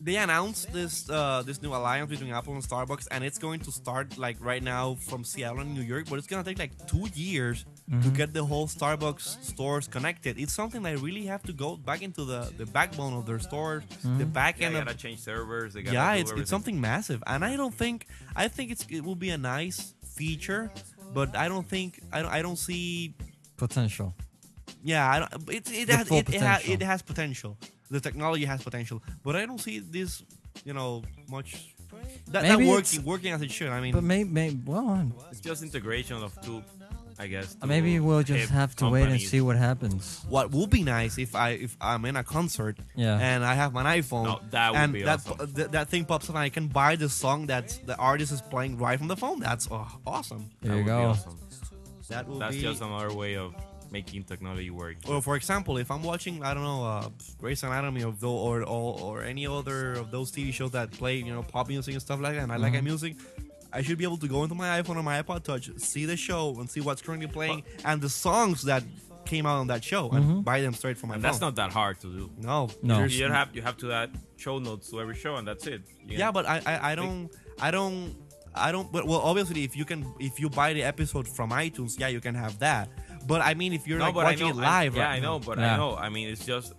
Speaker 2: they announced this uh, this new alliance between Apple and Starbucks, and it's going to start like right now from Seattle and New York. But it's gonna take like two years to
Speaker 4: Mm-hmm.
Speaker 2: get the whole Starbucks stores connected. It's something that really have to go back into the the backbone of their stores,
Speaker 4: Mm-hmm.
Speaker 2: the back
Speaker 3: yeah,
Speaker 2: end
Speaker 3: they
Speaker 2: of
Speaker 3: gotta change servers. They gotta
Speaker 2: yeah,
Speaker 3: do
Speaker 2: it's
Speaker 3: everything.
Speaker 2: it's something massive, and I don't think I think it's it will be a nice feature, but I don't think I don't I don't see
Speaker 4: Potential.
Speaker 2: yeah I don't, it it
Speaker 4: The
Speaker 2: has
Speaker 4: full
Speaker 2: it, it, ha,
Speaker 4: potential.
Speaker 2: it has potential. The technology has potential, but I don't see this you know much that, that
Speaker 4: Maybe
Speaker 2: working
Speaker 4: it's-
Speaker 2: working as it should. I mean,
Speaker 4: But maybe, may well,
Speaker 3: It's just integration of two I guess. to
Speaker 4: Maybe we'll
Speaker 3: hip
Speaker 4: just have to wait and
Speaker 3: companies.
Speaker 4: see what happens.
Speaker 2: What would be nice if I if I'm in a concert
Speaker 4: Yeah.
Speaker 2: and I have my iPhone
Speaker 3: No, that would
Speaker 2: and
Speaker 3: be
Speaker 2: that
Speaker 3: awesome.
Speaker 2: po- th- that thing pops up and I can buy the song that the artist is playing right from the phone. That's oh, awesome.
Speaker 3: That
Speaker 4: There you
Speaker 3: would be
Speaker 4: go.
Speaker 3: awesome.
Speaker 2: That will
Speaker 3: That's
Speaker 2: be. Oh,
Speaker 3: just another way of making technology work.
Speaker 2: or for example, if I'm watching, I don't know, uh, Grey's Anatomy of though, or, or or any other of those TV shows that play, you know, pop music and stuff like that, and I
Speaker 3: Mm-hmm.
Speaker 2: like that music, I should be able to go into my iPhone or my iPod Touch, see the show, and see what's currently playing and the songs that came out on that show, and buy them straight from my
Speaker 3: Mm-hmm. and
Speaker 2: phone.
Speaker 3: that's not that hard to do.
Speaker 2: no,
Speaker 4: No.
Speaker 2: there's-
Speaker 3: You don't have you have to add show notes to every show, and that's it. You
Speaker 2: yeah,
Speaker 3: can-
Speaker 2: but I, I I don't I don't I don't. But well, obviously, if you can if you buy the episode from iTunes, yeah, you can have that. But I mean, if you're like watching it live,
Speaker 3: I, yeah,
Speaker 2: right
Speaker 3: I
Speaker 2: now-
Speaker 3: know, but
Speaker 4: Yeah.
Speaker 3: I know. I mean, it's just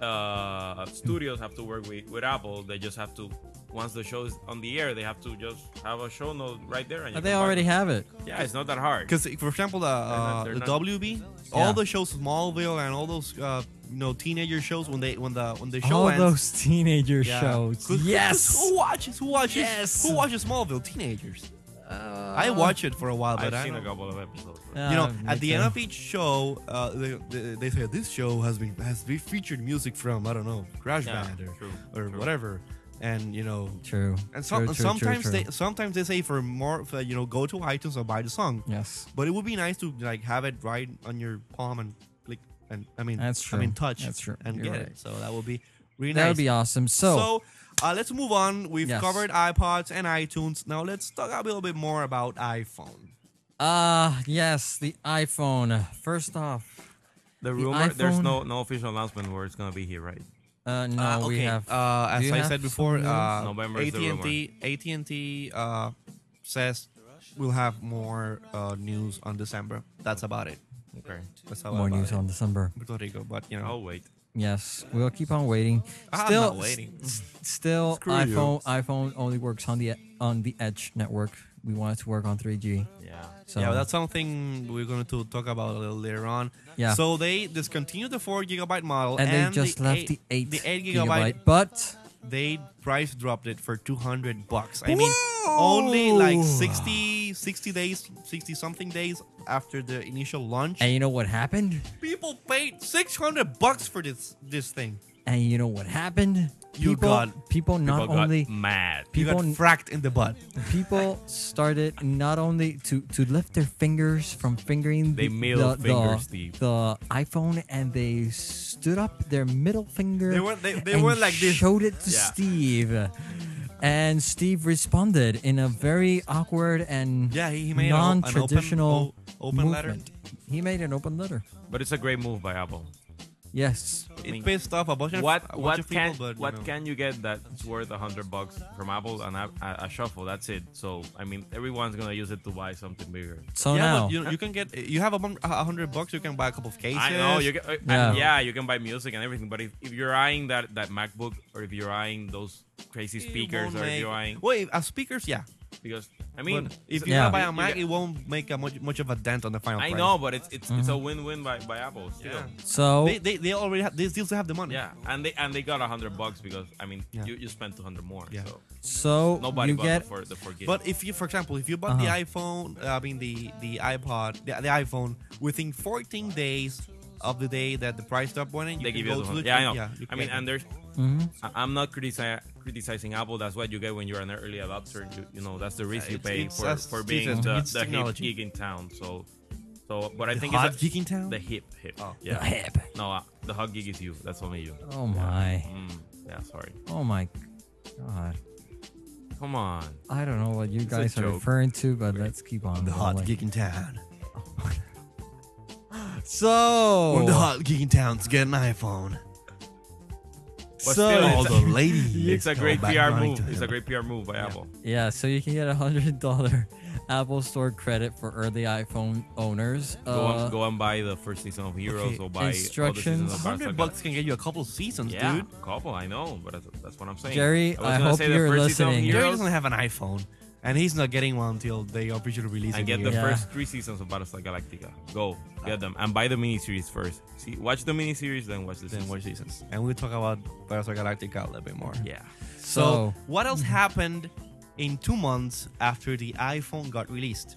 Speaker 3: uh, studios have to work with, with Apple. They just have to once the show is on the air, they have to just have a show note right there. And you
Speaker 4: But they
Speaker 3: can find
Speaker 4: already
Speaker 3: it.
Speaker 4: have it.
Speaker 3: Yeah, it's not that hard.
Speaker 2: Because, for example, the, uh,
Speaker 3: not- they're
Speaker 2: the
Speaker 3: not-
Speaker 2: WB, all
Speaker 4: Yeah.
Speaker 2: the shows, Smallville, and all those uh, you know teenager shows when they when the when the show
Speaker 4: All
Speaker 2: ends.
Speaker 4: those teenager
Speaker 2: yeah.
Speaker 4: shows.
Speaker 2: 'Cause- 'cause
Speaker 4: Yes.
Speaker 2: Who watches? Who watches?
Speaker 4: Yes.
Speaker 2: Who watches Smallville? Teenagers.
Speaker 4: Uh,
Speaker 2: I watched it for a while, but
Speaker 3: I've
Speaker 2: I
Speaker 3: seen a
Speaker 2: don't-
Speaker 3: couple of episodes. but-
Speaker 2: you know,
Speaker 4: Um,
Speaker 2: at the
Speaker 4: okay.
Speaker 2: end of each show, uh, they, they, they say this show has been has be featured music from I don't know Crash
Speaker 3: Yeah,
Speaker 2: Band or,
Speaker 3: true,
Speaker 2: or
Speaker 3: true.
Speaker 2: whatever, and you know,
Speaker 4: True.
Speaker 2: and, some,
Speaker 4: True,
Speaker 2: and
Speaker 4: true, true,
Speaker 2: sometimes
Speaker 4: true.
Speaker 2: they sometimes they say for more, for, you know, go to iTunes or buy the song.
Speaker 4: Yes.
Speaker 2: But it would be nice to like have it right on your palm and click and I mean
Speaker 4: That's
Speaker 2: I mean
Speaker 4: true.
Speaker 2: touch
Speaker 4: That's true.
Speaker 2: and
Speaker 4: You're
Speaker 2: get
Speaker 4: right.
Speaker 2: it. So that would be really
Speaker 4: That
Speaker 2: nice.
Speaker 4: would be awesome. So,
Speaker 2: uh, let's move on. We've
Speaker 4: Yes.
Speaker 2: covered iPods and iTunes. Now let's talk a little bit more about iPhone.
Speaker 4: uh yes, the iPhone. First off,
Speaker 3: The rumor, there's
Speaker 4: iPhone-
Speaker 3: no no official announcement where it's gonna be here, right?
Speaker 4: uh no,
Speaker 2: Uh, okay.
Speaker 4: we have
Speaker 2: uh,
Speaker 4: do
Speaker 2: as
Speaker 4: you
Speaker 2: I
Speaker 4: have
Speaker 2: said before,
Speaker 4: some
Speaker 2: uh,
Speaker 3: November is the
Speaker 2: AT&T AT&T uh, says we'll have more uh, news on December. That's about it.
Speaker 3: Okay.
Speaker 2: That's how
Speaker 4: more
Speaker 2: about
Speaker 4: news
Speaker 2: it.
Speaker 4: on December.
Speaker 2: Puerto Rico, but you
Speaker 3: I'll
Speaker 2: know,
Speaker 3: wait.
Speaker 4: Yes, we'll keep on waiting.
Speaker 2: Ah, I'm
Speaker 4: Still
Speaker 2: not waiting.
Speaker 4: s- still
Speaker 2: Screw you.
Speaker 4: iPhone iPhone only works on the e- on the Edge network. We want it to work on 3G.
Speaker 3: Yeah.
Speaker 4: So
Speaker 2: Yeah, but that's something we're going to talk about a little later on.
Speaker 4: Yeah.
Speaker 2: So they discontinued the four gigabyte model,
Speaker 4: and, they just
Speaker 2: the
Speaker 4: left the 8,
Speaker 2: the eight gigabyte.
Speaker 4: gigabyte. But
Speaker 2: They price dropped it for two hundred bucks. I mean, only like 60, 60 days, sixty something days after the initial launch,
Speaker 4: and you know what happened?
Speaker 2: people paid six hundred bucks for this this thing.
Speaker 4: And you know what happened?
Speaker 2: You
Speaker 4: people,
Speaker 2: got-
Speaker 4: people not
Speaker 3: People got
Speaker 4: only
Speaker 3: mad.
Speaker 2: You
Speaker 4: people
Speaker 2: got fracked in the butt.
Speaker 4: people started not only to to lift their fingers from fingering
Speaker 3: They
Speaker 4: the,
Speaker 3: middle
Speaker 4: the,
Speaker 3: finger,
Speaker 4: the,
Speaker 3: Steve.
Speaker 4: the iPhone and they stood up their middle finger
Speaker 2: They weren't- they- they
Speaker 4: and
Speaker 2: weren't like this.
Speaker 4: showed it to
Speaker 3: Yeah.
Speaker 4: Steve and Steve responded in a very awkward and
Speaker 2: Yeah, he- he made a- an open-
Speaker 4: non-traditional
Speaker 2: o- open letter.
Speaker 4: movement. He made an open letter.
Speaker 3: But it's a great move by Apple.
Speaker 4: Yes.
Speaker 2: It pissed off a bunch of a
Speaker 3: what
Speaker 2: bunch
Speaker 3: what
Speaker 2: of people,
Speaker 3: can
Speaker 2: but, you
Speaker 3: what
Speaker 2: know.
Speaker 3: can you get that's worth a hundred bucks from Apple and a, a, a shuffle? That's it. So I mean, everyone's gonna use it to buy something bigger.
Speaker 4: So
Speaker 2: yeah,
Speaker 4: now
Speaker 2: but you, you can get you have a bun- a hundred bucks. You can buy a couple of cases.
Speaker 3: I know you can, uh,
Speaker 4: Yeah.
Speaker 3: and yeah, you can buy music and everything. But if, if you're eyeing that that MacBook or if you're eyeing those crazy
Speaker 2: It
Speaker 3: speakers
Speaker 2: won't
Speaker 3: or if
Speaker 2: make-
Speaker 3: you're eyeing
Speaker 2: Wait, as speakers, yeah.
Speaker 3: because I
Speaker 2: I mean,
Speaker 3: mean,
Speaker 2: if
Speaker 3: it's-
Speaker 2: you
Speaker 4: Yeah.
Speaker 2: buy a
Speaker 3: you
Speaker 2: Mac,
Speaker 3: get-
Speaker 2: it won't make a much much of a dent on the final.
Speaker 3: I
Speaker 2: price.
Speaker 3: know, but it's it's, it's a
Speaker 4: Mm-hmm.
Speaker 3: win-win by, by Apple. Still.
Speaker 2: Yeah.
Speaker 3: Yeah.
Speaker 4: so
Speaker 2: They, they, they already have, they still have the money.
Speaker 3: and they and they got a hundred bucks because I mean,
Speaker 2: Yeah.
Speaker 3: you, you spent two hundred more.
Speaker 2: Yeah.
Speaker 3: So
Speaker 4: so
Speaker 3: nobody
Speaker 4: you
Speaker 3: bought
Speaker 4: get
Speaker 3: the for the four gig.
Speaker 2: But if you, for example, if you bought
Speaker 4: Uh-huh.
Speaker 2: the iPhone, uh, I mean the the iPod, the, the iPhone, within 14 days of the day that the price drop went in, you
Speaker 3: they
Speaker 2: can
Speaker 3: give
Speaker 2: go
Speaker 3: you the
Speaker 2: to the
Speaker 3: hundred.
Speaker 2: you
Speaker 3: Yeah, I know.
Speaker 2: Mm-hmm.
Speaker 3: I mean,
Speaker 2: can-
Speaker 3: and there's
Speaker 4: Mhm.
Speaker 3: I- I'm not critici- criticizing Apple. That's what you get when you're an early adopter. You, you know, that's the risk
Speaker 2: Uh,
Speaker 3: you
Speaker 2: it's-
Speaker 3: pay
Speaker 2: it's-
Speaker 3: for,
Speaker 2: that's-
Speaker 3: for
Speaker 2: it's
Speaker 3: being
Speaker 2: just-
Speaker 3: the,
Speaker 2: it's
Speaker 3: the hip
Speaker 2: technology.
Speaker 3: geek in town. So, so, but I
Speaker 2: The
Speaker 3: think
Speaker 2: hot
Speaker 3: it's a,
Speaker 2: geek in town?
Speaker 3: The hip, hip.
Speaker 2: Oh.
Speaker 3: yeah.
Speaker 4: The hip.
Speaker 3: No, uh, the hot geek is you. That's only you.
Speaker 4: Oh my.
Speaker 3: Mm, yeah, sorry.
Speaker 4: Oh my god.
Speaker 3: Come on.
Speaker 4: I don't know what you
Speaker 3: a
Speaker 4: guys are
Speaker 3: joke.
Speaker 4: referring to, but let's keep on.
Speaker 2: the hot
Speaker 4: rolling.
Speaker 2: geek in town. When
Speaker 3: Oh.
Speaker 2: the
Speaker 4: So,
Speaker 2: hot geek in town's get an iPhone.
Speaker 3: But
Speaker 4: So-
Speaker 3: still,
Speaker 2: All
Speaker 3: it's,
Speaker 2: the ladies.
Speaker 3: it's a
Speaker 2: go
Speaker 3: great
Speaker 2: back
Speaker 3: PR
Speaker 2: running
Speaker 3: move.
Speaker 2: to
Speaker 3: It's
Speaker 2: him.
Speaker 3: a great PR move by Apple.
Speaker 4: yeah, so you can get a hundred dollar Apple Store credit for early iPhone owners.
Speaker 3: Go
Speaker 4: Uh,
Speaker 3: and go and buy the first season of Heroes
Speaker 4: okay,
Speaker 3: or buy all the
Speaker 4: instructions.
Speaker 3: seasons of
Speaker 2: 100
Speaker 3: Barca-
Speaker 2: bucks can get you a couple seasons,
Speaker 3: Yeah,
Speaker 2: dude.
Speaker 3: couple. I know, but that's, that's what I'm saying.
Speaker 4: Jerry,
Speaker 3: was
Speaker 4: I
Speaker 3: gonna
Speaker 4: hope
Speaker 3: say the
Speaker 4: you're
Speaker 3: first season of
Speaker 4: listening.
Speaker 2: Jerry
Speaker 3: Heroes
Speaker 2: doesn't have an iPhone, and he's not getting one until they officially release it.
Speaker 3: and get
Speaker 2: in
Speaker 3: the
Speaker 4: Yeah.
Speaker 3: first three seasons of Battlestar Galactica. Go get them and buy the miniseries first. See, watch the miniseries, then watch the
Speaker 2: then
Speaker 3: season.
Speaker 2: more seasons. And we'll talk about Battlestar Galactica a little bit more.
Speaker 3: Yeah,
Speaker 2: So,
Speaker 4: so,
Speaker 2: what else happened in two months after the iPhone got released?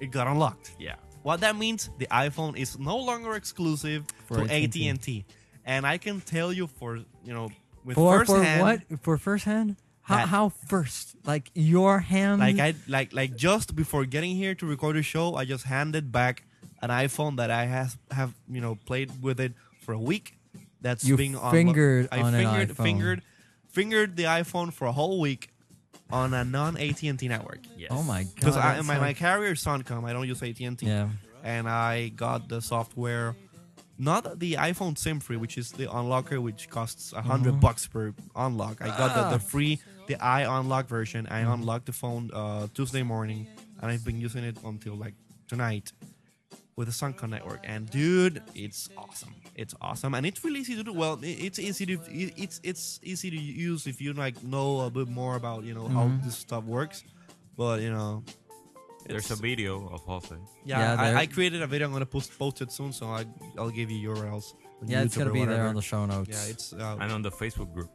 Speaker 2: It got unlocked.
Speaker 3: yeah.
Speaker 2: What that means, the iPhone is no longer exclusive
Speaker 4: For
Speaker 2: to AT
Speaker 4: AT&T.
Speaker 2: and T, and I can tell you for you know with
Speaker 4: For
Speaker 2: first
Speaker 4: for
Speaker 2: hand,
Speaker 4: what? For first hand? How,
Speaker 2: That-
Speaker 4: how first? Like your hand?
Speaker 2: like I like like just before getting here to record the show, I just handed back an iPhone that I has have you know played with it for a week. That's
Speaker 4: You
Speaker 2: been on
Speaker 4: fingered
Speaker 2: I
Speaker 4: on an
Speaker 2: fingered
Speaker 4: iPhone.
Speaker 2: fingered fingered the iPhone for a whole week on a non AT and T network.
Speaker 3: Yes.
Speaker 4: oh my god!
Speaker 2: because I
Speaker 4: that's
Speaker 2: my, my
Speaker 4: like-
Speaker 2: carrier is Soundcom. I don't use AT and T.
Speaker 4: Yeah.
Speaker 2: And I got the software, not the iPhone SIM free, which is the unlocker, which costs a 100 bucks per unlock. I got the,
Speaker 4: Mm-hmm. Ah. Mm-hmm.
Speaker 2: the free, the I unlock version. I unlocked the phone uh, Tuesday morning, and I've been using it until like tonight with the Soundcom network. And dude, it's awesome. It's awesome, and it's really easy to do. Well, i- it's easy to i- it's it's easy to use if you like know a bit more about you know how
Speaker 4: Mm-hmm.
Speaker 2: this stuff works. But you know,
Speaker 3: There's a
Speaker 2: it's-
Speaker 3: video of Jose.
Speaker 2: yeah,
Speaker 4: Yeah,
Speaker 2: I,
Speaker 4: there-
Speaker 2: I created a video. I'm gonna post post it soon, so I I'll give you URLs. on
Speaker 4: Yeah, it's
Speaker 2: YouTube
Speaker 4: gonna
Speaker 2: or
Speaker 4: be there
Speaker 2: whatever.
Speaker 4: on the show notes.
Speaker 2: Yeah, it's uh,
Speaker 3: And on the Facebook group.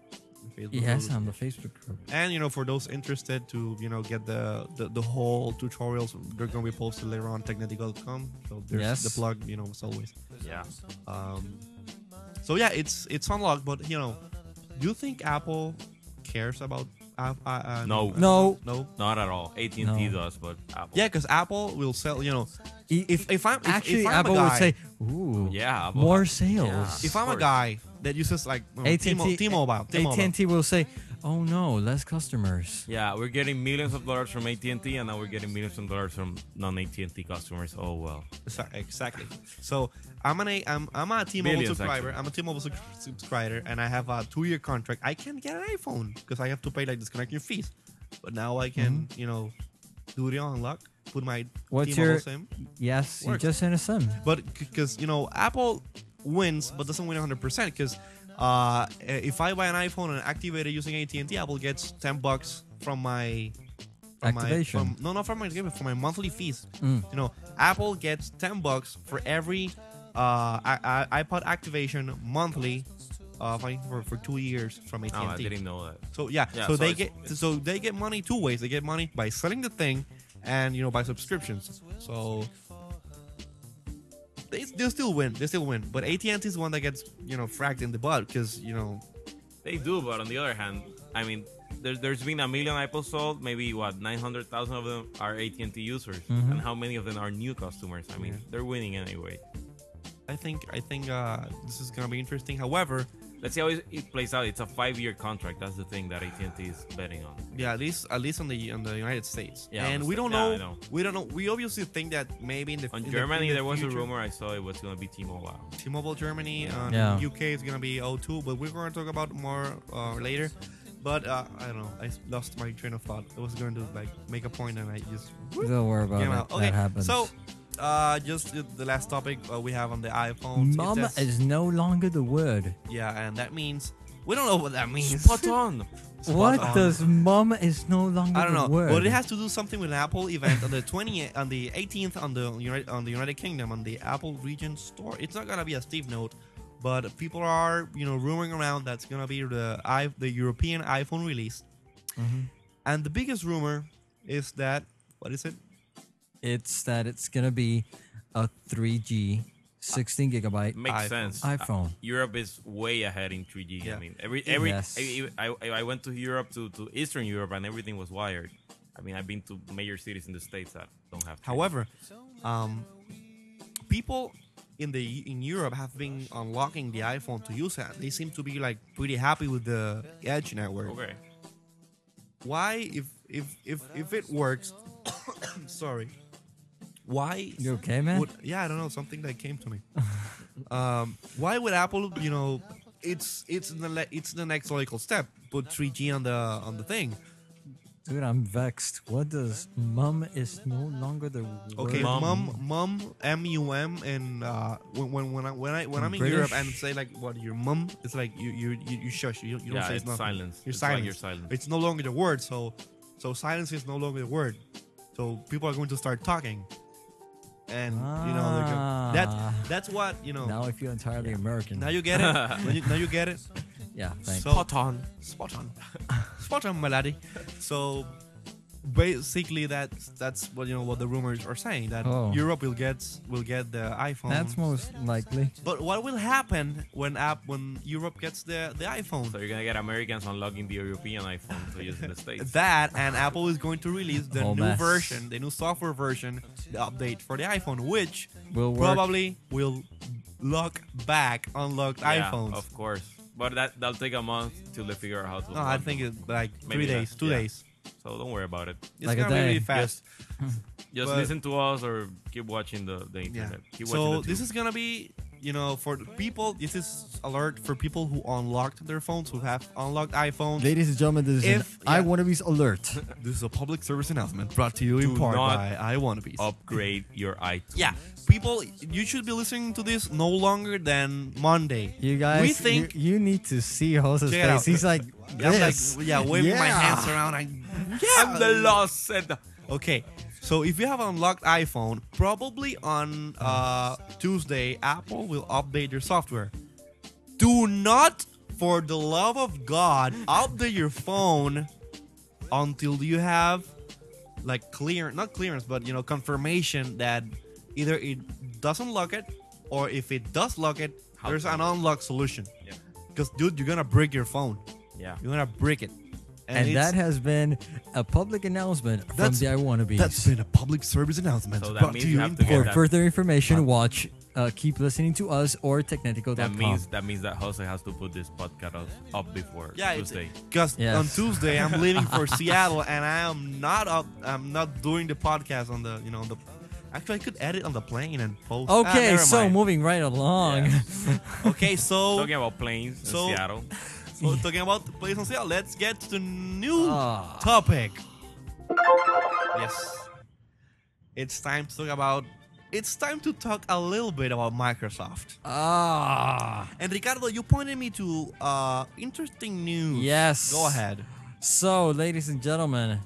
Speaker 2: Facebook
Speaker 4: yes,
Speaker 2: photos.
Speaker 4: on the Facebook group.
Speaker 2: And you know, for those interested to you know get the the, the whole tutorials, they're gonna be posted later on technetic.com. So there's
Speaker 4: Yes.
Speaker 2: the plug, you know, as always.
Speaker 3: Yeah.
Speaker 2: Um, so yeah, it's it's unlocked, but you know, do you think Apple cares about? Uh, uh, uh,
Speaker 3: No.
Speaker 4: No,
Speaker 2: no.
Speaker 3: Not at all. AT&T
Speaker 4: No.
Speaker 3: does, but Apple.
Speaker 2: Yeah, because Apple will sell. You know,
Speaker 4: i-
Speaker 2: if if I'm if-
Speaker 4: actually
Speaker 2: if I'm a
Speaker 4: Apple would
Speaker 2: guy-
Speaker 4: say, "Ooh,
Speaker 3: Yeah. Apple-
Speaker 4: more sales."
Speaker 3: Yeah.
Speaker 2: If I'm a
Speaker 3: course.
Speaker 2: guy that uses like you know, T-Mo- T-Mobile, T-Mobile,
Speaker 4: AT&T will say, "Oh no, less customers."
Speaker 3: Yeah, we're getting millions of dollars from AT&T, and now we're getting millions of dollars from non-AT&T customers. Oh well.
Speaker 2: Exa- exactly. So I'm an a, I'm, I'm a T-Mobile
Speaker 3: Millions,
Speaker 2: subscriber.
Speaker 3: actually.
Speaker 2: I'm a T-Mobile sub- subscriber, and I have a two-year contract. I can't get an iPhone because I have to pay like disconnecting fees. But now I can, you know, do the unlock, put my
Speaker 4: Mm-hmm. What's
Speaker 2: T-Mobile
Speaker 4: your-
Speaker 2: SIM.
Speaker 4: Yes, you
Speaker 2: Works.
Speaker 4: just sent a sim.
Speaker 2: But because you know Apple wins, but doesn't win 100 percent because uh, if I buy an iPhone and activate it using AT&T, Apple gets 10 bucks from my from
Speaker 4: Activation.
Speaker 2: My, from, no, not from my activation, from my monthly fees.
Speaker 4: Mm.
Speaker 2: You know, Apple gets 10 bucks for every uh, I- I- iPod activation monthly uh, fi- for, for two years from AT&T.
Speaker 3: No, Oh, I didn't know that.
Speaker 2: So yeah,
Speaker 3: Yeah,
Speaker 2: so
Speaker 3: so
Speaker 2: they
Speaker 3: it's-
Speaker 2: get so they get money two ways. They get money by selling the thing, and you know by subscriptions. So they they still win. They still win. But AT and T is the one that gets you know fracked in the butt because you know
Speaker 3: They do, but on the other hand, I mean, there, there's been a million iPods sold. Maybe what 900,000 of them are AT&T users, and how many of them are new customers? I mean,
Speaker 2: Mm-hmm. Yeah.
Speaker 3: they're winning anyway.
Speaker 2: I think I think uh, this is gonna be interesting. However,
Speaker 3: Let's see how it it plays out. It's a five-year contract. That's the thing that AT&T is betting on.
Speaker 2: yeah, at least at least on the on the United States.
Speaker 3: Yeah,
Speaker 2: and
Speaker 3: on
Speaker 2: we
Speaker 3: the
Speaker 2: don't
Speaker 3: sta-
Speaker 2: know,
Speaker 3: yeah, I know.
Speaker 2: We don't know. We obviously think that maybe in the in
Speaker 3: On
Speaker 2: the-
Speaker 3: Germany,
Speaker 2: in the
Speaker 3: there was
Speaker 2: future-
Speaker 3: a rumor I saw it was going to be T-Mobile.
Speaker 2: T-Mobile Germany, um,
Speaker 4: Yeah.
Speaker 2: UK is gonna be O2, but we're gonna talk about more uh, later. But uh, I don't know. I s- lost my train of thought. I was going to like make a point, and I just whoop,
Speaker 4: Don't worry about
Speaker 2: came
Speaker 4: it.
Speaker 2: out. Okay,
Speaker 4: That happens.
Speaker 2: so uh, just uh, the last topic uh, we have on the iPhone. It
Speaker 4: mama
Speaker 2: says-
Speaker 4: is no longer the word.
Speaker 2: yeah, and that means we don't know what that means.
Speaker 3: Spot on.
Speaker 2: Spot
Speaker 4: what
Speaker 2: on.
Speaker 4: does mama is no longer
Speaker 2: I don't
Speaker 4: the
Speaker 2: know,
Speaker 4: word?
Speaker 2: but it has to do something with an Apple event on the 20th, on the 18th, on the United, on the United Kingdom, on the Apple Region Store. It's not gonna be a Steve note, but people are you know rumoring around that's gonna be the i the European iPhone release. And the biggest rumor is that what is it?
Speaker 4: It's that it's gonna be a 3G, 16 gigabyte
Speaker 2: iPhone.
Speaker 3: Makes sense. Uh,
Speaker 4: iPhone.
Speaker 3: Europe is way ahead in 3G.
Speaker 2: Yeah.
Speaker 3: I mean, every every
Speaker 4: Yes.
Speaker 3: I, I, I went to Europe to, to Eastern Europe and everything was wired. I mean, I've been to major cities in the states that don't have. 3G.
Speaker 2: However, um, people in the in Europe have been unlocking the iPhone to use it. They seem to be like pretty happy with the Edge network.
Speaker 3: okay,
Speaker 2: why if if if if it works sorry why
Speaker 4: You okay, man?
Speaker 2: would, yeah i don't know something that came to me um why would apple you know it's it's in the le- it's the next logical step put 3g on the on the thing
Speaker 4: Dude, I'm vexed. What does mum is no longer the word?
Speaker 2: okay
Speaker 3: Mum.
Speaker 2: mum mum m-u-m and uh when when when i when, I, when i'm in
Speaker 4: British?
Speaker 2: europe and say like what your mum it's like you you you, you shush you, you don't
Speaker 3: yeah,
Speaker 2: say
Speaker 3: it's
Speaker 2: nothing
Speaker 3: silence.
Speaker 2: You're
Speaker 3: it's like
Speaker 2: silent.
Speaker 3: you're silent.
Speaker 2: it's no longer the word. So, so silence is no longer the word. So people are going to start talking, and you know they're go-
Speaker 4: Ah.
Speaker 2: that that's what you know.
Speaker 4: Now I feel entirely American.
Speaker 2: Now you get it. now, you, now you get it.
Speaker 4: yeah, thanks.
Speaker 2: So spot on, spot on, spot on, my laddie. So basically that's that's what you know what the rumors are saying that
Speaker 4: Oh.
Speaker 2: Europe will get will get the iPhone.
Speaker 4: That's most likely.
Speaker 2: but what will happen when app when Europe gets the the iPhone?
Speaker 3: So you're gonna get Americans unlocking the European iPhone to use in the states.
Speaker 2: That and Apple is going to release the
Speaker 4: Whole
Speaker 2: new
Speaker 4: mess.
Speaker 2: version, the new software version, the update for the iPhone, which
Speaker 4: Will work.
Speaker 2: probably will lock back unlocked
Speaker 3: Yeah,
Speaker 2: iPhones.
Speaker 3: of course. But that that'll take a month till they figure out how to.
Speaker 2: no, I
Speaker 3: unlock
Speaker 2: think
Speaker 3: them.
Speaker 2: it's like three
Speaker 3: Maybe that,
Speaker 2: days, two
Speaker 3: yeah.
Speaker 2: days.
Speaker 3: so. Don't worry about it.
Speaker 2: It's
Speaker 4: Like a
Speaker 2: gonna be really
Speaker 4: day.
Speaker 2: fast.
Speaker 3: Just
Speaker 2: But-
Speaker 3: listen to us or keep watching the, the internet. Keep
Speaker 2: So
Speaker 3: watching the
Speaker 2: this
Speaker 3: tube.
Speaker 2: is gonna be, you know, for the people. This is alert for people who unlocked their phones, who have unlocked iPhones.
Speaker 4: Ladies and gentlemen, this is an
Speaker 2: If-
Speaker 4: I
Speaker 2: yeah.
Speaker 4: want to be alert.
Speaker 2: this is a public service announcement brought to you in
Speaker 3: Do
Speaker 2: part
Speaker 3: not
Speaker 2: by I Wanna Be.
Speaker 3: upgrade your iTunes.
Speaker 2: Yeah, people, you should be listening to this no longer than Monday.
Speaker 4: You guys,
Speaker 2: we
Speaker 4: you-
Speaker 2: think
Speaker 4: you, need to see Jose's
Speaker 2: Check it out.
Speaker 4: face. He's like,
Speaker 2: I'm like,
Speaker 4: this.
Speaker 2: yeah, waving my
Speaker 4: Yeah.
Speaker 2: hands around. I,
Speaker 3: I'm the lost said.
Speaker 2: Okay, so if you have unlocked iPhone, probably on uh, Tuesday, Apple will update their software. Do not, for the love of God, update your phone until you have like clear, not clearance, but you know, confirmation that either it doesn't lock it or if it does lock it,
Speaker 3: How
Speaker 2: there's
Speaker 3: to-
Speaker 2: an unlock solution.
Speaker 3: Yeah.
Speaker 2: Because, dude, you're gonna break your phone.
Speaker 3: Yeah.
Speaker 2: You're gonna break it.
Speaker 4: And
Speaker 2: it's-
Speaker 4: that has been a public announcement from
Speaker 2: That's-
Speaker 4: the I Want to Be.
Speaker 2: that's been a public service announcement
Speaker 3: So that
Speaker 2: brought
Speaker 3: means
Speaker 2: to
Speaker 3: you
Speaker 2: you
Speaker 3: have
Speaker 2: in
Speaker 3: to get
Speaker 4: For
Speaker 3: that-
Speaker 4: further information, watch, uh, keep listening to us or technetico.com.
Speaker 3: That means that means that Jose has to put this podcast up- up before
Speaker 2: Yeah,
Speaker 3: Tuesday.
Speaker 2: because
Speaker 4: Yes.
Speaker 2: on Tuesday I'm leaving for Seattle, and I am not up. I'm not doing the podcast on the you know on the. Actually, I could edit on the plane and post. Ah,
Speaker 4: Okay,
Speaker 2: never
Speaker 4: so
Speaker 2: mind.
Speaker 4: moving right along.
Speaker 3: Yeah.
Speaker 2: okay, so
Speaker 3: Talking about planes in
Speaker 2: So-
Speaker 3: Seattle.
Speaker 2: so talking about the place on Seattle, let's get to the new
Speaker 4: Ah.
Speaker 2: topic. Yes, it's time to talk about. It's time to talk a little bit about Microsoft.
Speaker 4: Ah.
Speaker 2: And Ricardo, you pointed me to uh interesting news.
Speaker 4: Yes.
Speaker 2: Go ahead.
Speaker 4: So, ladies and gentlemen,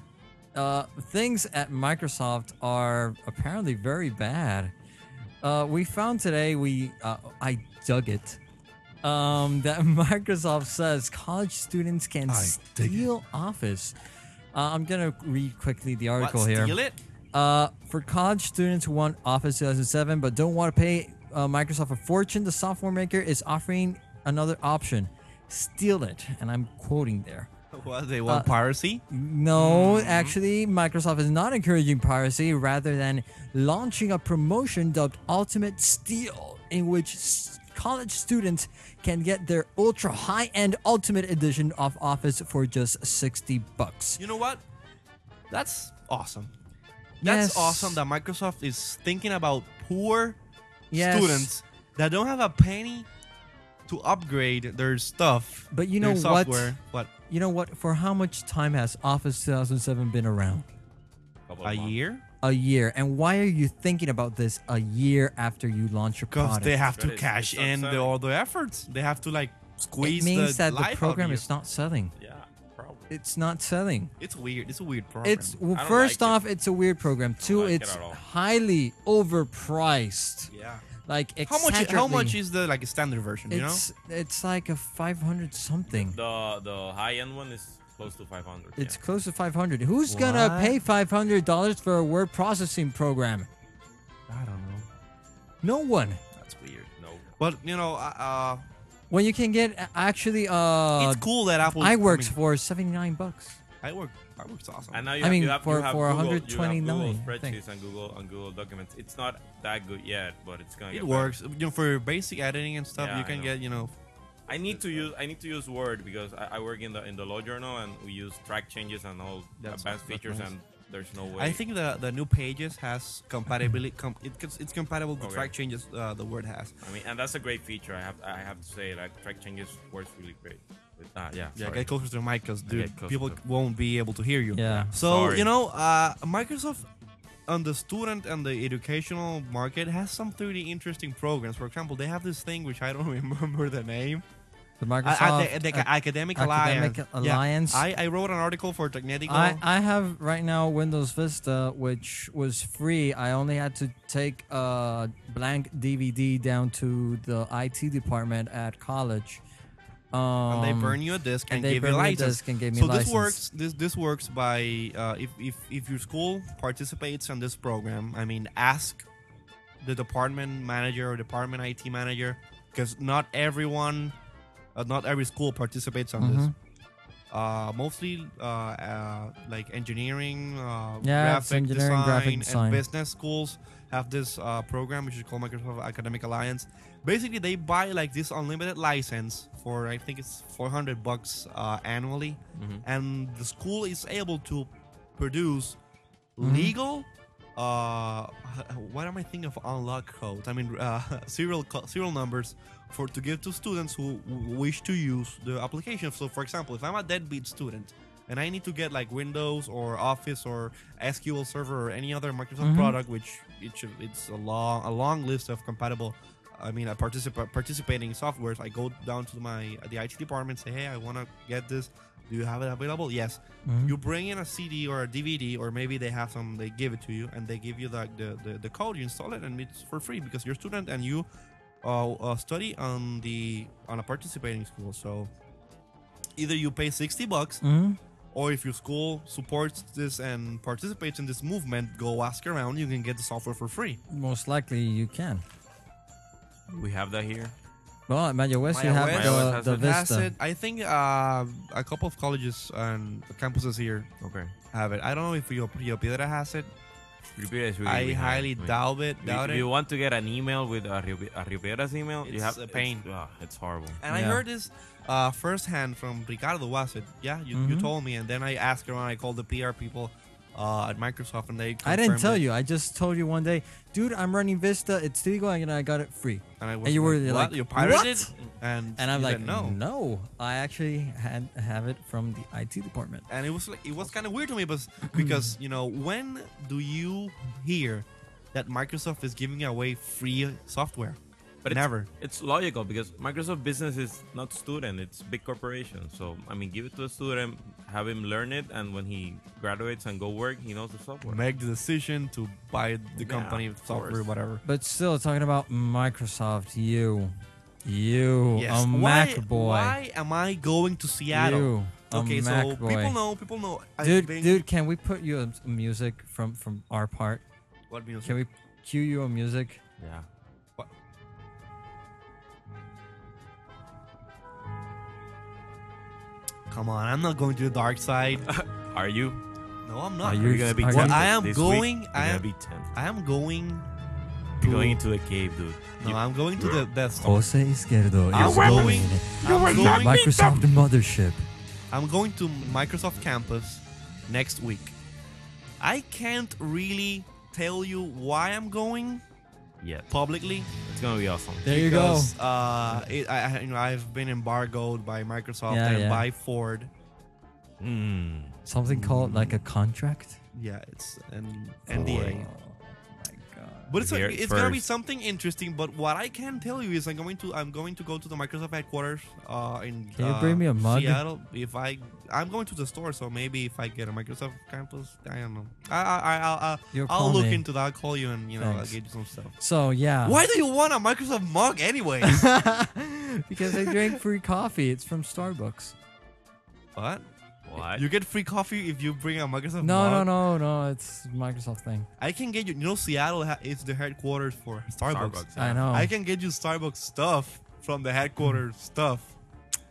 Speaker 4: uh, things at Microsoft are apparently very bad. Uh, we found today, we uh, I dug it, um, that Microsoft says college students can
Speaker 2: I dig it.
Speaker 4: steal Office. Uh, I'm going to read quickly the article
Speaker 2: what,
Speaker 4: here.
Speaker 2: Steal it.
Speaker 4: Uh, for college students who want Office 2007 but don't want to pay uh, Microsoft a fortune, the software maker is offering another option steal it. And I'm quoting there.
Speaker 2: What they
Speaker 4: Uh,
Speaker 2: want piracy?
Speaker 4: No,
Speaker 2: Mm-hmm.
Speaker 4: actually, Microsoft is not encouraging piracy, rather than launching a promotion dubbed Ultimate Steal, in which s- college students can get their ultra high-end Ultimate Edition of Office for just sixty bucks.
Speaker 2: You know what? That's awesome. That's
Speaker 4: Yes.
Speaker 2: awesome that Microsoft is thinking about poor
Speaker 4: Yes.
Speaker 2: students that don't have a penny to upgrade their stuff.
Speaker 4: But you
Speaker 2: their
Speaker 4: know what?
Speaker 2: software. what?
Speaker 4: You know what? For how much time has Office 2007 been around?
Speaker 3: Couple
Speaker 2: A
Speaker 3: of months.
Speaker 2: year?
Speaker 4: A year. And why are you thinking about this a year after you launch your
Speaker 2: Because
Speaker 4: product?
Speaker 2: they have to
Speaker 3: That is-
Speaker 2: cash
Speaker 3: it's
Speaker 2: in the,
Speaker 3: upsetting.
Speaker 2: all the efforts. They have to like
Speaker 4: it
Speaker 2: squeeze
Speaker 4: means
Speaker 2: the
Speaker 4: that the
Speaker 2: life
Speaker 4: program
Speaker 2: out of
Speaker 4: is not selling.
Speaker 3: Yeah, probably.
Speaker 4: It's not selling.
Speaker 2: you. It's weird. It's a weird program.
Speaker 4: It's well,
Speaker 3: I don't
Speaker 4: first
Speaker 3: like it.
Speaker 4: off, it's a weird program. Two,
Speaker 3: like it
Speaker 4: it's
Speaker 3: at all.
Speaker 4: highly overpriced.
Speaker 2: yeah.
Speaker 4: Like
Speaker 2: How much? How much
Speaker 4: exaggeratedly.
Speaker 2: is the like standard version? you know.
Speaker 4: It's it's like a five hundred something.
Speaker 3: The the high end one is close to 500.
Speaker 4: It's
Speaker 3: yeah.
Speaker 4: close to five hundred. Who's gonna
Speaker 2: What?
Speaker 4: pay five hundred dollars for a word processing program?
Speaker 2: I don't know.
Speaker 4: No one.
Speaker 2: That's weird.
Speaker 3: no.
Speaker 2: But you know, uh,
Speaker 4: When you can get a- actually uh,
Speaker 2: it's cool that Apple.
Speaker 4: I
Speaker 2: I
Speaker 4: works
Speaker 2: mean,
Speaker 4: for seventy nine bucks.
Speaker 2: I work. I work's awesome.
Speaker 3: And now you
Speaker 4: I
Speaker 3: have,
Speaker 4: mean,
Speaker 3: you have,
Speaker 4: for-
Speaker 3: you have
Speaker 4: for
Speaker 3: Google, You have
Speaker 4: 129, I
Speaker 3: Google
Speaker 4: think.
Speaker 3: spreadsheets and Google and Google Documents. It's not that good yet, but it's gonna.
Speaker 2: it
Speaker 3: get
Speaker 2: works. You know, for basic editing and stuff,
Speaker 3: Yeah,
Speaker 2: you
Speaker 3: I
Speaker 2: can
Speaker 3: know.
Speaker 2: get you know.
Speaker 3: better. I need to use I need to use Word because I, I work in the in the law journal and we use track changes and all
Speaker 2: That's-
Speaker 3: advanced
Speaker 2: that's
Speaker 3: features
Speaker 2: nice.
Speaker 3: and there's no way.
Speaker 2: I think the the new Pages has compatibility. Com- it, gets- it's compatible with
Speaker 3: Okay.
Speaker 2: track changes. Uh, the word has.
Speaker 3: I mean, and that's a great feature. I have I have to say, like track changes works really great. With, ah, yeah.
Speaker 2: Yeah,
Speaker 3: sorry.
Speaker 2: get closer to the mic because dude,
Speaker 3: get closer
Speaker 2: people
Speaker 3: to the-
Speaker 2: won't be able to hear you.
Speaker 4: Yeah.
Speaker 2: So
Speaker 3: Sorry.
Speaker 2: you know, uh, Microsoft on the student and the educational market has some pretty interesting programs. For example, they have this thing which I don't remember the name.
Speaker 4: The Microsoft.
Speaker 2: I, I, the, the
Speaker 4: uh,
Speaker 2: academic,
Speaker 4: Academic
Speaker 2: alliance.
Speaker 4: Alliance.
Speaker 2: Yeah. I, I wrote an article for Technetico.
Speaker 4: I, I have right now Windows Vista, which was free. I only had to take a blank DVD down to the IT department at college Um,
Speaker 2: and they burn you a disk and,
Speaker 4: and they
Speaker 2: give
Speaker 4: burn
Speaker 2: you
Speaker 4: me
Speaker 2: a
Speaker 4: a
Speaker 2: license.
Speaker 4: disk and give me
Speaker 2: so
Speaker 4: a
Speaker 2: this
Speaker 4: license.
Speaker 2: works. This this works by uh, if if if your school participates in this program. I mean, ask the department manager or department IT manager because not everyone, uh, not every school participates on
Speaker 4: Mm-hmm.
Speaker 2: this. Uh, mostly uh, uh, like engineering, uh,
Speaker 4: Yeah, it's
Speaker 2: graphic
Speaker 4: engineering,
Speaker 2: design,
Speaker 4: graphic design.
Speaker 2: and business schools have this uh, program which is called Microsoft Academic Alliance basically they buy like this unlimited license for I think it's 400 bucks uh, annually,
Speaker 4: Mm-hmm.
Speaker 2: and the school is able to produce legal. Uh, what am I thinking of unlock codes? I mean uh, serial co- serial numbers for to give to students who w- wish to use the application. So, for example, if I'm a deadbeat student and I need to get like Windows or Office or SQL Server or any other Microsoft product, which it should, it's a long a long list of compatible I mean, I participate participating softwares. I go down to my the IT department, say, hey, I want to get this. Do you have it available? Yes. You bring in a CD or a DVD, or maybe they have some. They give it to you, and they give you the the, the, the code. You install it, and it's for free because you're a student and you uh, uh, study on the on a participating school. So either you pay sixty bucks, or if your school supports this and participates in this movement, go ask around. You can get the software for free.
Speaker 4: Most likely you can.
Speaker 3: We have that here.
Speaker 4: Well, at Maya West, you have
Speaker 2: Maya
Speaker 4: the,
Speaker 3: West has
Speaker 4: the
Speaker 3: it.
Speaker 2: That's
Speaker 4: Vista.
Speaker 2: it. I think uh, a couple of colleges and campuses here
Speaker 3: Okay.
Speaker 2: have it. I don't know if Rio, Rio Piedra has it.
Speaker 3: Repeat it, we-
Speaker 2: I
Speaker 3: we have
Speaker 2: highly
Speaker 3: it. I mean,
Speaker 2: doubt it.
Speaker 3: if-
Speaker 2: Doubt
Speaker 3: if
Speaker 2: it.
Speaker 3: you want to get an email with a Rio a Rio Piedra's email, you
Speaker 2: It's
Speaker 3: have
Speaker 2: a pain. Eh,
Speaker 3: It's, ah, it's horrible.
Speaker 2: and I
Speaker 4: Yeah.
Speaker 2: heard this uh, firsthand from Ricardo was it? Yeah, you,
Speaker 4: Mm-hmm.
Speaker 2: you told me, and then I asked around. I called the PR people uh, at Microsoft, and they.
Speaker 4: I
Speaker 2: confirmed
Speaker 4: didn't tell
Speaker 2: it.
Speaker 4: you. I just told you one day, dude, I'm running Vista. It's legal, and I got it free.
Speaker 2: And, I was
Speaker 4: and you were
Speaker 2: like,
Speaker 4: like,
Speaker 2: "What? you pirated?"
Speaker 4: "What?"
Speaker 2: And
Speaker 4: And I'm
Speaker 2: you
Speaker 4: like,
Speaker 2: said,
Speaker 4: no, no, I actually had have it from the IT department.
Speaker 2: and it was like it was kind of weird to me because because you know when do you hear that Microsoft is giving away free software?
Speaker 3: But it's-
Speaker 2: never.
Speaker 3: It's logical because Microsoft Business is not student; it's big corporation. So I mean, give it to a student, have him learn it, and when he graduates and go work, he knows the software.
Speaker 2: Make the decision to buy the
Speaker 3: Yeah,
Speaker 2: company
Speaker 3: of
Speaker 2: software,
Speaker 3: course.
Speaker 2: whatever.
Speaker 4: But still, talking about Microsoft, you, you, a
Speaker 2: why,
Speaker 4: Mac boy,
Speaker 2: Why am I going to Seattle?
Speaker 4: you, a
Speaker 2: okay,
Speaker 4: Mac
Speaker 2: so
Speaker 4: boy.
Speaker 2: people know. People know. I've
Speaker 4: dude,
Speaker 2: been-
Speaker 4: dude, can we put you a music from from our part?
Speaker 2: What music?
Speaker 4: Can we cue you a music?
Speaker 3: Yeah.
Speaker 2: Come on, I'm not going to the dark side.
Speaker 3: Are you?
Speaker 2: no, I'm not.
Speaker 4: you- You're
Speaker 3: gonna be
Speaker 4: are you-
Speaker 3: tempted
Speaker 2: I am
Speaker 3: this
Speaker 2: going-
Speaker 3: Week,
Speaker 2: I
Speaker 3: You're
Speaker 2: am-
Speaker 3: gonna be tempted.
Speaker 2: I am going.
Speaker 3: You're going into the cave, dude.
Speaker 2: No,
Speaker 3: You-
Speaker 2: I'm going to the Death Star.
Speaker 4: Jose Izquierdo
Speaker 2: I'm
Speaker 4: is
Speaker 2: going.
Speaker 4: going.
Speaker 2: I'm going,
Speaker 4: Microsoft mothership.
Speaker 2: I'm going to Microsoft campus next week. I can't really tell you why I'm going
Speaker 3: yeah,
Speaker 2: publicly.
Speaker 3: it's gonna be awesome.
Speaker 4: There you go.
Speaker 2: because, Uh, it, I, I- you know, I've been embargoed by Microsoft
Speaker 4: Yeah,
Speaker 2: and
Speaker 4: yeah.
Speaker 2: by Ford.
Speaker 3: Mm.
Speaker 4: Something called like a contract.
Speaker 2: Yeah, it's an NDA.
Speaker 4: Oh my god.
Speaker 2: But it's,
Speaker 3: Here
Speaker 2: it's gonna be
Speaker 3: first.
Speaker 2: something interesting. But what I can tell you is, I'm going to I'm going to go to the Microsoft headquarters uh, in
Speaker 4: Can you
Speaker 2: uh,
Speaker 4: bring me a mug?
Speaker 2: Seattle. If I I'm going to the store, so maybe if I get a Microsoft campus, I don't know. I I, I I'll, I'll,
Speaker 4: You'll
Speaker 2: I'll
Speaker 4: call
Speaker 2: look
Speaker 4: me.
Speaker 2: into that. I'll call you and you know
Speaker 4: Thanks. Ah.
Speaker 2: I'll get you some stuff.
Speaker 4: So yeah.
Speaker 2: Why do you want a Microsoft mug anyway?
Speaker 4: because I drink free coffee. It's from Starbucks.
Speaker 2: what?
Speaker 3: What?
Speaker 2: You get free coffee if you bring a Microsoft
Speaker 4: No,
Speaker 2: mug.
Speaker 4: no, no, no. It's Microsoft thing.
Speaker 2: I can get you. You know, Seattle ha- is the headquarters for Starbucks.
Speaker 3: Starbucks.
Speaker 4: I
Speaker 3: yeah.
Speaker 4: know.
Speaker 2: I can get you Starbucks stuff from the headquarters
Speaker 4: Hmm.
Speaker 2: stuff.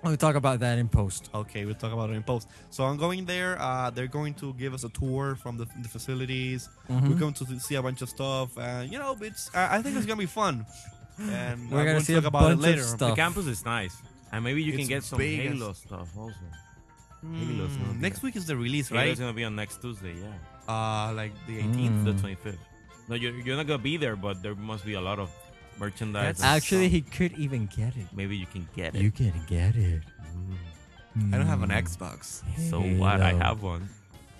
Speaker 4: We'll talk about that in post.
Speaker 2: Okay, we'll talk about it in post. So I'm going there. Uh, they're going to give us a tour from the, the facilities.
Speaker 4: Mm-hmm.
Speaker 2: We're going to see a bunch of stuff. Uh, you know, it's. I I think it's gonna be fun. And
Speaker 4: We're
Speaker 2: I'm
Speaker 4: gonna
Speaker 2: going to
Speaker 4: see
Speaker 2: talk
Speaker 4: a
Speaker 2: about it
Speaker 4: bunch of
Speaker 2: later.
Speaker 4: stuff.
Speaker 3: The campus is nice, and maybe you can
Speaker 2: It's
Speaker 3: get some
Speaker 2: big as-
Speaker 3: Halo stuff also. Halo is gonna
Speaker 2: Mm,
Speaker 3: be-
Speaker 2: next week is the release,
Speaker 3: Halo's
Speaker 2: right?
Speaker 3: gonna be on next Tuesday. Yeah.
Speaker 2: Uh, like the 18th.
Speaker 4: Mm.
Speaker 3: the 25th. No, you're, you're not gonna be there, but there must be a lot of merchandise.
Speaker 2: That's
Speaker 3: and
Speaker 4: Actually,
Speaker 3: stuff.
Speaker 4: he could even get it.
Speaker 3: maybe you can get it.
Speaker 4: You can get it.
Speaker 3: Mm.
Speaker 4: Hmm.
Speaker 2: I don't have an Xbox.
Speaker 3: So what? I
Speaker 4: Halo.
Speaker 3: have one.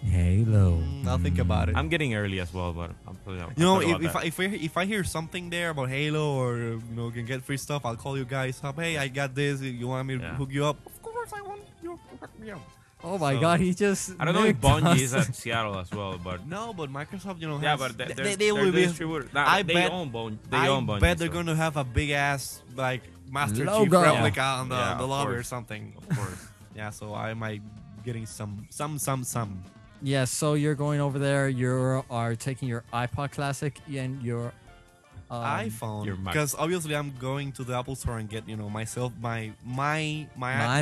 Speaker 4: Halo.
Speaker 2: Mm, I'll think about it.
Speaker 3: I'm getting early as well, but I'm probably. I'll
Speaker 2: You know, if
Speaker 3: talk about
Speaker 2: if
Speaker 3: that.
Speaker 2: I, if, I, if I hear something there about Halo or uh, you know can get free stuff, I'll call you guys up. Hey, I got this. You want me to
Speaker 3: Yeah.
Speaker 2: hook you up? Of course, I want you to hook me up.
Speaker 4: Oh my
Speaker 3: So-
Speaker 4: God, he just.
Speaker 3: I don't know if
Speaker 4: nicked
Speaker 3: Bungie
Speaker 4: us.
Speaker 3: is at Seattle as well, but
Speaker 2: No, but Microsoft, you know,
Speaker 3: yeah,
Speaker 2: has-
Speaker 3: but they,
Speaker 2: they,
Speaker 3: they,
Speaker 2: they
Speaker 3: are
Speaker 2: will be.
Speaker 3: distributed. Nah,
Speaker 2: I
Speaker 3: they
Speaker 2: bet-
Speaker 3: own Bungie. They
Speaker 2: I
Speaker 3: own Bungie.
Speaker 2: bet they're
Speaker 3: so-
Speaker 2: gonna have a big ass like Master Chief
Speaker 4: Logo.
Speaker 2: replica on the,
Speaker 3: Yeah,
Speaker 2: on the
Speaker 3: of
Speaker 2: lobby or
Speaker 3: course.
Speaker 2: something.
Speaker 3: Of course.
Speaker 2: Yeah, so I might getting some some some some.
Speaker 4: Yeah, so you're going over there. You are taking your iPod Classic and your. Um,
Speaker 3: your
Speaker 2: iPhone
Speaker 3: Mac.
Speaker 2: because obviously I'm going to the Apple Store and get you know myself my my
Speaker 4: My,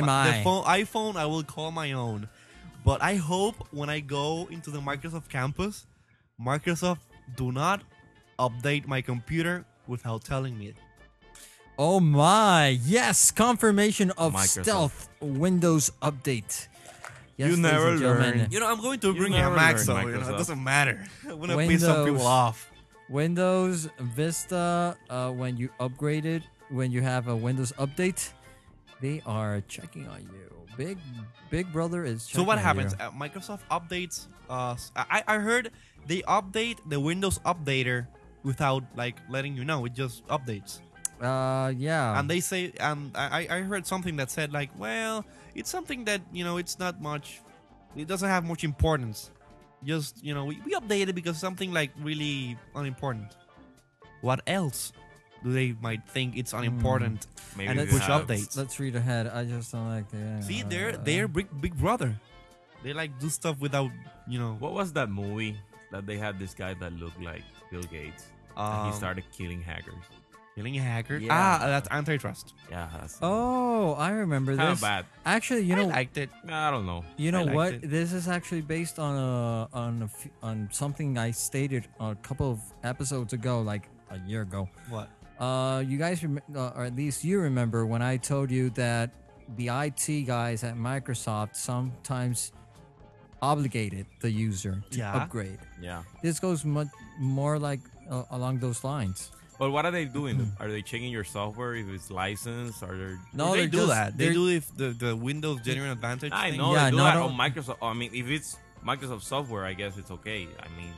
Speaker 2: my,
Speaker 4: my.
Speaker 2: The phone, iPhone I will call my own, but I hope when I go into the Microsoft campus, Microsoft do not update my computer without telling me.
Speaker 4: Oh my! Yes, confirmation of
Speaker 3: Microsoft.
Speaker 4: stealth Windows update. Yes,
Speaker 5: You
Speaker 4: ladies
Speaker 5: never
Speaker 4: and gentlemen,
Speaker 5: learn.
Speaker 2: You know I'm going to
Speaker 3: You
Speaker 2: bring a
Speaker 3: never
Speaker 2: Mac,
Speaker 3: learn,
Speaker 2: so you know,
Speaker 3: Microsoft.
Speaker 2: it doesn't matter. I'm gonna piss some
Speaker 4: Windows.
Speaker 2: people off.
Speaker 4: Windows Vista. Uh, when you upgrade it, when you have a Windows update, they are checking on you. Big Big Brother is.
Speaker 2: So
Speaker 4: Checking
Speaker 2: what
Speaker 4: on
Speaker 2: happens?
Speaker 4: you.
Speaker 2: Uh, Microsoft updates. Uh, s- I I heard they update the Windows updater without like letting you know. It just updates.
Speaker 4: Uh, yeah.
Speaker 2: and they say and I, I I heard something that said like well it's something that you know it's not much it doesn't have much importance just you know we, we updated because something like really unimportant what else do they might think it's unimportant
Speaker 4: Hmm.
Speaker 3: Maybe
Speaker 2: and
Speaker 3: they
Speaker 2: push
Speaker 3: have-
Speaker 2: updates
Speaker 4: Let's read ahead. I just don't like the.
Speaker 2: see they're
Speaker 4: uh,
Speaker 2: they're big, big brother they like do stuff without you know
Speaker 3: What was that movie that they had this guy that looked like Bill Gates?
Speaker 2: um,
Speaker 3: and he started killing hackers.
Speaker 2: killing a hacker
Speaker 3: Yeah.
Speaker 2: ah that's antitrust
Speaker 3: Yeah. that's-
Speaker 4: Oh, I remember
Speaker 3: Kinda
Speaker 4: this.
Speaker 3: bad.
Speaker 4: Actually, you know,
Speaker 2: I liked it
Speaker 3: I don't know.
Speaker 4: you know
Speaker 2: liked
Speaker 4: what?
Speaker 2: it.
Speaker 4: This is actually based on a on a f- on something I stated a couple of episodes ago, like a year ago.
Speaker 2: what
Speaker 4: Uh, you guys, rem- uh, or at least you remember when I told you that the IT guys at Microsoft sometimes obligated the user to
Speaker 2: Yeah.
Speaker 4: upgrade.
Speaker 3: Yeah.
Speaker 4: This goes much more like uh, along those lines.
Speaker 3: But what are they doing? are they checking your software if it's licensed? Are they?
Speaker 4: No,
Speaker 2: they
Speaker 4: they're
Speaker 2: do
Speaker 4: just-
Speaker 2: that they
Speaker 4: they're-
Speaker 2: do if the, the windows genuine advantage
Speaker 3: I
Speaker 2: thing.
Speaker 3: know
Speaker 4: Yeah,
Speaker 3: they do
Speaker 4: not
Speaker 3: that
Speaker 4: all-
Speaker 3: on Microsoft. I mean, if it's Microsoft software, I guess it's okay. I mean,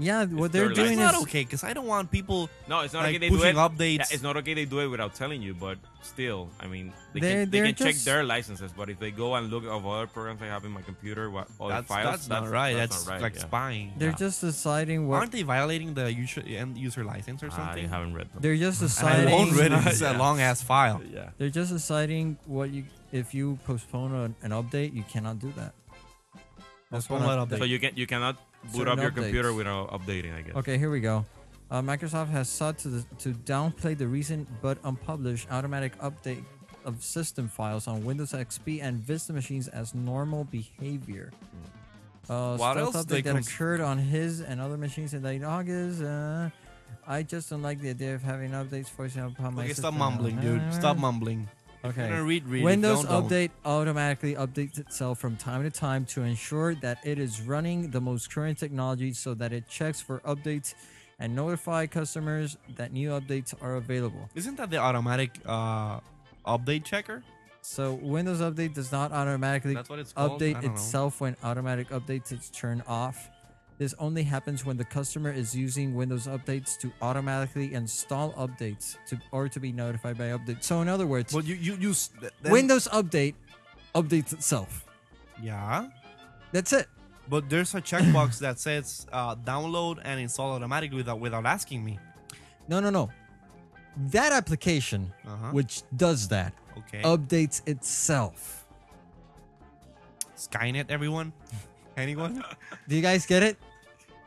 Speaker 4: Yeah, what
Speaker 3: It's
Speaker 4: they're
Speaker 3: their
Speaker 2: But
Speaker 4: doing
Speaker 2: it's
Speaker 4: is
Speaker 2: not okay because I don't want people
Speaker 3: no, it's not
Speaker 2: like
Speaker 3: okay. They do
Speaker 2: pushing
Speaker 3: it.
Speaker 2: updates.
Speaker 3: Yeah, it's not okay they do it without telling you, but still, I mean, they
Speaker 4: They're-
Speaker 3: can, they
Speaker 4: they're
Speaker 3: can check
Speaker 4: just-
Speaker 3: their licenses. But if they go and look of other programs I have in my computer, what other
Speaker 2: that's,
Speaker 3: Oh, files,
Speaker 2: that's not right. That's,
Speaker 3: not right,
Speaker 2: like
Speaker 3: yeah.
Speaker 2: spying.
Speaker 4: they're
Speaker 3: yeah.
Speaker 4: just deciding what
Speaker 2: Aren't they violating the user end user license or
Speaker 3: I
Speaker 2: something?
Speaker 3: Ah, haven't read them.
Speaker 4: They're just
Speaker 2: And I
Speaker 4: deciding.
Speaker 2: won't read it.
Speaker 3: Yeah.
Speaker 2: It's a long ass file.
Speaker 3: Yeah,
Speaker 4: They're just deciding what you if you postpone an, an update, you cannot do that.
Speaker 2: Postpone what update?
Speaker 3: so you can you cannot boot
Speaker 4: Certain
Speaker 3: up your
Speaker 4: updates.
Speaker 3: computer without updating. I guess.
Speaker 4: Okay, here we go. Uh, Microsoft has sought to to downplay the recent but unpublished automatic update of system files on Windows XP and Vista machines as normal behavior. Uh,
Speaker 2: Hmm. What
Speaker 4: stealth
Speaker 2: else
Speaker 4: update
Speaker 2: they
Speaker 4: that
Speaker 2: cons-
Speaker 4: occurred on his and other machines in late August. Uh, I just don't like the idea of having updates forcing upon my
Speaker 2: Okay,
Speaker 4: system.
Speaker 2: stop mumbling, dude. Stop mumbling.
Speaker 4: Okay.
Speaker 2: You're gonna read, read. If
Speaker 4: Windows
Speaker 2: don't, don't.
Speaker 4: Update automatically updates itself from time to time to ensure that it is running the most current technology so that it checks for updates and notify customers that new updates are available.
Speaker 2: Isn't that the automatic uh, update checker?
Speaker 4: So Windows Update does not automatically
Speaker 2: That's what it's called. I
Speaker 4: update
Speaker 2: don't know.
Speaker 4: itself when automatic updates is turned off. This only happens when the customer is using Windows updates to automatically install updates to or to be notified by updates. So in other words,
Speaker 2: But you you use th- then-
Speaker 4: Windows Update updates itself.
Speaker 2: Yeah.
Speaker 4: That's it.
Speaker 2: But there's a checkbox that says uh, download and install automatically without without asking me.
Speaker 4: No, no, no. That application,
Speaker 2: Uh-huh.
Speaker 4: which does that,
Speaker 2: Okay.
Speaker 4: updates itself.
Speaker 2: Skynet, everyone. Anyone?
Speaker 4: Do you guys get it?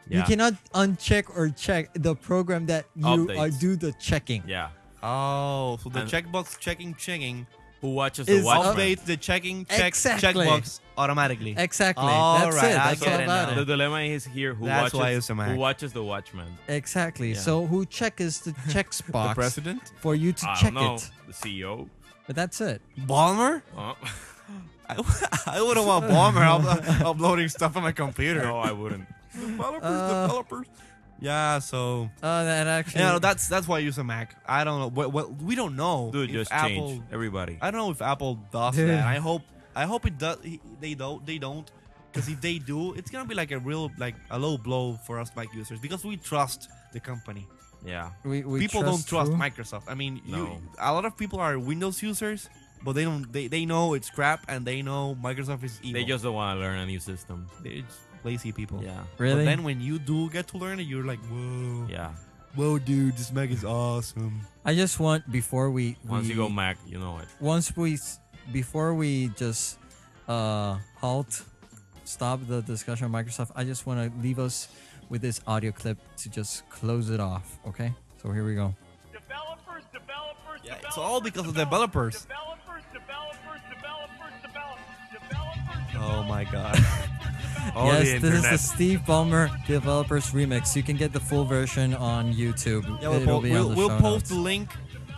Speaker 4: You
Speaker 3: Yeah.
Speaker 4: cannot uncheck or check the program that you
Speaker 3: Updates.
Speaker 4: are do the checking.
Speaker 3: Yeah.
Speaker 2: Oh, so the
Speaker 3: And-
Speaker 2: checkbox checking checking
Speaker 3: Who watches
Speaker 4: Is
Speaker 3: the Watchmen?
Speaker 2: updates the checking check
Speaker 4: Exactly.
Speaker 2: checkbox automatically.
Speaker 4: Exactly.
Speaker 2: All
Speaker 4: That's
Speaker 2: right,
Speaker 4: it.
Speaker 2: I
Speaker 4: That's
Speaker 2: get
Speaker 4: all
Speaker 2: it
Speaker 4: about
Speaker 3: The
Speaker 4: it.
Speaker 2: now.
Speaker 3: dilemma is here. Who
Speaker 2: That's
Speaker 3: watches?
Speaker 2: why it's a Mac.
Speaker 3: Who watches the Watchmen?
Speaker 4: Exactly.
Speaker 3: Yeah.
Speaker 4: So who check is the checks box
Speaker 2: president?
Speaker 4: for you to
Speaker 3: I
Speaker 4: check
Speaker 3: don't know.
Speaker 4: it.
Speaker 3: The E CEO.
Speaker 4: But that's it.
Speaker 2: Balmer?
Speaker 3: Uh,
Speaker 2: I, I wouldn't want Balmer up- uploading stuff on my computer.
Speaker 3: no, I wouldn't.
Speaker 2: Developers,
Speaker 4: Uh,
Speaker 2: developers. Yeah, so
Speaker 4: Oh, that actually.
Speaker 2: yeah, no, that's that's why I use a Mac. I don't know. What, what we don't know.
Speaker 3: Dude,
Speaker 2: if
Speaker 3: just
Speaker 2: Apple,
Speaker 3: change everybody.
Speaker 2: I don't know if Apple does
Speaker 4: Dude.
Speaker 2: that. I hope I hope it does. he- They don't. They don't. Because if they do, it's gonna be like a real like a low blow for us Mac users because we trust the company.
Speaker 3: yeah.
Speaker 4: we, we
Speaker 2: people don't trust
Speaker 4: who?
Speaker 2: Microsoft. I mean, you,
Speaker 3: No.
Speaker 2: a lot of people are Windows users, but they don't. They, they know it's crap, and they know Microsoft is evil.
Speaker 3: They just don't want to learn a new system.
Speaker 2: they're just lazy people.
Speaker 3: Yeah.
Speaker 4: Really?
Speaker 2: But then when you do get to learn it, you're like, whoa,
Speaker 3: Yeah.
Speaker 2: whoa, dude, this Mac is awesome.
Speaker 4: I just want before we
Speaker 3: Once you
Speaker 4: we-
Speaker 3: go Mac, you know it.
Speaker 4: once we s- before we just uh halt stop the discussion on microsoft i just want to leave us with this audio clip to just close it off okay so here we go
Speaker 6: Developers, developers,
Speaker 2: Yeah,
Speaker 6: developers.
Speaker 2: it's all because of developers.
Speaker 6: Developers, developers, developers, developers, developers.
Speaker 2: Oh my god.
Speaker 5: All the
Speaker 4: yes this is
Speaker 5: internet.
Speaker 4: the steve ballmer developers remix you can get the full version on youtube
Speaker 2: Yeah, we'll,
Speaker 4: It'll
Speaker 2: po-
Speaker 4: be on
Speaker 2: we'll,
Speaker 4: the
Speaker 2: we'll
Speaker 4: show
Speaker 2: post the
Speaker 4: notes.
Speaker 2: link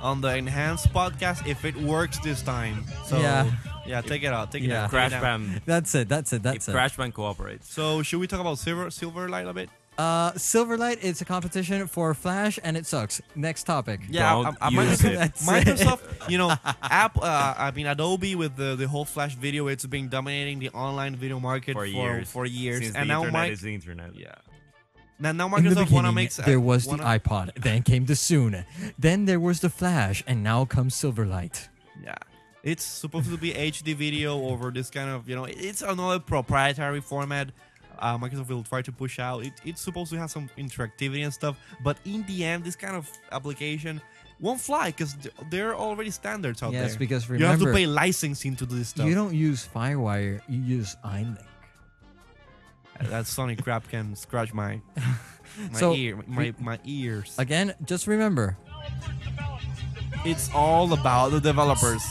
Speaker 2: on the enhanced podcast if it works this time. So
Speaker 4: Yeah.
Speaker 2: yeah, take it out. Take it
Speaker 4: Yeah.
Speaker 2: out. take it
Speaker 3: Crash
Speaker 2: out.
Speaker 3: Band.
Speaker 4: that's it that's it that's
Speaker 3: if
Speaker 4: it
Speaker 3: Crash Band cooperates.
Speaker 2: So should we talk about silver Silverlight a bit?
Speaker 4: uh silverlight it's a competition for flash and it sucks next topic
Speaker 2: Yeah,
Speaker 3: Don't
Speaker 2: I- I- I-
Speaker 3: use
Speaker 2: Microsoft,
Speaker 3: it.
Speaker 4: That's it.
Speaker 2: Microsoft, you know, App. Uh, I mean, Adobe with the, the whole Flash video, it's been dominating the online video market
Speaker 3: For
Speaker 2: for
Speaker 3: years.
Speaker 2: for years.
Speaker 3: Since
Speaker 2: and
Speaker 3: the
Speaker 2: now
Speaker 3: internet
Speaker 2: Mike,
Speaker 3: is the internet.
Speaker 2: yeah. Now, now
Speaker 4: In the
Speaker 2: Microsoft want to
Speaker 4: beginning,
Speaker 2: make s-
Speaker 4: there was the
Speaker 2: wanna-
Speaker 4: iPod, then came the Soon, then there was the Flash, and now comes Silverlight.
Speaker 2: Yeah. It's supposed to be HD video over this kind of, you know, it's another proprietary format uh, Microsoft will try to push out. It, it's supposed to have some interactivity and stuff, but in the end, this kind of application won't fly because there are already standards out
Speaker 4: Yes,
Speaker 2: there.
Speaker 4: because
Speaker 2: you have to
Speaker 4: remember-
Speaker 2: pay licensing to do this stuff.
Speaker 4: You don't use FireWire, you use iLink.
Speaker 2: that Sony crap can scratch my my
Speaker 4: So,
Speaker 2: ear, my, my ears.
Speaker 4: Again, just remember.
Speaker 2: It's all about the developers.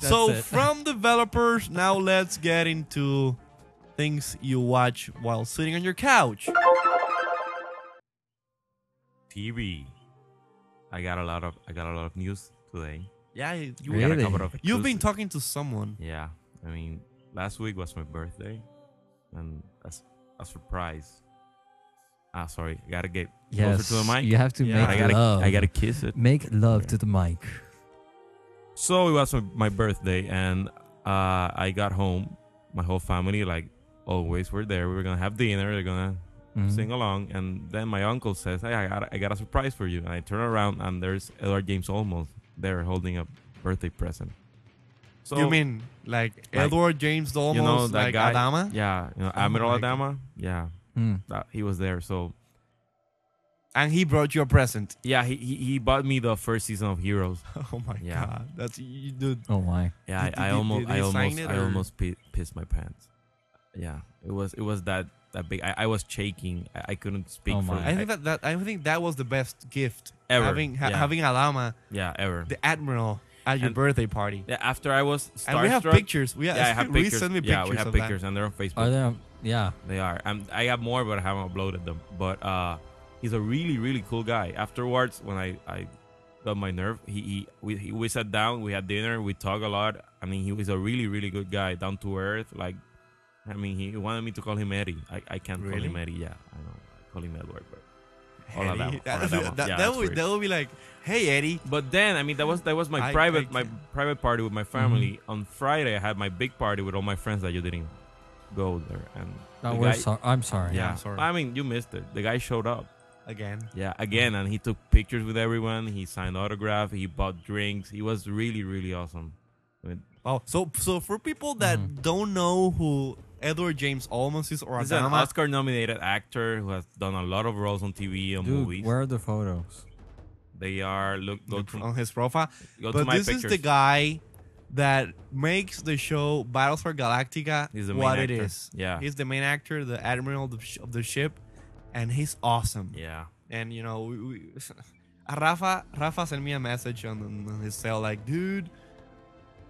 Speaker 4: That's
Speaker 2: so
Speaker 4: it.
Speaker 2: from developers, now let's get into things you watch while sitting on your couch.
Speaker 3: TV. I got a lot of I got a lot of news today.
Speaker 2: Yeah, you,
Speaker 3: We got a
Speaker 4: Really?
Speaker 3: couple of
Speaker 2: you've been
Speaker 3: exclusives.
Speaker 2: talking to someone.
Speaker 3: Yeah, I mean, last week was my birthday, and as a surprise. Ah, sorry, I gotta get closer
Speaker 4: Yes,
Speaker 3: to the mic.
Speaker 4: you have to
Speaker 2: Yeah.
Speaker 3: I
Speaker 4: make
Speaker 3: gotta,
Speaker 4: love.
Speaker 3: I gotta kiss it.
Speaker 4: make love to the mic.
Speaker 3: So it was my, my birthday, and uh, I got home. My whole family, like always, were there. We were gonna have dinner. They're gonna
Speaker 4: Mhm.
Speaker 3: sing along, and then my uncle says, "Hey, I got, I got a surprise for you." And I turn around, and there's Edward James Olmos there holding a birthday present. So
Speaker 2: you mean like, Edward James Olmos,
Speaker 3: you know that
Speaker 2: like
Speaker 3: guy
Speaker 2: Adama?
Speaker 3: yeah you know
Speaker 2: Oh
Speaker 3: admiral
Speaker 2: my God.
Speaker 3: adama yeah
Speaker 4: Mm.
Speaker 3: that, he was there so
Speaker 2: And he brought you a present.
Speaker 3: yeah he, he he bought me the first season of heroes
Speaker 2: Oh my
Speaker 3: Yeah.
Speaker 2: god, that's you, dude.
Speaker 4: Oh my.
Speaker 3: yeah
Speaker 2: Did-
Speaker 3: i, I
Speaker 2: did-
Speaker 3: almost
Speaker 2: did he
Speaker 3: i
Speaker 2: sign
Speaker 3: almost
Speaker 2: it,
Speaker 3: i
Speaker 2: or-
Speaker 3: almost pi- pissed my pants yeah it was it was that that big i, I was shaking I, I couldn't speak
Speaker 4: Oh
Speaker 3: for
Speaker 4: my.
Speaker 2: I think that, that I think that was the best gift
Speaker 3: Ever,
Speaker 2: Having ha-
Speaker 3: yeah.
Speaker 2: having Adama,
Speaker 3: yeah ever
Speaker 2: the admiral, at your
Speaker 3: And-
Speaker 2: birthday party.
Speaker 3: yeah, after i was starstruck
Speaker 2: And we have pictures. We have,
Speaker 3: yeah i have
Speaker 2: we
Speaker 3: pictures
Speaker 2: send me
Speaker 3: yeah
Speaker 2: pictures.
Speaker 3: we have
Speaker 2: of
Speaker 3: pictures and they're on facebook
Speaker 4: Are there? Yeah.
Speaker 3: They are. I'm, I have more, but I haven't uploaded them. But uh, he's a really, really cool guy. Afterwards, when I, I got my nerve, he, he, we, he we sat down, we had dinner, we talked a lot. I mean, he was a really, really good guy, down to earth. Like, I mean, he wanted me to call him Eddie. I, I can't call him Eddie. Yeah, I know. I call him Edward, but.
Speaker 2: that.
Speaker 3: Hola,
Speaker 2: Eddie.
Speaker 3: Adama.
Speaker 2: That,
Speaker 3: Hola, Adama.
Speaker 2: that-
Speaker 3: Yeah,
Speaker 2: that
Speaker 3: that's
Speaker 2: would
Speaker 3: weird.
Speaker 2: that would be like, hey Eddie,
Speaker 3: But then, I mean, that was that was my
Speaker 2: I-
Speaker 3: private
Speaker 2: I
Speaker 3: my
Speaker 2: can't- Mm-hmm.
Speaker 3: private party with my family. On Friday, I had my big party with all my friends that you didn't go there. And
Speaker 4: Oh,
Speaker 3: the
Speaker 4: we're
Speaker 3: guy-
Speaker 4: sorry. I'm sorry.
Speaker 3: yeah,
Speaker 2: I'm sorry.
Speaker 3: I mean, you missed it. The guy showed up.
Speaker 2: again.
Speaker 3: Yeah, again, and he took pictures with everyone. He signed autograph. He bought drinks. He was really, really awesome. I mean,
Speaker 2: Wow. Oh, So so for people that don't know who Edward James Olmos is or
Speaker 3: he's Mm. an
Speaker 2: Adama,
Speaker 3: Oscar-nominated actor who has done a lot of roles on TV and
Speaker 4: Dude,
Speaker 3: movies.
Speaker 4: where are the photos?
Speaker 3: They are look go to
Speaker 2: on his profile.
Speaker 3: go to
Speaker 2: but
Speaker 3: my
Speaker 2: this
Speaker 3: pictures.
Speaker 2: is the guy that makes the show Battles for Galactica
Speaker 3: He's the main
Speaker 2: what it
Speaker 3: actor.
Speaker 2: is.
Speaker 3: Yeah.
Speaker 2: he's the main actor, the admiral of the, sh- of the ship, and he's awesome.
Speaker 3: yeah,
Speaker 2: And you know, we, we, Rafa Rafa sent me a message on, on his cell like, dude.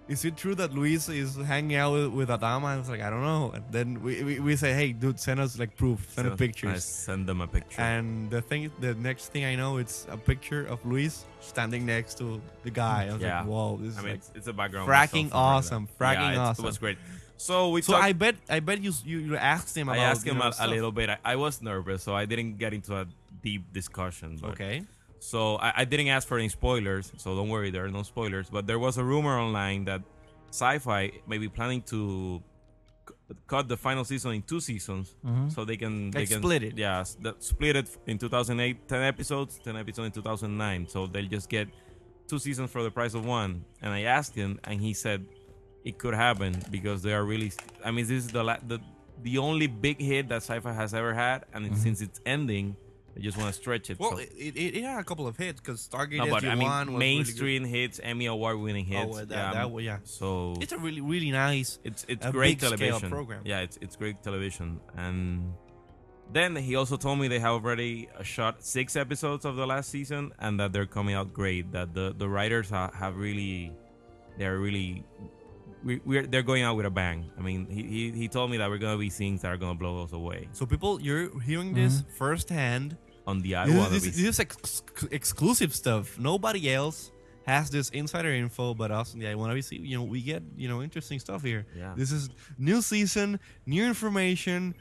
Speaker 2: Is it true that Luis is hanging out with, with Adama? I was like, I don't know. And then we, we, we say, hey, dude, send us like proof, send
Speaker 3: So
Speaker 2: us pictures.
Speaker 3: I send them a picture.
Speaker 2: And the thing, the next thing I know, it's a picture of Luis standing next to the guy. I was
Speaker 3: Yeah.
Speaker 2: like, "Whoa, this is
Speaker 3: I mean,
Speaker 2: like."
Speaker 3: it's, it's a background.
Speaker 2: fracking
Speaker 3: myself, something like
Speaker 2: awesome,
Speaker 3: that. Yeah,
Speaker 2: fracking
Speaker 3: it's-
Speaker 2: awesome.
Speaker 3: It was great. So we
Speaker 2: So
Speaker 3: talked.
Speaker 2: I bet, I bet you you, you asked him.
Speaker 3: I
Speaker 2: About,
Speaker 3: asked him
Speaker 2: you know,
Speaker 3: a, a
Speaker 2: stuff.
Speaker 3: little bit. I, I was nervous, so I didn't get into a deep discussion. but-
Speaker 2: Okay.
Speaker 3: So I, I didn't ask for any spoilers, so don't worry, there are no spoilers. But there was a rumor online that Sci-Fi may be planning to c- cut the final season in two seasons, so they can
Speaker 2: Mm-hmm.
Speaker 3: they
Speaker 2: Like
Speaker 3: can
Speaker 2: split it.
Speaker 3: Yeah, s- that- split it in 2008, 10 episodes, 10 episodes in 2009. So they'll just get two seasons for the price of one, and I asked him, and he said it could happen because they are really. I mean, this is the la- the the only big hit that sci-fi has ever had, and
Speaker 2: Mm-hmm.
Speaker 3: it- since it's ending, they just want to stretch it.
Speaker 2: Well,
Speaker 3: so-
Speaker 2: it, it, it had a couple of hits because Stargate
Speaker 3: no, but I
Speaker 2: SG-1
Speaker 3: mean,
Speaker 2: was really good.
Speaker 3: mainstream hits, Emmy award-winning hits.
Speaker 2: Oh, that,
Speaker 3: yeah,
Speaker 2: that way, yeah.
Speaker 3: so
Speaker 2: It's a really, really nice.
Speaker 3: it's it's
Speaker 2: a
Speaker 3: great
Speaker 2: big scale
Speaker 3: television
Speaker 2: program.
Speaker 3: Yeah, it's it's great television. And then he also told me they have already shot six episodes of the last season and that they're coming out great. That the the writers ha- have really they're really we, we're they're going out with a bang. I mean, he, he he told me that we're gonna be things that are gonna blow us away
Speaker 2: So people, you're hearing this firsthand.
Speaker 3: on the I
Speaker 2: This,
Speaker 3: wanna
Speaker 2: this,
Speaker 3: be.
Speaker 2: this is ex- exclusive stuff. Nobody else has this insider info but us and the I Wanna Be See. You know, we get you know interesting stuff here.
Speaker 3: Yeah.
Speaker 2: This is new season, new information,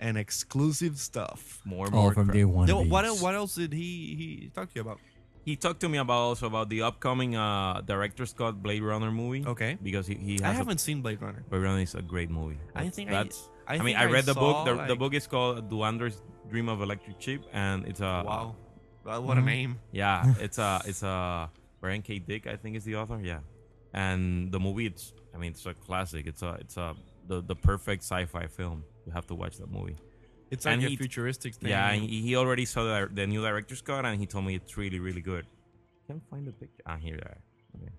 Speaker 2: and exclusive stuff.
Speaker 3: more
Speaker 4: All
Speaker 3: more
Speaker 4: Oh, from
Speaker 3: crap.
Speaker 4: day one.
Speaker 2: Now,
Speaker 4: of
Speaker 2: what
Speaker 4: these.
Speaker 2: el- what else did he he talk to you about?
Speaker 3: He talked to me about also about the upcoming uh director Scott Blade Runner movie.
Speaker 2: Okay.
Speaker 3: because he, he has
Speaker 2: I
Speaker 3: a-
Speaker 2: haven't seen Blade Runner.
Speaker 3: Blade Runner is a great movie.
Speaker 2: I
Speaker 3: That's-
Speaker 2: think I-
Speaker 3: that's.
Speaker 2: I
Speaker 3: I, mean,
Speaker 2: think
Speaker 3: I
Speaker 2: I
Speaker 3: read the
Speaker 2: saw,
Speaker 3: book. The, the
Speaker 2: like-
Speaker 3: book is called "Duander's Dream of Electric Sheep," and it's a
Speaker 2: wow, Wow, what a
Speaker 3: mm-hmm.
Speaker 2: name!
Speaker 3: yeah, it's a it's a Brian K. Dick, I think, is the author. Yeah, and the movie, it's I mean, it's a classic. It's a it's a the, the perfect sci-fi film. You have to watch that movie.
Speaker 2: It's like a
Speaker 3: And he-
Speaker 2: futuristic thing.
Speaker 3: Yeah, and he he already saw the, the new director's cut, and he told me it's really really good. Can't find the picture. Ah, here they are. Okay.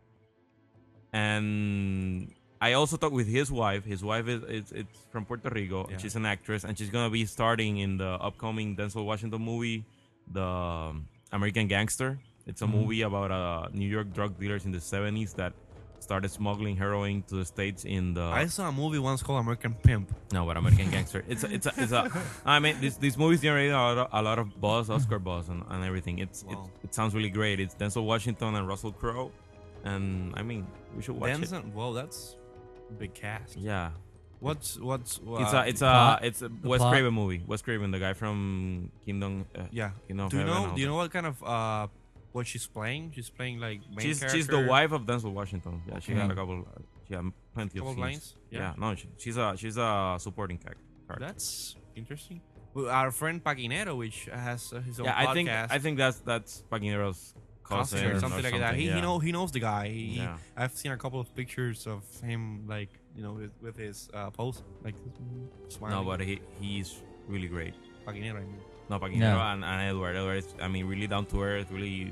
Speaker 3: And I also talked with his wife. His wife is it's, it's from Puerto Rico.
Speaker 2: Yeah.
Speaker 3: And she's an actress, and she's gonna be starting in the upcoming Denzel Washington movie, the um, American Gangster. It's
Speaker 2: Mm-hmm.
Speaker 3: a movie about uh, New York drug dealers in the '70s that started smuggling heroin to the states in the
Speaker 2: I saw a movie once called American Pimp.
Speaker 3: no, but American Gangster. It's a, it's a, it's a. I mean, this this movie's generated a lot of, a lot of buzz, Oscar buzz, and, and everything. It's
Speaker 2: Wow.
Speaker 3: it, it sounds really great. It's Denzel Washington and Russell Crowe, and I mean, we should watch it.
Speaker 2: Denzel, whoa, that's a big cast.
Speaker 3: Yeah,
Speaker 2: What's what's
Speaker 3: it's a
Speaker 2: uh,
Speaker 3: it's a
Speaker 4: plot?
Speaker 3: it's a Wes
Speaker 4: plot?
Speaker 3: Craven movie. Wes Craven, the guy from Kingdom. Uh,
Speaker 2: yeah.
Speaker 3: Kingdom of
Speaker 2: Do you
Speaker 3: Heaven,
Speaker 2: know?
Speaker 3: all
Speaker 2: Do you
Speaker 3: that.
Speaker 2: know what kind of uh what she's playing? She's playing like main
Speaker 3: She's
Speaker 2: character.
Speaker 3: she's the wife of Denzel Washington. Yeah, she had
Speaker 4: Okay.
Speaker 3: a couple. She had plenty
Speaker 2: Couple
Speaker 3: of
Speaker 2: of lines?
Speaker 3: scenes. Yeah.
Speaker 2: Yeah.
Speaker 3: no, she, she's a she's a supporting character.
Speaker 2: That's interesting. Well, our friend Paginero, which has uh, his own
Speaker 3: yeah,
Speaker 2: podcast,
Speaker 3: I think I think that's that's Paginero's cousin,
Speaker 2: cousin or something like that. He,
Speaker 3: yeah.
Speaker 2: he know he knows the guy. He,
Speaker 3: Yeah.
Speaker 2: I've seen a couple of pictures of him like you know with, with his uh, pose like
Speaker 3: No,
Speaker 2: smiling.
Speaker 3: but he he's really great.
Speaker 2: Paginero. I mean.
Speaker 3: No, Paquinero
Speaker 4: No.
Speaker 3: And, and Edward. Edward is, I mean, really down to earth. Really,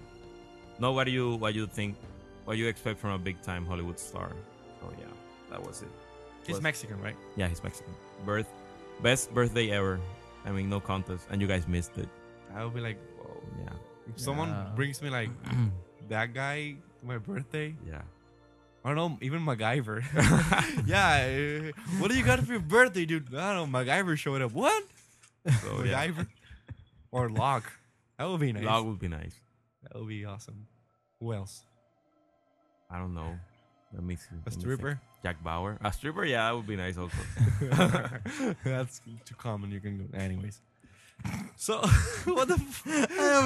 Speaker 3: know what you what you think, what you expect from a big time Hollywood star. So yeah, that was it.
Speaker 2: He's
Speaker 3: Was-
Speaker 2: Mexican, right?
Speaker 3: Yeah, he's Mexican. Birth, best birthday ever. I mean, no contest, and you guys missed it.
Speaker 2: I would be like, whoa.
Speaker 3: Yeah,
Speaker 2: If someone
Speaker 4: Yeah.
Speaker 2: brings me like that guy, my birthday,
Speaker 3: yeah.
Speaker 2: I don't know, even MacGyver. yeah, uh, what do you got for your birthday, dude? I don't know. MacGyver showed up. What?
Speaker 4: Oh,
Speaker 3: So yeah,
Speaker 2: MacGyver or Locke? That would be nice.
Speaker 3: that would be nice.
Speaker 2: That would be awesome. Who else?
Speaker 3: I don't know. Let me see. Let
Speaker 2: A
Speaker 3: me think.
Speaker 2: stripper?
Speaker 3: Jack Bauer. A stripper? Yeah, that would be nice also.
Speaker 2: That's too common. You can go, anyways. So what the? F-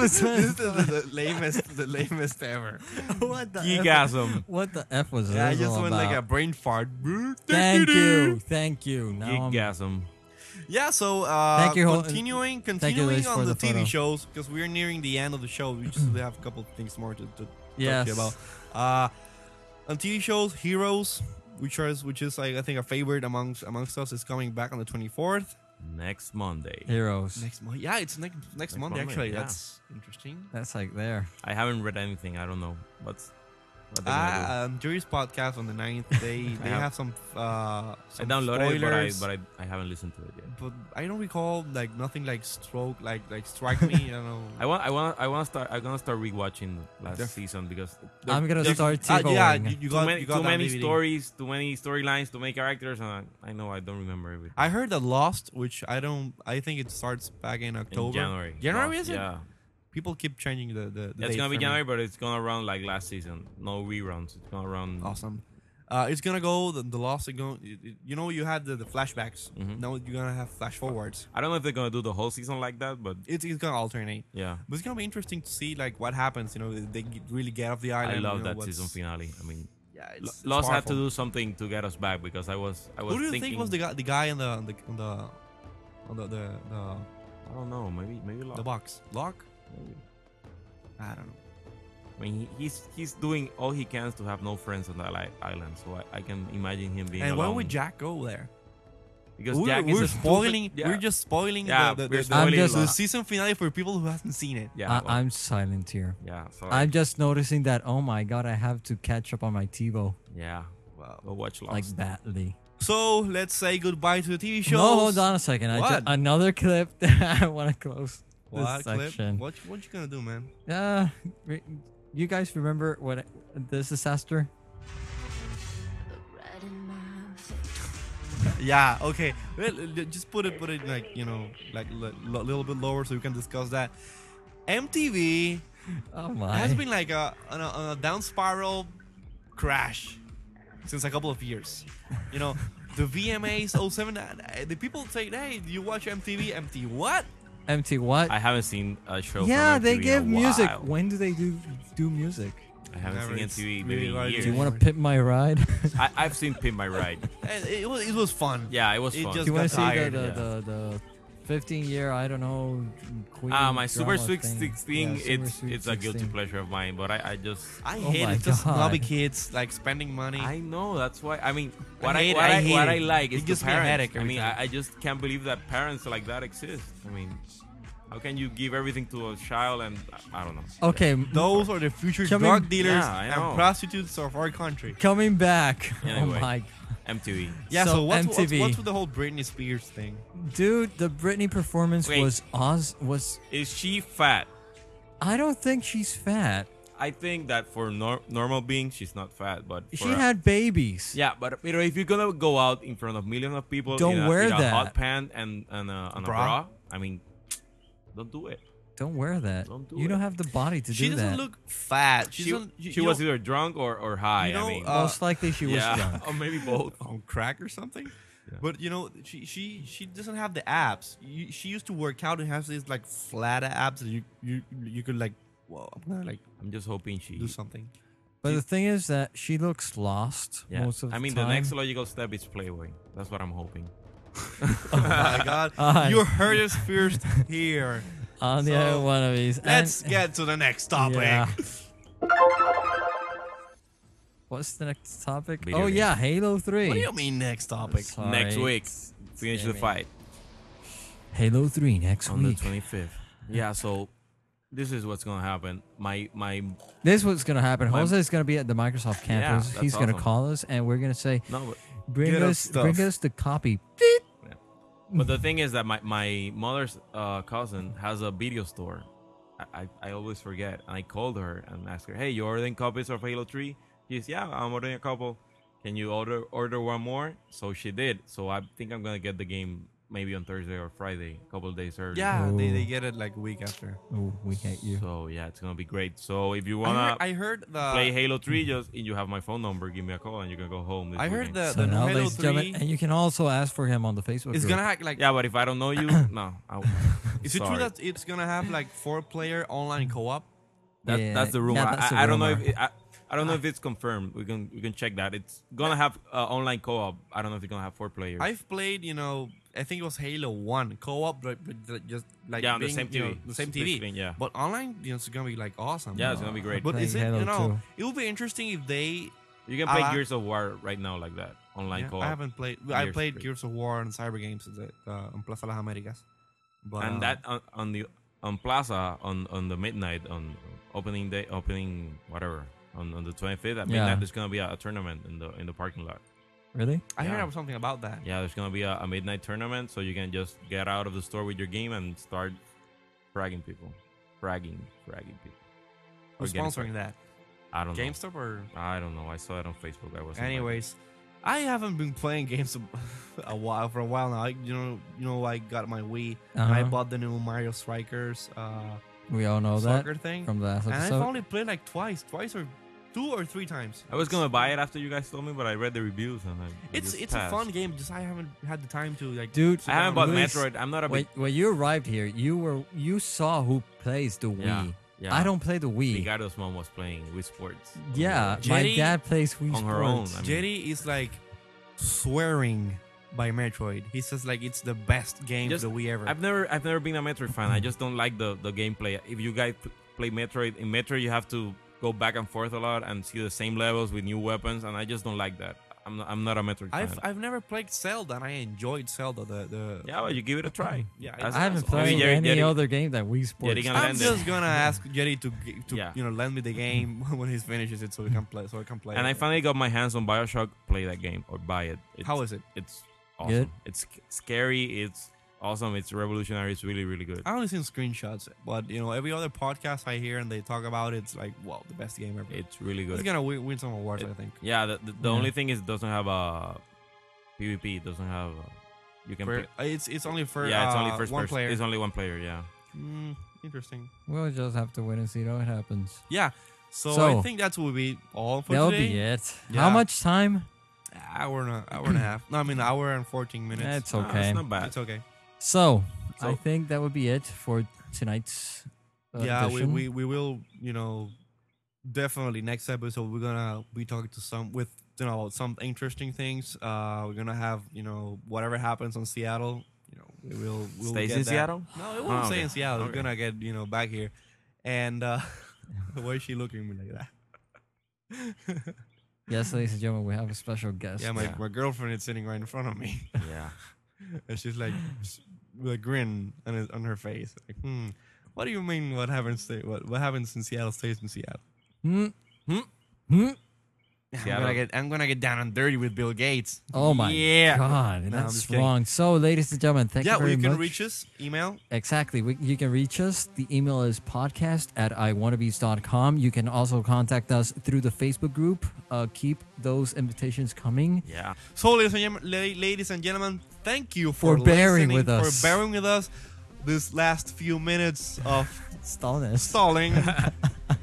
Speaker 4: was trying
Speaker 2: this is the, the, the lamest, the lamest ever.
Speaker 4: What the F?
Speaker 3: Geekasm.
Speaker 4: What the F was this
Speaker 2: Yeah, I just
Speaker 4: all
Speaker 2: went
Speaker 4: about?
Speaker 2: like a brain fart.
Speaker 4: Thank you, thank you. Now I'm-
Speaker 3: Geekasm.
Speaker 2: Yeah, so uh,
Speaker 4: Thank you, Hol-
Speaker 2: continuing
Speaker 4: you,
Speaker 2: continuing
Speaker 4: Luis,
Speaker 2: on
Speaker 4: for
Speaker 2: the,
Speaker 4: the
Speaker 2: TV
Speaker 4: photo.
Speaker 2: shows because we're nearing the end of the show. We just have a couple of things more to, to
Speaker 4: Yes.
Speaker 2: talk to you about. Uh, on TV shows, Heroes, which is which is like I think a favorite amongst amongst us, is coming back on the twenty fourth
Speaker 3: Next Monday.
Speaker 4: heroes.
Speaker 2: next month. Yeah, it's next next, Monday,
Speaker 3: Monday,
Speaker 2: actually.
Speaker 3: yeah.
Speaker 2: That's interesting.
Speaker 4: That's like there.
Speaker 3: I haven't read anything. I don't know what's. What they're gonna do.
Speaker 2: Ah, um, Jury's podcast on the 9th, they they
Speaker 3: have-
Speaker 2: have some uh some
Speaker 3: I downloaded
Speaker 2: spoilers.
Speaker 3: it, but I, but I, I haven't listened to it yet.
Speaker 2: but I don't recall like nothing like stroke like like strike me. I don't know.
Speaker 3: I want, I want, I want to start. I'm gonna start rewatching last
Speaker 2: Def-
Speaker 3: season because
Speaker 4: I'm gonna start
Speaker 2: Ah,
Speaker 4: TiVoing.
Speaker 2: yeah, you, you
Speaker 3: too
Speaker 2: got
Speaker 3: many,
Speaker 2: you got
Speaker 3: too
Speaker 2: that
Speaker 3: many
Speaker 2: DVD.
Speaker 3: stories, too many storylines, too many characters, and I, I know I don't remember everything.
Speaker 2: I heard that Lost, which I don't, I think it starts back in
Speaker 3: In
Speaker 2: October.
Speaker 3: January.
Speaker 2: January
Speaker 3: Lost,
Speaker 2: is it?
Speaker 3: Yeah,
Speaker 2: People keep changing the the. the date
Speaker 3: it's gonna be
Speaker 2: for me.
Speaker 3: January, but it's gonna run like last season. No reruns. It's gonna run.
Speaker 2: Awesome. Uh, it's gonna go the, the Lost. Is going, you, you know, you had the, the flashbacks.
Speaker 3: Mhm.
Speaker 2: Now you're gonna have flash forwards.
Speaker 3: I don't know if they're gonna do the whole season like that, but
Speaker 2: It's it's gonna alternate.
Speaker 3: yeah,
Speaker 2: But it's gonna be interesting to see like what happens. You know, they get- really get off the
Speaker 3: I,
Speaker 2: island.
Speaker 3: love
Speaker 2: you know,
Speaker 3: that season
Speaker 2: what's-
Speaker 3: finale. I mean,
Speaker 2: Yeah, it's,
Speaker 3: Lo-
Speaker 2: it's
Speaker 3: Lost had to
Speaker 2: powerful.
Speaker 3: do something to get us back because I was, I was.
Speaker 2: Who do you
Speaker 3: thinking,
Speaker 2: think was the guy? The guy in the on the on the on the the, the,
Speaker 3: I don't know. Maybe, maybe
Speaker 2: the
Speaker 3: Lost.
Speaker 2: box lock?
Speaker 3: Maybe.
Speaker 2: I don't know.
Speaker 3: I mean, he, he's he's doing all he can to have no friends on that li- island, so I, I can imagine him being.
Speaker 2: And why
Speaker 3: alone.
Speaker 2: would Jack go there?
Speaker 3: Because
Speaker 2: We're,
Speaker 3: Jack is
Speaker 2: we're
Speaker 3: a
Speaker 2: spoiling.
Speaker 3: Stupid, yeah,
Speaker 2: We're just spoiling
Speaker 3: Yeah,
Speaker 2: the, the,
Speaker 3: we're
Speaker 2: the- the-
Speaker 4: I'm just-
Speaker 2: the season finale for people who haven't seen it.
Speaker 3: Yeah, well,
Speaker 4: I, I'm silent here.
Speaker 3: yeah. So
Speaker 4: I'm just noticing that. Oh my god, I have to catch up on my TiVo
Speaker 3: yeah. Wow. Go watch Lost.
Speaker 4: like badly.
Speaker 2: So let's say goodbye to the TV show.
Speaker 4: No, hold on a second. I
Speaker 2: What?
Speaker 4: just, another clip that I want to close this
Speaker 2: What, clip?
Speaker 4: section.
Speaker 2: what what you gonna do, man?
Speaker 4: Uh, re- you guys remember what this disaster?
Speaker 2: Yeah, okay. Well, uh, Just put it, put it like you know, like a little bit lower so we can discuss that. MTV
Speaker 4: Oh my!
Speaker 2: has been like a on, a on a down spiral crash since a couple of years. You know, the VMAs 07, uh, the people say, hey, you watch MTV? MTV what?
Speaker 4: empty. What?
Speaker 3: I haven't seen a show. from
Speaker 4: yeah,
Speaker 3: MTV
Speaker 4: they
Speaker 3: in a
Speaker 4: give music.
Speaker 3: while.
Speaker 4: When do they do do music?
Speaker 3: I haven't
Speaker 2: Never, it's
Speaker 3: seen MTV
Speaker 2: really
Speaker 3: maybe
Speaker 2: hard
Speaker 3: in
Speaker 2: to-
Speaker 3: years.
Speaker 4: Do you want to pimp my ride? do
Speaker 3: I, I've seen Pin My Ride.
Speaker 2: And it, was, it was fun.
Speaker 3: Yeah, it was
Speaker 2: It
Speaker 3: fun.
Speaker 2: just
Speaker 4: you want
Speaker 2: got
Speaker 4: to see
Speaker 3: tired,
Speaker 4: the, the,
Speaker 3: yeah.
Speaker 4: the the 15 year I don't know? Queen
Speaker 3: Ah, my Super
Speaker 4: drama
Speaker 3: Sweet
Speaker 4: thing?
Speaker 3: 16,
Speaker 4: Yeah, Super
Speaker 3: it's
Speaker 4: Sweet
Speaker 3: it's a guilty
Speaker 4: 16.
Speaker 3: pleasure of mine, but I, I just.
Speaker 2: I
Speaker 4: Oh
Speaker 2: hate
Speaker 4: my
Speaker 2: it. Just
Speaker 4: God.
Speaker 2: snobby kids, like spending money.
Speaker 3: I know, that's why. I mean, what
Speaker 2: I
Speaker 3: I,
Speaker 2: hate it,
Speaker 3: what,
Speaker 2: I
Speaker 3: I,
Speaker 2: hate
Speaker 3: what
Speaker 2: it.
Speaker 3: I like is
Speaker 2: It
Speaker 3: the
Speaker 2: gives me a
Speaker 3: parents.
Speaker 2: headache
Speaker 3: I
Speaker 2: every
Speaker 3: mean,
Speaker 2: time.
Speaker 3: I, I just can't believe that parents like that exist. I mean, how can you give everything to a child and I, I don't know.
Speaker 4: Okay, m-
Speaker 2: Those are the future
Speaker 4: Coming-
Speaker 2: drug dealers
Speaker 3: Yeah, I know.
Speaker 2: and prostitutes of our country.
Speaker 4: coming back.
Speaker 3: Anyway.
Speaker 4: Oh my
Speaker 3: MTV.
Speaker 2: Yeah, so,
Speaker 4: So
Speaker 2: what's, what's,
Speaker 4: MTV.
Speaker 2: what's with the whole Britney Spears thing?
Speaker 4: dude, the Britney performance
Speaker 3: Wait.
Speaker 4: was Oz was.
Speaker 3: Is she fat?
Speaker 4: I don't think she's fat.
Speaker 3: I think that for nor- normal being, she's not fat, but for
Speaker 4: She
Speaker 3: a-
Speaker 4: had babies.
Speaker 3: Yeah, but you know, if you're gonna go out in front of millions of people,
Speaker 4: Don't
Speaker 3: in a,
Speaker 4: wear
Speaker 3: in a
Speaker 4: that.
Speaker 3: hot pant and and a, and a
Speaker 2: Bra?
Speaker 3: bra. I mean, don't do it.
Speaker 4: Don't wear that.
Speaker 3: Don't do
Speaker 4: you don't
Speaker 3: it.
Speaker 4: have the body to
Speaker 2: She
Speaker 4: do
Speaker 2: doesn't
Speaker 4: that.
Speaker 2: look fat. She's
Speaker 3: She,
Speaker 2: not- you-
Speaker 3: she
Speaker 2: you
Speaker 3: was
Speaker 2: know-
Speaker 3: either drunk or or high.
Speaker 2: you know,
Speaker 3: I mean,
Speaker 2: uh,
Speaker 4: Most likely she was
Speaker 3: yeah,
Speaker 4: drunk.
Speaker 3: or maybe both.
Speaker 2: on crack or something. But you know, she she she doesn't have the abs. You, she used to work out and has these like flat abs that you you you could like. Whoa, I'm gonna like
Speaker 3: I'm just hoping she.
Speaker 2: do something.
Speaker 4: But the thing is that she looks lost
Speaker 3: Yeah.
Speaker 4: most of the
Speaker 3: I
Speaker 4: time.
Speaker 3: mean, the next logical step is Playboy. That's what I'm hoping.
Speaker 2: Oh my god,
Speaker 4: Uh,
Speaker 2: you heard us first here.
Speaker 4: on the
Speaker 2: So,
Speaker 4: other one of these. and-
Speaker 2: Let's get to the next topic.
Speaker 4: Yeah. What's the next topic?
Speaker 3: Video
Speaker 4: oh
Speaker 3: games.
Speaker 4: yeah, Halo Three.
Speaker 2: What do you mean next topic?
Speaker 4: Sorry.
Speaker 3: Next week, finish the
Speaker 4: Damn it.
Speaker 3: fight
Speaker 4: Halo Three next
Speaker 3: on
Speaker 4: week.
Speaker 3: the 25th. Yeah, so this is what's gonna happen. My my
Speaker 4: This is what's gonna happen.
Speaker 3: My-
Speaker 4: Jose is gonna be at the Microsoft campus.
Speaker 3: that's
Speaker 4: He's gonna
Speaker 3: awesome.
Speaker 4: call us, and we're gonna say,
Speaker 3: no. But,
Speaker 4: "Bring
Speaker 2: Get us
Speaker 4: us, bring
Speaker 2: stuff.
Speaker 4: us the copy."
Speaker 3: But the thing is that my, my mother's uh, cousin has a video store. I, I, I always forget. And I called her and asked her, hey, you ordering copies of Halo 3? She's, yeah, I'm ordering a couple. Can you order order one more? So she did. So I think I'm going to get the game maybe on Thursday or Friday, a couple of days early.
Speaker 2: Yeah, they, they
Speaker 4: Ooh.
Speaker 2: get it like a week after.
Speaker 4: Oh, we hate you.
Speaker 3: So yeah, it's going to be great. So if you
Speaker 2: I heard,
Speaker 3: want to
Speaker 2: I uh, heard the
Speaker 3: play Halo 3, just you have my phone number, give me a call and you can go home. This
Speaker 2: I heard
Speaker 3: weekend.
Speaker 2: the,
Speaker 4: so
Speaker 2: the
Speaker 4: now,
Speaker 2: new Halo
Speaker 4: ladies and
Speaker 2: three
Speaker 4: gentlemen, and you can also ask for him on the Facebook.
Speaker 2: is
Speaker 4: group.
Speaker 2: gonna have like.
Speaker 3: Yeah, but if I don't know you, no. I,
Speaker 2: Is it true
Speaker 3: Sorry.
Speaker 2: that it's gonna have like four player online co-op?
Speaker 3: That,
Speaker 4: Yeah,
Speaker 3: that's the
Speaker 4: yeah,
Speaker 3: rumor.
Speaker 4: that's the
Speaker 3: I, I don't know if
Speaker 4: rumor.
Speaker 3: it, I, I don't know if it's confirmed. We can we can check that. It's gonna have uh, online co-op. I don't know if it's gonna have four players.
Speaker 2: I've played, you know, I think it was Halo One co-op, like, but the- just like
Speaker 3: Yeah, on the
Speaker 2: being,
Speaker 3: same
Speaker 2: you know,
Speaker 3: TV.
Speaker 2: the same
Speaker 3: Basically,
Speaker 2: TV.
Speaker 3: yeah.
Speaker 2: But online, you know, it's gonna be like awesome.
Speaker 3: yeah, it's gonna be great.
Speaker 2: But is it?
Speaker 4: Playing Halo
Speaker 2: you know,
Speaker 4: 2.
Speaker 2: it would be interesting if they.
Speaker 3: you can play
Speaker 2: uh,
Speaker 3: Gears of War right now like that online
Speaker 2: Yeah,
Speaker 3: co-op.
Speaker 2: I haven't played. I
Speaker 3: Gears
Speaker 2: played
Speaker 3: three.
Speaker 2: Gears of War and Cyber Games at the, uh, on Plaza Las Americas. But, uh,
Speaker 3: and that on, on the on Plaza on on the midnight on opening day opening whatever on, on the 25th at midnight
Speaker 4: Yeah.
Speaker 3: there's gonna be a, a tournament in the in the parking lot.
Speaker 4: really.
Speaker 2: I heard
Speaker 3: yeah.
Speaker 2: about something about that.
Speaker 3: Yeah, there's gonna be a, a midnight tournament, so you can just get out of the store with your game and start fragging people, fragging, fragging people.
Speaker 2: Who's
Speaker 3: Or getting
Speaker 2: sponsoring that?
Speaker 3: I don't know.
Speaker 2: GameStop or?
Speaker 3: I don't know. I saw it on Facebook. I was
Speaker 2: Anyways, I haven't been playing games a while for a while now. I, you know, you know, I got my Wii. and I
Speaker 4: Uh-huh.
Speaker 2: bought the new Mario Strikers uh,
Speaker 4: We all know
Speaker 2: soccer
Speaker 4: that
Speaker 2: thing,
Speaker 4: from the last
Speaker 2: and I've
Speaker 4: episode.
Speaker 2: only played like twice, twice or two or three times.
Speaker 3: I was gonna buy it after you guys told me, but I read the reviews and I. I
Speaker 2: It's
Speaker 3: just
Speaker 2: it's
Speaker 3: passed.
Speaker 2: a fun game. Just I haven't had the time to like.
Speaker 4: Dude,
Speaker 3: I haven't bought
Speaker 4: Luis,
Speaker 3: Metroid. I'm not a
Speaker 4: When,
Speaker 3: big.
Speaker 4: when you arrived here, you were you saw who plays the Wii.
Speaker 3: Yeah, yeah.
Speaker 4: I don't play the Wii.
Speaker 3: Ricardo's mom was playing Wii Sports.
Speaker 4: yeah,
Speaker 2: Jenny-
Speaker 4: my dad plays Wii
Speaker 3: on her own, I
Speaker 4: Sports.
Speaker 3: mean-
Speaker 2: Jerry is like swearing by Metroid. He says like it's the best game
Speaker 3: Just-
Speaker 2: that we ever.
Speaker 3: I've never, I've never been a Metroid fan. I just don't like the the gameplay. If you guys p- play Metroid in Metroid, you have to go back and forth a lot and see the same levels with new weapons, and I just don't like that. I'm not, I'm not a Metroid
Speaker 2: I've
Speaker 3: fan.
Speaker 2: I've never played Zelda, and I enjoyed Zelda. The the
Speaker 3: yeah, well, you give it a try.
Speaker 2: Yeah, Mm-hmm. I-
Speaker 3: That's-
Speaker 4: I haven't
Speaker 3: that's all. I mean,
Speaker 4: played
Speaker 3: Jerry-
Speaker 4: any
Speaker 3: Jerry-
Speaker 4: other game that we Sports.
Speaker 3: gonna
Speaker 2: I'm
Speaker 3: lend it.
Speaker 2: just gonna ask Jerry to g- to
Speaker 3: Yeah.
Speaker 2: you know lend me the game when he finishes it, so we can play. So I can play.
Speaker 3: And
Speaker 2: it.
Speaker 3: I finally got my hands on Bioshock. Play that game or buy it. It's,
Speaker 2: how is it?
Speaker 3: It's awesome.
Speaker 4: Good?
Speaker 3: It's sc- scary. It's awesome. It's revolutionary. It's really really good.
Speaker 2: I only seen screenshots, but you know every other podcast I hear and they talk about it, it's like wow, the best game ever.
Speaker 3: It's really
Speaker 2: it's
Speaker 3: good.
Speaker 2: gonna win, win some awards,
Speaker 3: It-
Speaker 2: I think.
Speaker 3: Yeah, the, the, the
Speaker 4: Yeah.
Speaker 3: only thing is it doesn't have a PvP. It doesn't have a, you can
Speaker 2: For-
Speaker 3: pick-
Speaker 2: it's it's only for
Speaker 3: yeah, it's
Speaker 2: uh,
Speaker 3: only first
Speaker 2: one
Speaker 3: person.
Speaker 2: player.
Speaker 3: It's only one player. Yeah,
Speaker 2: Mm, interesting.
Speaker 4: We'll just have to wait and see what happens.
Speaker 2: Yeah. So, I
Speaker 4: So-
Speaker 2: think that's will be all for
Speaker 4: That'll
Speaker 2: today.
Speaker 4: be it.
Speaker 2: Yeah.
Speaker 4: How much time?
Speaker 2: Hour and a, hour and a half. No, I mean hour and fourteen minutes.
Speaker 4: That's
Speaker 3: Ah,
Speaker 4: okay.
Speaker 3: it's not bad.
Speaker 2: It's okay.
Speaker 4: so, I
Speaker 3: So-
Speaker 4: think that would be it for tonight's. Uh,
Speaker 2: yeah, we,
Speaker 4: edition.
Speaker 2: we we will. You know, definitely next episode we're gonna be talking to some with you know some interesting things. Uh, we're gonna have you know whatever happens on Seattle. You know, we will. We'll
Speaker 3: stays
Speaker 2: get
Speaker 3: in
Speaker 2: that.
Speaker 3: Seattle.
Speaker 2: No, it won't
Speaker 3: Oh,
Speaker 2: say
Speaker 3: okay.
Speaker 2: in Seattle. We're
Speaker 3: Okay.
Speaker 2: gonna get you know back here, and uh, why is she looking at me like that?
Speaker 4: Yes, ladies and gentlemen, we have a special guest.
Speaker 2: Yeah, my,
Speaker 3: Yeah.
Speaker 2: my girlfriend is sitting right in front of me,
Speaker 3: Yeah,
Speaker 2: and she's like s- with a grin on, his, on her face. Like, hmm, what do you mean? What happens? To, what what happens in Seattle stays in Seattle.
Speaker 4: Hmm?
Speaker 3: Hmm?
Speaker 4: Hmm?
Speaker 2: I'm
Speaker 3: Seattle.
Speaker 2: gonna get I'm gonna get down and dirty with Bill Gates.
Speaker 4: Oh my
Speaker 2: yeah.
Speaker 4: god,
Speaker 2: No, I'm just
Speaker 4: that's
Speaker 2: kidding.
Speaker 4: wrong. So, ladies and gentlemen, thank
Speaker 2: Yeah,
Speaker 4: you
Speaker 2: well,
Speaker 4: very
Speaker 2: you can
Speaker 4: much.
Speaker 2: reach us email.
Speaker 4: Exactly. We, you can reach us. The email is podcast at iwannabees.com. You can also contact us through the Facebook group. Uh, keep those invitations coming.
Speaker 3: yeah.
Speaker 2: So, ladies and, gem- la- ladies and gentlemen, thank you for,
Speaker 4: For bearing
Speaker 2: listening,
Speaker 4: with us.
Speaker 2: for bearing with us this last few minutes of
Speaker 4: Stallness.
Speaker 2: stalling,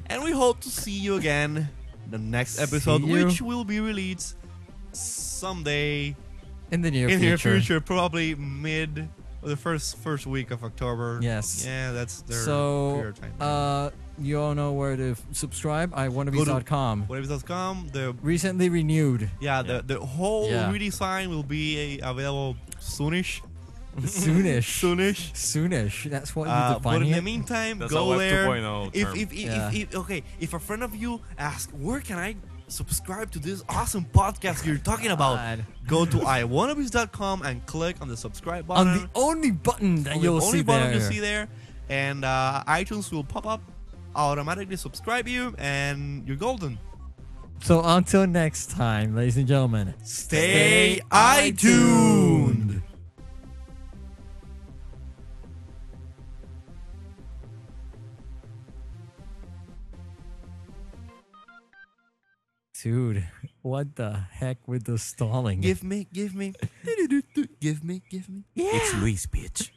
Speaker 2: and we hope to see you again the next
Speaker 4: See
Speaker 2: episode,
Speaker 4: you.
Speaker 2: which will be released someday
Speaker 4: In the near
Speaker 2: in the
Speaker 4: future.
Speaker 2: near future, probably mid or the first first week of October.
Speaker 4: Yes.
Speaker 2: yeah, that's their
Speaker 4: So,
Speaker 2: career time.
Speaker 4: uh, you all know where to f- subscribe. iwannabees.com.
Speaker 2: Whatever.com, the
Speaker 4: Recently renewed.
Speaker 2: Yeah, the, the whole
Speaker 4: Yeah.
Speaker 2: redesign will be uh, available soonish.
Speaker 4: Soonish.
Speaker 2: Soonish.
Speaker 4: Soonish. That's what
Speaker 2: Uh,
Speaker 4: you're
Speaker 2: but
Speaker 4: defining
Speaker 2: in the
Speaker 4: it.
Speaker 2: meantime,
Speaker 3: That's a
Speaker 2: go
Speaker 3: Web
Speaker 2: there.
Speaker 3: 2.0
Speaker 2: If
Speaker 3: term.
Speaker 2: if, if,
Speaker 4: Yeah.
Speaker 2: if if okay, if a friend of you asks, where can I subscribe to this awesome podcast you're talking about?
Speaker 4: God.
Speaker 2: Go to iwannabes.com and click on the subscribe button.
Speaker 4: On the only button
Speaker 2: uh,
Speaker 4: that
Speaker 2: On the
Speaker 4: you'll
Speaker 2: only
Speaker 4: see
Speaker 2: button
Speaker 4: there.
Speaker 2: you see there, and uh, iTunes will pop up, automatically subscribe you, and you're golden.
Speaker 4: So until next time, ladies and gentlemen,
Speaker 2: Stay,
Speaker 4: Stay
Speaker 2: iTuned.
Speaker 4: iTuned. dude, what the heck with the stalling?
Speaker 2: Give me, give me, give me, give me.
Speaker 3: It's Luis, bitch.